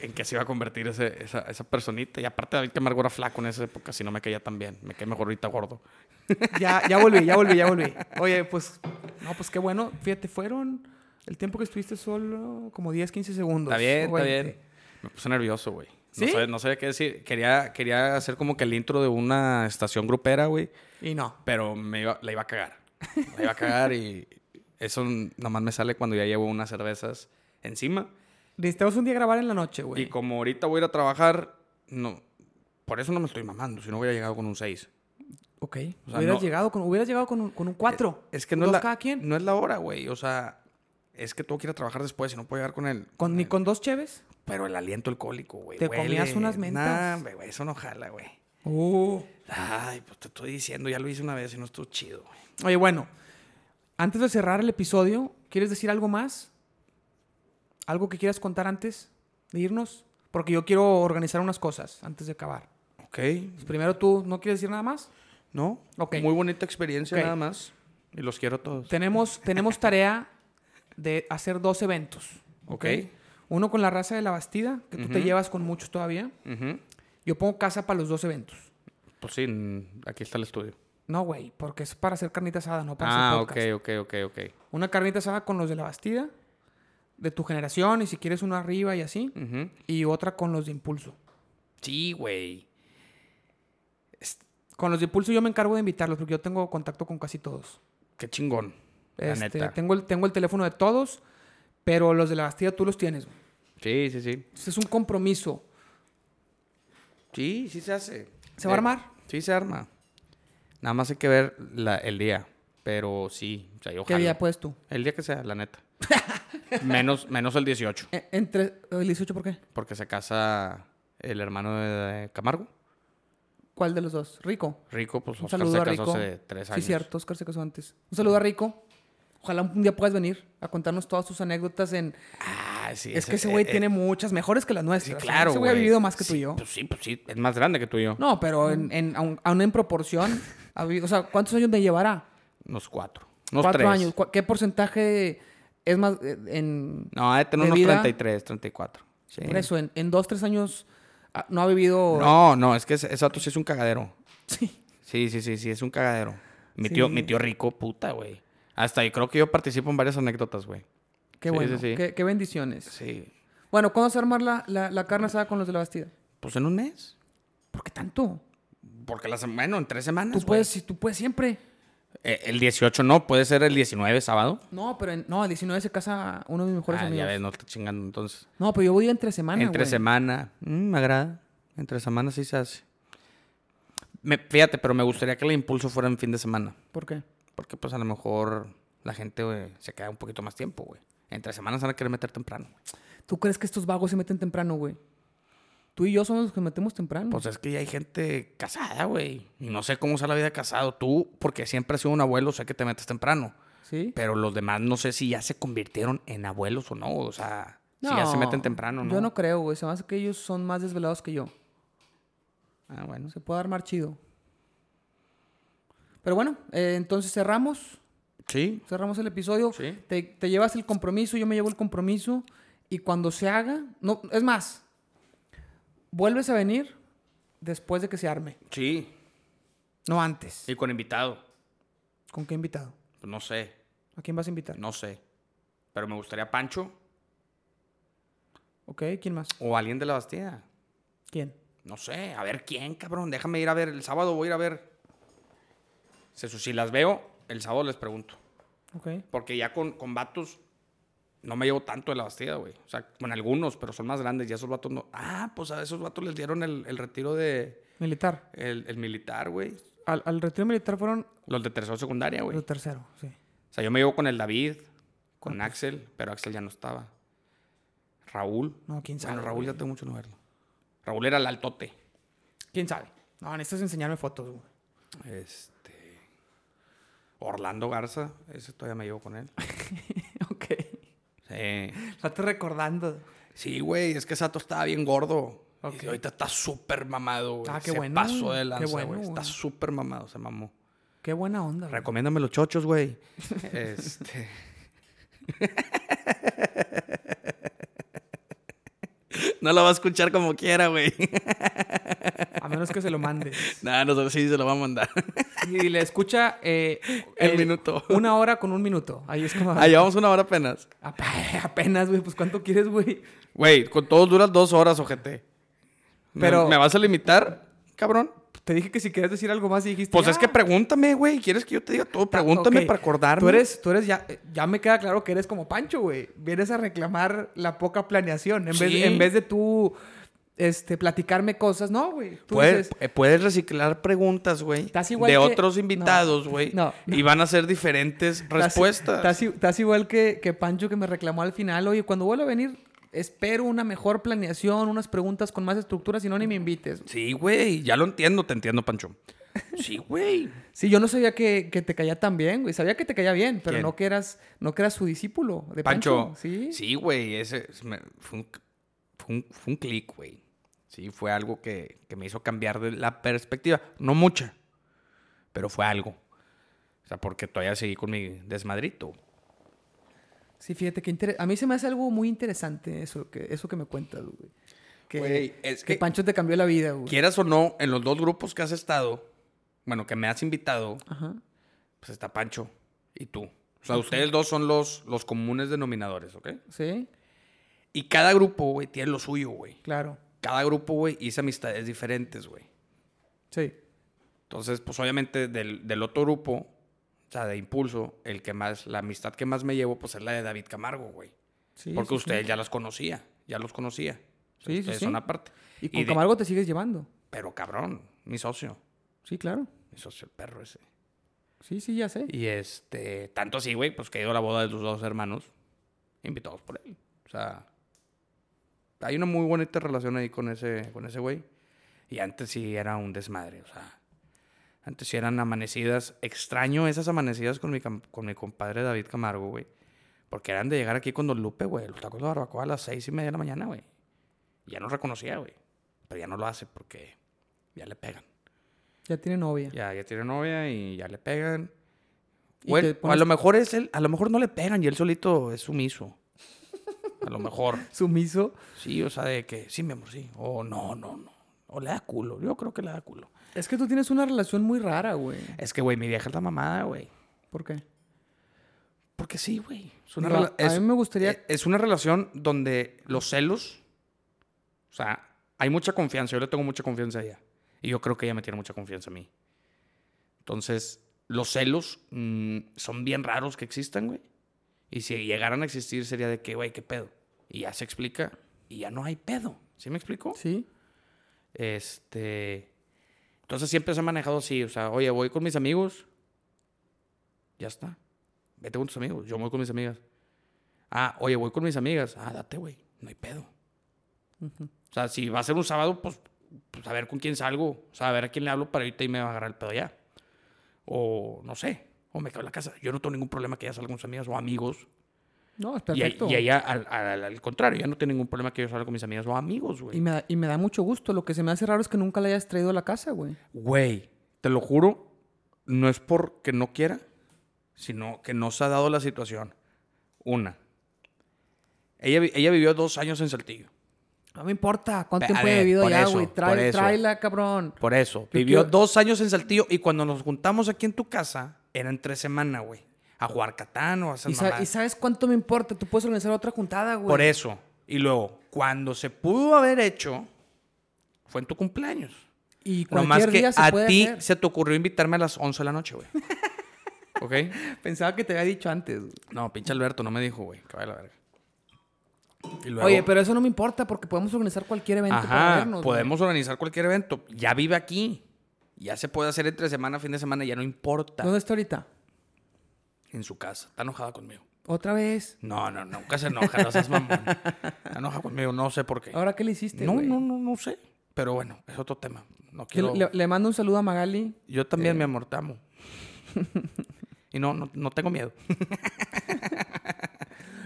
[SPEAKER 4] en qué se iba a convertir ese- esa, esa personita. Y aparte, David Camargo era flaco en esa época, si no me caía tan bien. Me cae mejor ahorita gordo.
[SPEAKER 1] Ya, ya volví, ya volví, ya volví. Oye, pues, no, pues qué bueno. Fíjate, fueron el tiempo que estuviste solo como 10, 15 segundos.
[SPEAKER 4] Está bien,
[SPEAKER 1] o
[SPEAKER 4] está
[SPEAKER 1] 20.
[SPEAKER 4] bien. Me puse nervioso, güey.
[SPEAKER 1] ¿Sí?
[SPEAKER 4] No, sabía, no sabía qué decir. Quería, quería hacer como que el intro de una estación grupera, güey.
[SPEAKER 1] Y no.
[SPEAKER 4] Pero me iba, la iba a cagar. La iba a cagar y eso nada más me sale cuando ya llevo unas cervezas encima.
[SPEAKER 1] Necesitamos un día grabar en la noche,
[SPEAKER 4] Y
[SPEAKER 1] güey.
[SPEAKER 4] como ahorita voy a ir a trabajar, no. Por eso no me estoy mamando, si no hubiera llegado con un 6.
[SPEAKER 1] Ok.
[SPEAKER 4] O sea,
[SPEAKER 1] hubieras,
[SPEAKER 4] no-
[SPEAKER 1] llegado con, hubieras llegado con un, con un 4.
[SPEAKER 4] Es que no es,
[SPEAKER 1] Dos
[SPEAKER 4] la,
[SPEAKER 1] Pues cada quien.
[SPEAKER 4] no es la hora, güey. O sea, es que tú quieres trabajar después y no puedo llegar con el...
[SPEAKER 1] Con, ni
[SPEAKER 4] el-
[SPEAKER 1] con dos cheves.
[SPEAKER 4] Pero el aliento alcohólico, güey.
[SPEAKER 1] Te comías unas mentas.
[SPEAKER 4] Nah, güey, güey, eso no jala, güey.
[SPEAKER 1] Uh.
[SPEAKER 4] Ay, pues te estoy diciendo, ya lo hice una vez y no estuvo chido, güey.
[SPEAKER 1] Oye, bueno, antes de cerrar el episodio, ¿quieres decir algo más? ¿Algo que quieras contar antes de irnos? Porque yo quiero organizar unas cosas antes de acabar.
[SPEAKER 4] Ok.
[SPEAKER 1] Pues primero tú, ¿no quieres decir nada más?
[SPEAKER 4] ¿No?
[SPEAKER 1] Ok.
[SPEAKER 4] Muy bonita experiencia
[SPEAKER 1] Ok.
[SPEAKER 4] nada más. Y los quiero a todos.
[SPEAKER 1] Tenemos, <laughs> tenemos tarea de hacer dos eventos.
[SPEAKER 4] Ok.
[SPEAKER 1] Uno con la raza de la Bastida, que tú te
[SPEAKER 4] Ujú.
[SPEAKER 1] llevas con muchos todavía.
[SPEAKER 4] Ujú.
[SPEAKER 1] Yo pongo casa para los dos eventos.
[SPEAKER 4] Pues sí, mm, aquí está el estudio.
[SPEAKER 1] No, güey, porque es para hacer carnita asada, no para
[SPEAKER 4] Ah,
[SPEAKER 1] hacer
[SPEAKER 4] ok,
[SPEAKER 1] podcast.
[SPEAKER 4] ok, ok, ok.
[SPEAKER 1] Una carnita asada con los de la Bastida, de tu generación, y si quieres uno arriba y así.
[SPEAKER 4] Ujú.
[SPEAKER 1] y otra con los de impulso.
[SPEAKER 4] Sí, güey.
[SPEAKER 1] Con los de impulso yo me encargo de invitarlos porque yo tengo contacto con casi todos.
[SPEAKER 4] Qué chingón. La
[SPEAKER 1] Este,
[SPEAKER 4] neta.
[SPEAKER 1] Tengo, el, tengo el teléfono de todos, pero los de la Bastida tú los tienes. güey.
[SPEAKER 4] Sí, sí, sí.
[SPEAKER 1] Entonces, es un compromiso.
[SPEAKER 4] Sí, sí se hace.
[SPEAKER 1] ¿Se va a
[SPEAKER 4] Eh,
[SPEAKER 1] armar?
[SPEAKER 4] Sí, se arma. Nada más hay que ver la- el día. Pero sí, o sea, yo
[SPEAKER 1] ¿Qué
[SPEAKER 4] jalo.
[SPEAKER 1] día puedes tú?
[SPEAKER 4] El día que sea, la neta. <laughs> menos, menos el 18,
[SPEAKER 1] E- Entre el 18, ¿por qué?
[SPEAKER 4] porque se casa el hermano de, de Camargo.
[SPEAKER 1] ¿Cuál de los dos? Rico.
[SPEAKER 4] Rico, pues
[SPEAKER 1] Un
[SPEAKER 4] Oscar
[SPEAKER 1] saludo
[SPEAKER 4] se
[SPEAKER 1] a
[SPEAKER 4] casó
[SPEAKER 1] Rico.
[SPEAKER 4] hace tres años.
[SPEAKER 1] Sí, cierto, Oscar se casó antes. Un saludo a Rico. Ojalá un día puedas venir a contarnos todas tus anécdotas en...
[SPEAKER 4] Ah, sí.
[SPEAKER 1] es que ese güey
[SPEAKER 4] eh,
[SPEAKER 1] tiene
[SPEAKER 4] eh,
[SPEAKER 1] muchas, mejores que las
[SPEAKER 4] Sí,
[SPEAKER 1] nuestras. O sea,
[SPEAKER 4] claro,
[SPEAKER 1] Ese güey ha
[SPEAKER 4] güey.
[SPEAKER 1] vivido más que
[SPEAKER 4] Sí,
[SPEAKER 1] tú y yo.
[SPEAKER 4] Pues sí, pues sí. Es más grande que tú y yo.
[SPEAKER 1] No, pero en, en, aun, aun en proporción. ha vivido- o sea, ¿cuántos años me llevará?
[SPEAKER 4] Unos cuatro. Unos
[SPEAKER 1] cuatro
[SPEAKER 4] tres.
[SPEAKER 1] años. ¿Cu- ¿Qué porcentaje es más eh, en
[SPEAKER 4] No, ha de tener
[SPEAKER 1] de
[SPEAKER 4] unos
[SPEAKER 1] vida?
[SPEAKER 4] 33, 34. Sí.
[SPEAKER 1] por eso? En, en dos, tres años ah, no ha vivido.
[SPEAKER 4] No, no, es que ese, ese vato sí es un cagadero.
[SPEAKER 1] <laughs> Sí.
[SPEAKER 4] Sí, sí, sí, sí, es un cagadero. Mi,
[SPEAKER 1] Sí.
[SPEAKER 4] tío, mi tío rico, puta, güey. Hasta ahí creo que yo participo en varias anécdotas, güey.
[SPEAKER 1] Qué
[SPEAKER 4] Sí,
[SPEAKER 1] bueno.
[SPEAKER 4] sí, sí.
[SPEAKER 1] Qué, qué bendiciones.
[SPEAKER 4] Sí.
[SPEAKER 1] Bueno, ¿cuándo se va a armar la, la, la carne asada con los de la Bastida?
[SPEAKER 4] Pues en un mes.
[SPEAKER 1] ¿Por qué tanto?
[SPEAKER 4] Porque la semana, bueno, en tres semanas.
[SPEAKER 1] Tú
[SPEAKER 4] güey.
[SPEAKER 1] puedes, si tú puedes siempre.
[SPEAKER 4] Eh, el 18 no, puede ser el 19, sábado.
[SPEAKER 1] No, pero en, no, el 19 se casa uno de mis mejores
[SPEAKER 4] Ah, ya
[SPEAKER 1] amigos.
[SPEAKER 4] ves, no está chingando entonces.
[SPEAKER 1] No, pero yo voy entre semana.
[SPEAKER 4] Entre
[SPEAKER 1] güey.
[SPEAKER 4] semana. mm, me agrada. Entre semana sí se hace. Me, fíjate, pero me gustaría que el impulso fuera en fin de semana.
[SPEAKER 1] ¿Por qué?
[SPEAKER 4] Porque pues a lo mejor la gente güey, se queda un poquito más tiempo, güey. Entre semanas van a querer meter temprano. güey.
[SPEAKER 1] ¿Tú crees que estos vagos se meten temprano, güey? Tú y yo somos los que metemos temprano.
[SPEAKER 4] Pues es que ya hay gente casada, güey. Y no sé cómo sea la vida de casado. Tú, porque siempre has sido un abuelo, sé que te metes temprano.
[SPEAKER 1] ¿Sí?
[SPEAKER 4] Pero los demás no sé si ya se convirtieron en abuelos o no. O sea, si ya se meten temprano, ¿no?
[SPEAKER 1] Yo no creo, güey. Se me hace que ellos son más desvelados que yo.
[SPEAKER 2] Ah, bueno.
[SPEAKER 1] Se puede armar chido. Pero bueno, eh, entonces cerramos.
[SPEAKER 2] Sí.
[SPEAKER 1] Cerramos el episodio.
[SPEAKER 2] Sí.
[SPEAKER 1] Te, te llevas el compromiso, yo me llevo el compromiso. Y cuando se haga, no, es más, vuelves a venir después de que se arme,
[SPEAKER 2] Sí.
[SPEAKER 1] no antes.
[SPEAKER 2] Y con invitado.
[SPEAKER 1] ¿Con qué invitado?
[SPEAKER 2] Pues no sé.
[SPEAKER 1] ¿A quién vas a invitar?
[SPEAKER 2] No sé. Pero me gustaría Pancho
[SPEAKER 1] Ok, ¿quién más?
[SPEAKER 2] o alguien de la Bastida.
[SPEAKER 1] ¿Quién?
[SPEAKER 2] No sé. A ver quién, cabrón. Déjame ir a ver. El sábado voy a ir a ver. Se- Si las veo, el sábado les pregunto.
[SPEAKER 1] Ok.
[SPEAKER 2] Porque ya con, con vatos no me llevo tanto de la Bastida, güey. O sea, con algunos, pero son más grandes. Ya esos vatos no. Ah, pues a esos vatos les dieron el, el retiro de.
[SPEAKER 1] Militar.
[SPEAKER 2] El, el militar, güey.
[SPEAKER 1] Al, al retiro militar fueron
[SPEAKER 2] Los de tercero de secundaria, güey.
[SPEAKER 1] lo tercero, sí.
[SPEAKER 2] O sea, yo me llevo con el David, con Axel, pero Axel ya no estaba. Raúl.
[SPEAKER 1] No, quién sabe.
[SPEAKER 2] Bueno, Raúl
[SPEAKER 1] güey.
[SPEAKER 2] ya tengo mucho no verlo. Raúl era el altote.
[SPEAKER 1] ¿Quién sabe? No, necesitas enseñarme fotos, güey.
[SPEAKER 2] Este. Orlando Garza, ese todavía me llevo con él.
[SPEAKER 1] <laughs> ok.
[SPEAKER 2] Sí.
[SPEAKER 1] Estás recordando.
[SPEAKER 2] Sí, güey, es que Sato estaba bien gordo.
[SPEAKER 1] Ok.
[SPEAKER 2] Y ahorita está súper mamado, güey.
[SPEAKER 1] Ah, qué
[SPEAKER 2] se
[SPEAKER 1] bueno,
[SPEAKER 2] pasó
[SPEAKER 1] güey.
[SPEAKER 2] de
[SPEAKER 1] Qué
[SPEAKER 2] lanza,
[SPEAKER 1] bueno,
[SPEAKER 2] güey. Está
[SPEAKER 1] güey.
[SPEAKER 2] súper mamado, se mamó.
[SPEAKER 1] Qué buena onda. güey.
[SPEAKER 2] Recomiéndame los chochos, <laughs> güey. este. no la va a escuchar como quiera, <laughs> güey.
[SPEAKER 1] A menos que se lo mandes.
[SPEAKER 2] Nada, no sé si se lo va a mandar.
[SPEAKER 1] <laughs> Y le escucha eh,
[SPEAKER 2] El minuto.
[SPEAKER 1] Una hora con un minuto. Ahí es como. <laughs>
[SPEAKER 2] Ah, llevamos una hora apenas.
[SPEAKER 1] Ap- Apenas, güey. Pues cuánto quieres, güey.
[SPEAKER 2] Güey, con todos duras dos horas, ojete.
[SPEAKER 1] Pero-
[SPEAKER 2] Pero... ¿Me vas a limitar, cabrón?
[SPEAKER 1] Te dije que si querías decir algo más y dijiste.
[SPEAKER 2] Pues es
[SPEAKER 1] "Ah".
[SPEAKER 2] que pregúntame, güey. ¿Quieres que yo te diga todo? Pregúntame
[SPEAKER 1] Ok.
[SPEAKER 2] para acordarme.
[SPEAKER 1] Tú eres, tú eres ya, ya me queda claro que eres como Pancho, güey. Vienes a reclamar la poca planeación. En,
[SPEAKER 2] Sí.
[SPEAKER 1] vez, en vez de tú este, platicarme cosas, no, güey. Tú
[SPEAKER 2] Puedes,
[SPEAKER 1] dices,
[SPEAKER 2] eh, puedes reciclar preguntas, güey.
[SPEAKER 1] Estás igual
[SPEAKER 2] De
[SPEAKER 1] que-
[SPEAKER 2] otros
[SPEAKER 1] no,
[SPEAKER 2] invitados, güey.
[SPEAKER 1] no, no.
[SPEAKER 2] Y van a ser diferentes
[SPEAKER 1] "Estás-
[SPEAKER 2] respuestas.
[SPEAKER 1] Estás, i- estás igual que, que Pancho que me reclamó al final. Oye, cuando vuelva a venir, espero una mejor planeación, unas preguntas con más estructura, si no, ni me invites.
[SPEAKER 2] Sí, güey, ya lo entiendo, te entiendo, Pancho. Sí, güey.
[SPEAKER 1] Sí, yo no sabía que, que te caía tan bien, güey. Sabía que te caía bien, pero
[SPEAKER 2] ¿Quién?
[SPEAKER 1] no que eras, no que eras su discípulo de Pancho.
[SPEAKER 2] Pancho.
[SPEAKER 1] Sí.
[SPEAKER 2] Sí, güey, ese es- me- fue un, fue un- fue un clic, güey. Sí, fue algo que, que me hizo cambiar de la perspectiva. No mucha, pero fue algo. O sea, porque todavía seguí con mi desmadrito.
[SPEAKER 1] Sí, fíjate que inter- a mí se me hace algo muy interesante eso que, eso que me cuentas, güey. Que,
[SPEAKER 2] Güey, es
[SPEAKER 1] que
[SPEAKER 2] que-
[SPEAKER 1] Pancho te cambió la vida, güey.
[SPEAKER 2] Quieras o no, en los dos grupos que has estado, bueno, que me has invitado,
[SPEAKER 1] Ajá.
[SPEAKER 2] pues está Pancho y tú. O sea, ustedes dos son los, los comunes denominadores, ¿ok?
[SPEAKER 1] Sí,
[SPEAKER 2] Y cada grupo, güey, tiene lo suyo, güey.
[SPEAKER 1] claro.
[SPEAKER 2] cada grupo, güey, hice amistades diferentes, güey.
[SPEAKER 1] Sí.
[SPEAKER 2] Entonces, pues obviamente del, del otro grupo, o sea, de impulso, el que más, la amistad que más me llevo, pues es la de David Camargo, güey.
[SPEAKER 1] sí
[SPEAKER 2] Porque
[SPEAKER 1] sí,
[SPEAKER 2] ustedes
[SPEAKER 1] sí.
[SPEAKER 2] ya los conocía, ya los conocía.
[SPEAKER 1] Sí, sí,
[SPEAKER 2] ustedes
[SPEAKER 1] sí.
[SPEAKER 2] son aparte.
[SPEAKER 1] Y con
[SPEAKER 2] de-
[SPEAKER 1] Camargo te sigues llevando.
[SPEAKER 2] Pero cabrón, mi socio,
[SPEAKER 1] Sí, claro.
[SPEAKER 2] mi socio el perro ese.
[SPEAKER 1] Sí, sí, ya sé.
[SPEAKER 2] Y este, tanto así, güey, pues que he ido a la boda de tus dos hermanos, invitados por él. O sea, hay una muy bonita relación ahí con ese, con ese güey. Y antes sí era un desmadre, o sea, antes sí eran amanecidas. Extraño esas amanecidas con mi, cam- con mi compadre David Camargo, güey. Porque eran de llegar aquí con Don Lupe, güey, los tacos de barbacoa a las seis y media de la mañana, güey. Ya no reconocía, güey. Pero ya no lo hace porque ya le pegan.
[SPEAKER 1] Ya tiene novia.
[SPEAKER 2] Ya, ya tiene novia y ya le pegan.
[SPEAKER 1] Y
[SPEAKER 2] O él-
[SPEAKER 1] te
[SPEAKER 2] o a
[SPEAKER 1] pones-
[SPEAKER 2] lo mejor es él, a lo mejor no le pegan y él solito es sumiso. A lo mejor.
[SPEAKER 1] Sumiso.
[SPEAKER 2] Sí, o sea, de que sí, mi amor, sí. O no, no, no. O le da culo. Yo creo que le da culo.
[SPEAKER 1] Es que tú tienes una relación muy rara, güey.
[SPEAKER 2] Es que, güey, mi vieja es la mamada, güey.
[SPEAKER 1] ¿Por qué?
[SPEAKER 2] Porque sí, güey. Es
[SPEAKER 1] Digo,
[SPEAKER 2] rela-
[SPEAKER 1] a mí me gustaría-
[SPEAKER 4] eh,
[SPEAKER 2] e- Es una relación donde los celos. O sea, hay mucha confianza. Yo le tengo mucha confianza a ella. Y yo creo que ella me tiene mucha confianza a mí. Entonces, los celos mm, son bien raros que existan, güey. Y si llegaran a existir, sería de que, güey, qué pedo. Y ya se explica. Y ya no hay pedo. ¿Sí me explico?
[SPEAKER 1] Sí.
[SPEAKER 2] Este. Entonces siempre se ha manejado así. O sea, oye, voy con mis amigos. Ya está. Vete con tus amigos. Yo voy con mis amigas. Ah, oye, voy con mis amigas. Ah, date, güey. No hay pedo. O sea, si va a ser un sábado, pues, pues, a ver con quién salgo. O sea, a ver a quién le hablo para ahorita y me va a agarrar el pedo ya. O no sé. O me quedo en la casa. Yo no tengo ningún problema que ya salga con sus amigas o amigos.
[SPEAKER 1] No, es
[SPEAKER 4] Y, a-
[SPEAKER 1] perfecto.
[SPEAKER 4] y ella, al, al- al contrario, ya no tiene ningún problema que yo salga con mis amigas o amigos,
[SPEAKER 1] Y
[SPEAKER 4] güey.
[SPEAKER 1] me, da, y me da mucho gusto. Lo que se me hace raro es que nunca la hayas traído a la casa, güey.
[SPEAKER 4] Güey, te lo juro, no es porque no quiera, sino que no se ha dado la situación. Una. Ella, vi- ella vivió dos años en Saltillo.
[SPEAKER 1] No me importa. ¿Cuánto
[SPEAKER 4] A
[SPEAKER 1] tiempo he
[SPEAKER 4] ver,
[SPEAKER 1] vivido
[SPEAKER 4] por
[SPEAKER 1] ya,
[SPEAKER 4] eso,
[SPEAKER 1] güey?
[SPEAKER 4] por
[SPEAKER 1] Trae,
[SPEAKER 4] eso.
[SPEAKER 1] tráela, cabrón.
[SPEAKER 4] Por eso.
[SPEAKER 1] Yo
[SPEAKER 4] vivió
[SPEAKER 1] quiero-
[SPEAKER 4] dos años en Saltillo y cuando nos juntamos aquí en tu casa, eran tres semanas, güey. A jugar Catán o a esas
[SPEAKER 1] ¿Y, sa-
[SPEAKER 4] mamadas.
[SPEAKER 1] y sabes cuánto me importa? Tú puedes organizar otra juntada, güey.
[SPEAKER 4] Por e-, eso. Y luego, cuando se pudo haber hecho, fue en tu cumpleaños.
[SPEAKER 1] Y
[SPEAKER 4] Nomás
[SPEAKER 1] cualquier
[SPEAKER 4] que
[SPEAKER 1] día se
[SPEAKER 4] a
[SPEAKER 1] puede
[SPEAKER 4] ti
[SPEAKER 1] hacer.
[SPEAKER 4] se te ocurrió invitarme a las 11 de la
[SPEAKER 1] <laughs>
[SPEAKER 4] noche, güey. ¿Ok?
[SPEAKER 1] Pensaba que te había dicho antes. güey.
[SPEAKER 4] No, pinche Alberto, no me dijo, güey. Que vaya a la verga. Y luego-
[SPEAKER 1] Oye, pero eso no me importa porque podemos organizar cualquier evento para
[SPEAKER 4] Ajá,
[SPEAKER 1] vernos. güey.
[SPEAKER 4] podemos organizar cualquier evento. Ya vive aquí. Ya se puede hacer entre semana, fin de semana, ya no importa.
[SPEAKER 1] ¿Dónde está ahorita?
[SPEAKER 4] En su casa. Está enojada conmigo.
[SPEAKER 1] ¿Otra vez?
[SPEAKER 4] No, no, nunca se enoja, no seas mamón. Está enojada conmigo, no sé por qué.
[SPEAKER 1] ¿Ahora qué le hiciste,
[SPEAKER 4] no,
[SPEAKER 1] este güey?
[SPEAKER 4] no, no, no sé. Pero bueno, es otro tema. No
[SPEAKER 1] Que
[SPEAKER 4] quiero...
[SPEAKER 1] le, eh. le mando un saludo a Magali.
[SPEAKER 4] Yo también, mi amor, te amo. y no, no, no tengo miedo.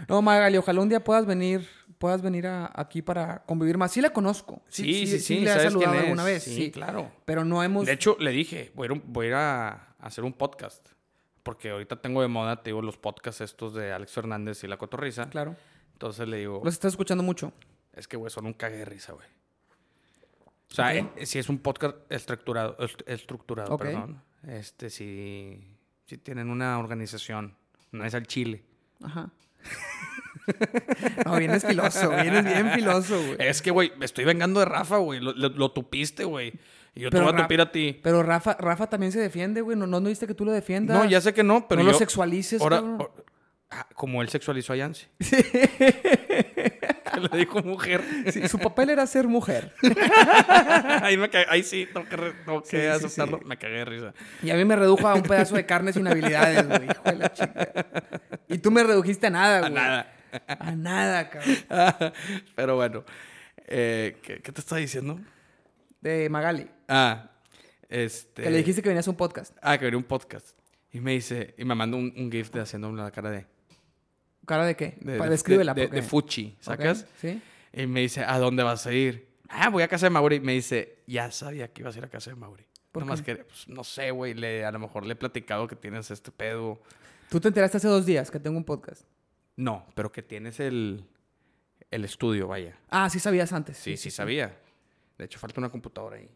[SPEAKER 1] No, Magali, ojalá un día puedas venir, puedas venir a- aquí para convivir más. Sí la conozco. le has
[SPEAKER 4] ¿sabes quién
[SPEAKER 1] saludado
[SPEAKER 4] es?
[SPEAKER 1] alguna vez.
[SPEAKER 4] Sí,
[SPEAKER 1] sí.
[SPEAKER 4] claro.
[SPEAKER 1] Pero no hemos...
[SPEAKER 4] De hecho, le dije, voy a ir, un- voy a, ir a hacer un podcast. Porque ahorita tengo de moda, te digo, los podcasts estos de Alex Fernández y La Cotorrisa.
[SPEAKER 1] claro.
[SPEAKER 4] Entonces le digo,
[SPEAKER 1] Los estás escuchando mucho.
[SPEAKER 4] es que, güey, son un cague de risa, güey. O sea, eh, si es un podcast estructurado, est- estructurado,
[SPEAKER 1] Ok.
[SPEAKER 4] perdón. Este, si, si tienen una organización, no es al chile.
[SPEAKER 1] Ajá. <laughs> no, vienes filoso, vienes bien filoso, güey.
[SPEAKER 4] Es que, güey, me estoy vengando de Rafa, güey. Lo, lo- lo tupiste, güey. Y yo
[SPEAKER 1] Pero
[SPEAKER 4] te voy a
[SPEAKER 1] Ra-
[SPEAKER 4] tupir a ti.
[SPEAKER 1] Pero Rafa, Rafa también se defiende, güey. No, no, no viste que tú lo defiendas.
[SPEAKER 4] No, ya sé que no, pero
[SPEAKER 1] No lo
[SPEAKER 4] yo-
[SPEAKER 1] sexualices,
[SPEAKER 4] ahora-
[SPEAKER 1] cabrón.
[SPEAKER 4] o- ah, como él sexualizó a Yancy. que <laughs> le dijo mujer.
[SPEAKER 1] Sí, su papel era ser mujer.
[SPEAKER 4] ahí, me ca- ahí sí, tengo que, re- tengo que
[SPEAKER 1] Sí, sí,
[SPEAKER 4] aceptarlo.
[SPEAKER 1] sí.
[SPEAKER 4] Me cagué de risa.
[SPEAKER 1] Y a mí me redujo a un pedazo de carne sin habilidades, güey. Hijo de la chica. Y tú me redujiste a nada, güey.
[SPEAKER 4] nada.
[SPEAKER 1] A nada, cabrón.
[SPEAKER 4] <laughs> pero bueno, eh, ¿qué, qué te estaba diciendo?
[SPEAKER 1] De Magali.
[SPEAKER 4] Ah, este.
[SPEAKER 1] Que le dijiste que venías a un podcast.
[SPEAKER 4] Ah, que abrió un podcast. Y me dice, y me mandó un, un gif de haciendo la cara de.
[SPEAKER 1] ¿Cara de qué?
[SPEAKER 4] de-
[SPEAKER 1] Pa-
[SPEAKER 4] de-
[SPEAKER 1] Descríbela.
[SPEAKER 4] de- de-
[SPEAKER 1] porque-
[SPEAKER 4] de Fuchi,
[SPEAKER 1] Ok,
[SPEAKER 4] ¿sacas?
[SPEAKER 1] Sí.
[SPEAKER 4] Y me dice, ¿a dónde vas a ir? Ah, voy a casa de Mauri. Y me dice, ya sabía que ibas a ir a casa de Mauri.
[SPEAKER 1] ¿Por
[SPEAKER 4] Nomás
[SPEAKER 1] qué?
[SPEAKER 4] que, pues, no sé, güey, le- a lo mejor le he platicado que tienes este pedo.
[SPEAKER 1] Tú te enteraste hace dos días que tengo un podcast.
[SPEAKER 4] No, pero que tienes el, el estudio, vaya.
[SPEAKER 1] Ah, sí sabías antes.
[SPEAKER 4] Sí, sí, sabía. De hecho, falta una computadora ahí.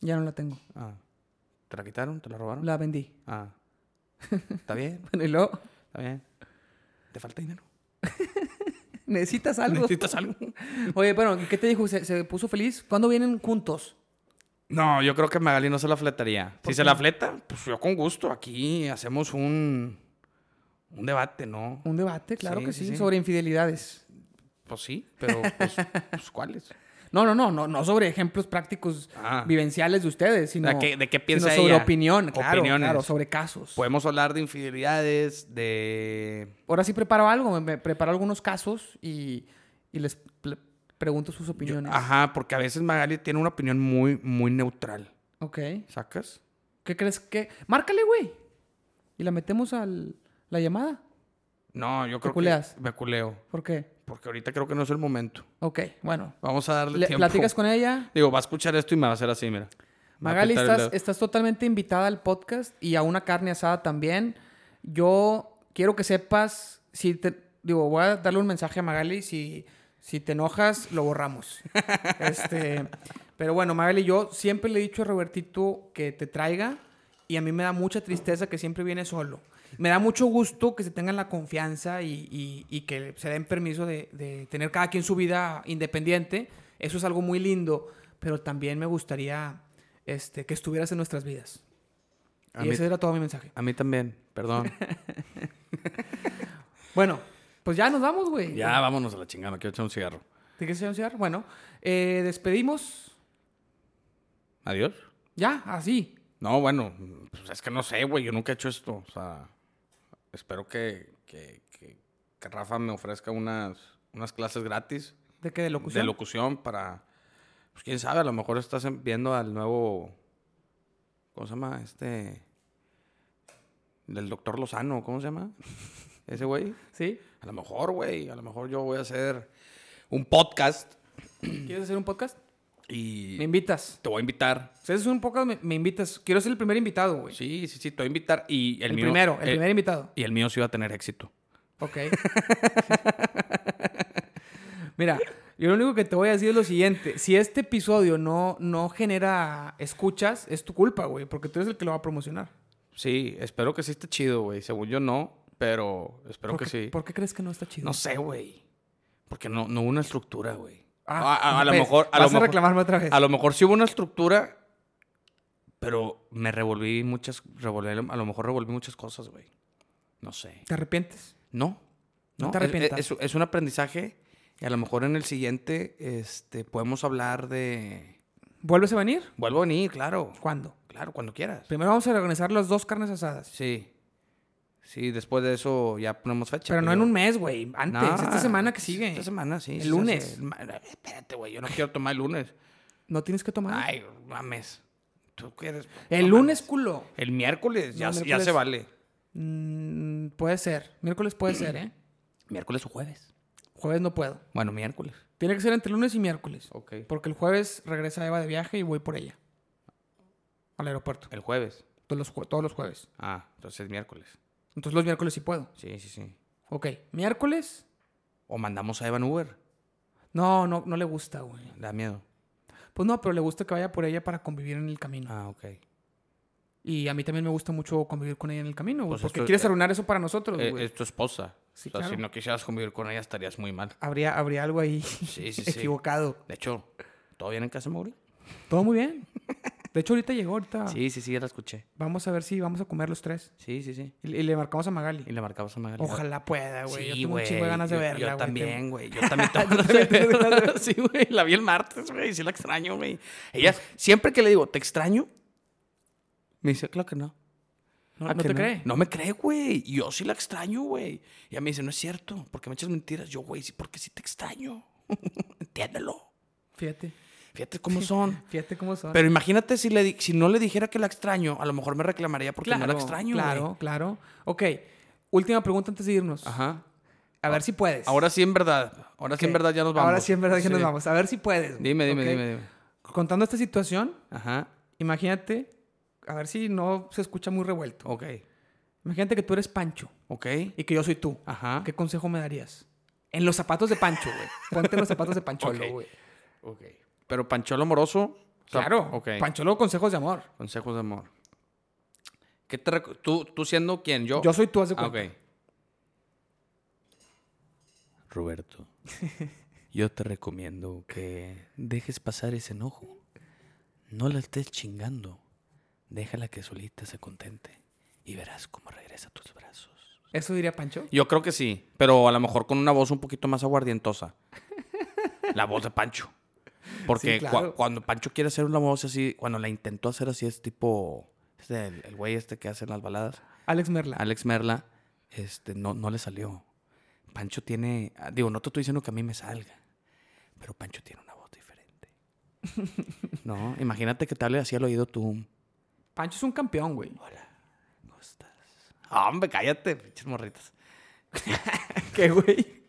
[SPEAKER 1] Ya no la tengo.
[SPEAKER 4] Ah. ¿Te la quitaron? ¿Te la robaron?
[SPEAKER 1] La vendí. <laughs>
[SPEAKER 4] Ah. ¿Está bien?
[SPEAKER 1] Bueno, y luego,
[SPEAKER 4] ¿Está bien? ¿Te falta dinero?
[SPEAKER 1] ¿necesitas algo?
[SPEAKER 4] ¿Necesitas algo?
[SPEAKER 1] Oye, pero, ¿qué te dijo? ¿Se, se puso feliz? ¿Cuándo vienen juntos?
[SPEAKER 4] No, yo creo que Magali no se la fletaría. Si se la fleta, pues yo con gusto. Aquí hacemos un, un debate, ¿no?
[SPEAKER 1] Un debate, claro
[SPEAKER 4] Sí,
[SPEAKER 1] que
[SPEAKER 4] sí,
[SPEAKER 1] sí,
[SPEAKER 4] sí.
[SPEAKER 1] sobre infidelidades.
[SPEAKER 4] Pues sí, pero
[SPEAKER 1] <laughs>
[SPEAKER 4] pues, pues, ¿cuáles?
[SPEAKER 1] No, no, no, no, no sobre ejemplos prácticos
[SPEAKER 4] Ah.
[SPEAKER 1] vivenciales de ustedes, sino
[SPEAKER 4] ¿De qué- de qué
[SPEAKER 1] sino
[SPEAKER 4] piensa
[SPEAKER 1] sobre
[SPEAKER 4] ella?
[SPEAKER 1] opinión, claro,
[SPEAKER 4] Opiniones. Pues-
[SPEAKER 1] claro, sobre casos.
[SPEAKER 4] Podemos hablar de infidelidades, de...
[SPEAKER 1] Ahora sí preparo algo, me, me preparo algunos casos y, y les ple- pregunto sus
[SPEAKER 4] yo-
[SPEAKER 1] opiniones.
[SPEAKER 4] ajá, porque a veces Magali tiene una opinión muy, muy neutral.
[SPEAKER 1] Ok.
[SPEAKER 4] ¿Sacas?
[SPEAKER 1] ¿Qué crees que? Márcale, güey. Y la metemos al la llamada.
[SPEAKER 4] No, yo creo
[SPEAKER 1] culeas?
[SPEAKER 4] que... Me culeo.
[SPEAKER 1] ¿Por qué?
[SPEAKER 4] Porque ahorita creo que no es el momento.
[SPEAKER 1] Ok, bueno.
[SPEAKER 4] Vamos a darle
[SPEAKER 1] Le-
[SPEAKER 4] tiempo.
[SPEAKER 1] platicas con ella.
[SPEAKER 4] Digo, va a escuchar esto y me va a hacer así, mira. Me va a
[SPEAKER 1] Magali,
[SPEAKER 4] apretar el
[SPEAKER 1] estás,
[SPEAKER 4] dedo.
[SPEAKER 1] estás totalmente invitada al podcast y a una carne asada también. Yo quiero que sepas, si te, digo, voy a darle un mensaje a Magali, si, si te enojas, lo borramos. este, pero bueno, Magali, yo siempre le he dicho a Robertito que te traiga y a mí me da mucha tristeza que siempre viene solo. Me da mucho gusto que se tengan la confianza y, y- y que se den permiso de, de tener cada quien su vida independiente. Eso es algo muy lindo, pero también me gustaría este, que estuvieras en nuestras vidas.
[SPEAKER 4] A
[SPEAKER 1] y
[SPEAKER 4] mí-
[SPEAKER 1] ese era todo mi mensaje.
[SPEAKER 4] A mí también,
[SPEAKER 1] <laughs>
[SPEAKER 4] perdón.
[SPEAKER 1] Bueno, pues ya nos vamos, güey.
[SPEAKER 4] ya, vámonos a la chingada, me quiero echar un cigarro.
[SPEAKER 1] ¿Te quieres anunciar? Bueno, eh, despedimos.
[SPEAKER 4] ¿Adiós?
[SPEAKER 1] Ya, así.
[SPEAKER 4] No, bueno, pues es que no sé, güey, yo nunca he hecho esto. O sea, espero que, que, que- que Rafa me ofrezca unas, unas clases gratis
[SPEAKER 1] ¿De qué? ¿De locución?
[SPEAKER 4] de locución para, pues quién sabe, a lo mejor estás en- viendo al nuevo, ¿cómo se llama? <laughs> Este, del doctor Lozano, ¿cómo se llama? ese güey.
[SPEAKER 1] ¿Sí?
[SPEAKER 4] A lo mejor, güey, a lo mejor yo voy a hacer un podcast
[SPEAKER 1] ¿Quieres hacer un podcast?
[SPEAKER 4] y
[SPEAKER 1] Me invitas.
[SPEAKER 4] te voy a invitar.
[SPEAKER 1] Si haces un podcast, me, me invitas. Quiero ser el primer invitado, güey.
[SPEAKER 4] Sí, sí, sí, te voy a invitar y el,
[SPEAKER 1] el
[SPEAKER 4] mío- eh.
[SPEAKER 1] primero, el,
[SPEAKER 4] el-
[SPEAKER 1] primer invitado.
[SPEAKER 4] Y el mío sí va a tener éxito.
[SPEAKER 1] Ok. <laughs> Mira, yo lo único que te voy a decir es lo siguiente. Si este episodio no, no genera escuchas, es tu culpa, güey, porque tú eres el que lo va a promocionar.
[SPEAKER 4] Sí, espero que sí esté chido, güey. Según yo no, pero espero
[SPEAKER 1] ¿Por
[SPEAKER 4] que
[SPEAKER 1] qué-
[SPEAKER 4] sí.
[SPEAKER 1] ¿Por qué crees que no está chido?
[SPEAKER 4] No sé, güey. Porque no, no hubo una estructura, güey.
[SPEAKER 1] Ah,
[SPEAKER 4] a, a- a lo
[SPEAKER 1] ves,
[SPEAKER 4] mejor, a
[SPEAKER 1] vas
[SPEAKER 4] lo
[SPEAKER 1] a
[SPEAKER 4] mejor,
[SPEAKER 1] reclamarme otra vez.
[SPEAKER 4] a lo mejor sí hubo una estructura, pero me revolví muchas, revolví, a lo mejor revolví muchas cosas, güey. No sé.
[SPEAKER 1] ¿Te arrepientes?
[SPEAKER 4] No.
[SPEAKER 1] No
[SPEAKER 4] No,
[SPEAKER 1] te
[SPEAKER 4] es- es-
[SPEAKER 1] arrepientas.
[SPEAKER 4] Es, es un aprendizaje y a lo mejor en el siguiente este, podemos hablar de...
[SPEAKER 1] ¿Vuelves a venir?
[SPEAKER 4] Vuelvo a venir, claro.
[SPEAKER 1] ¿Cuándo?
[SPEAKER 4] Claro, cuando quieras.
[SPEAKER 1] Primero vamos a organizar las dos carnes asadas.
[SPEAKER 4] Sí. Sí, después de eso ya ponemos fecha.
[SPEAKER 1] Pero no en
[SPEAKER 4] yo-
[SPEAKER 1] un mes, güey. Antes,
[SPEAKER 4] No,
[SPEAKER 1] esta semana que sigue.
[SPEAKER 4] Esta semana, sí.
[SPEAKER 1] El
[SPEAKER 4] sí,
[SPEAKER 1] lunes.
[SPEAKER 4] sí, sí. Ma- Espérate, güey, yo no quiero tomar el lunes.
[SPEAKER 1] No tienes que tomar.
[SPEAKER 4] Ay, mames. ¿Tú quieres?
[SPEAKER 1] el
[SPEAKER 4] no
[SPEAKER 1] lunes,
[SPEAKER 4] mames.
[SPEAKER 1] culo.
[SPEAKER 4] El miércoles,
[SPEAKER 1] No,
[SPEAKER 4] ya, ya
[SPEAKER 1] miércoles.
[SPEAKER 4] se vale.
[SPEAKER 1] Mm, puede ser. Miércoles puede ser, ¿eh?
[SPEAKER 4] ¿Miércoles o jueves?
[SPEAKER 1] Jueves no puedo.
[SPEAKER 4] Bueno, miércoles.
[SPEAKER 1] Tiene que ser entre lunes y miércoles.
[SPEAKER 4] Ok.
[SPEAKER 1] Porque el jueves regresa Eva de viaje y voy por ella. Al aeropuerto.
[SPEAKER 4] El jueves.
[SPEAKER 1] Todos los, jue- todos los jueves.
[SPEAKER 4] Ah, entonces miércoles.
[SPEAKER 1] Entonces los miércoles sí puedo.
[SPEAKER 4] Sí, sí, sí.
[SPEAKER 1] Ok. Miércoles.
[SPEAKER 4] O mandamos a Evan Uber.
[SPEAKER 1] No, no, no le gusta, güey.
[SPEAKER 4] Da miedo.
[SPEAKER 1] Pues no, pero le gusta que vaya por ella para convivir en el camino.
[SPEAKER 4] Ah, ok.
[SPEAKER 1] Y a mí también me gusta mucho convivir con ella en el camino, güey.
[SPEAKER 4] Pues
[SPEAKER 1] porque
[SPEAKER 4] esto-
[SPEAKER 1] quieres arruinar eso para nosotros,
[SPEAKER 4] Eh,
[SPEAKER 1] güey.
[SPEAKER 4] es tu esposa.
[SPEAKER 1] Sí,
[SPEAKER 4] O sea,
[SPEAKER 1] claro.
[SPEAKER 4] si no quisieras convivir con ella, estarías muy mal.
[SPEAKER 1] habría, habría algo ahí
[SPEAKER 4] Sí, sí, sí.
[SPEAKER 1] <laughs> equivocado.
[SPEAKER 4] De hecho, ¿todo bien en casa, Mauri?
[SPEAKER 1] Todo muy bien. De hecho, ahorita llegó, ahorita.
[SPEAKER 4] Sí, sí, sí, ya la escuché.
[SPEAKER 1] Vamos a ver si vamos a comer los tres.
[SPEAKER 4] Sí, sí, sí.
[SPEAKER 1] Y, y le marcamos a Magali.
[SPEAKER 4] Y le marcabas a Magali.
[SPEAKER 1] Ojalá pueda, güey. yo
[SPEAKER 4] Sí,
[SPEAKER 1] tengo un chingo de ganas de
[SPEAKER 4] yo-
[SPEAKER 1] verla,
[SPEAKER 4] Yo,
[SPEAKER 1] güey.
[SPEAKER 4] también, güey. Yo también
[SPEAKER 1] <laughs>
[SPEAKER 4] tengo ganas de verla. <laughs> Sí, güey. La vi el martes, güey. Sí la extraño, güey.
[SPEAKER 1] Pues
[SPEAKER 4] Ella, siempre que le digo, ¿te extraño? Me dice, claro que no.
[SPEAKER 1] ¿No,
[SPEAKER 4] "¿A
[SPEAKER 1] no
[SPEAKER 4] que
[SPEAKER 1] te cree?
[SPEAKER 4] No me cree, güey. Y Yo sí la extraño, güey. Ella me dice, no es cierto. Porque me echas mentiras. Yo, güey, sí, porque sí te extraño. Entiéndelo.
[SPEAKER 1] Fíjate.
[SPEAKER 4] Fíjate cómo son.
[SPEAKER 1] Fíjate cómo son.
[SPEAKER 4] Pero imagínate si, le di- si no le dijera que la extraño, a lo mejor me reclamaría porque pues, no la extraño, güey.
[SPEAKER 1] Claro, claro. Ok. Última pregunta antes de irnos.
[SPEAKER 4] Ajá.
[SPEAKER 1] A
[SPEAKER 4] Ah,
[SPEAKER 1] ver si puedes.
[SPEAKER 4] Ahora sí en verdad. Ahora sí en
[SPEAKER 1] Ok.
[SPEAKER 4] verdad ya nos vamos.
[SPEAKER 1] Ahora sí, en verdad ya
[SPEAKER 4] Sí.
[SPEAKER 1] nos vamos. A ver si puedes. güey.
[SPEAKER 4] Dime, dime,
[SPEAKER 1] Ok.
[SPEAKER 4] dime, dime.
[SPEAKER 1] Contando esta situación,
[SPEAKER 4] Ajá.
[SPEAKER 1] imagínate. A ver si no se escucha muy revuelto.
[SPEAKER 4] Ok.
[SPEAKER 1] Imagínate que tú eres Pancho
[SPEAKER 4] Ok.
[SPEAKER 1] y que yo soy tú.
[SPEAKER 4] Ajá.
[SPEAKER 1] ¿Qué consejo me darías? En los zapatos de Pancho, güey. Ponte en los zapatos de Pancholo,
[SPEAKER 4] <laughs> Ok.
[SPEAKER 1] güey.
[SPEAKER 4] Ok. Pero Pancholo Moroso. o sea,
[SPEAKER 1] Claro.
[SPEAKER 4] Ok.
[SPEAKER 1] Pancholo, consejos de amor.
[SPEAKER 4] Consejos de amor. ¿Qué te recu- tú, tú siendo quién? Yo.
[SPEAKER 1] Yo soy tú, hace
[SPEAKER 4] Ah,
[SPEAKER 1] cuenta.
[SPEAKER 4] ok. Roberto, yo te recomiendo que dejes pasar ese enojo. No la estés chingando. Déjala que solita se contente y verás cómo regresa a tus brazos.
[SPEAKER 1] Eso diría Pancho.
[SPEAKER 4] Yo creo que sí, pero a lo mejor con una voz un poquito más aguardientosa. La voz de Pancho. Porque
[SPEAKER 1] Sí, claro.
[SPEAKER 4] cua- cuando Pancho quiere hacer una voz así, cuando la intentó hacer así, es tipo. este, el, el güey este que hace las baladas,
[SPEAKER 1] Alex Merla.
[SPEAKER 4] Alex Merla, este, no, no le salió. Pancho tiene. ah, Digo, no te estoy diciendo que a mí me salga, pero Pancho tiene una voz diferente. <laughs> No, imagínate que te hable así al oído tú.
[SPEAKER 1] Pancho es un campeón, güey.
[SPEAKER 4] ¿Cómo estás? Ah, Hombre, cállate, pinches morritas.
[SPEAKER 1] <laughs> ¿Qué, güey?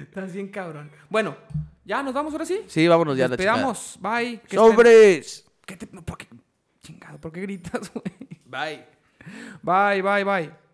[SPEAKER 1] Estás bien cabrón. Bueno, ya nos vamos ahora sí.
[SPEAKER 4] Sí, vámonos ya,
[SPEAKER 1] Nos
[SPEAKER 4] la chingada.
[SPEAKER 1] despedamos. Bye. Que
[SPEAKER 4] ¡Sobres!
[SPEAKER 1] <laughs> estén- ¿Qué te... no, ¿por qué? Chingado, ¿por qué gritas, güey?
[SPEAKER 4] Bye.
[SPEAKER 1] Bye, bye, bye.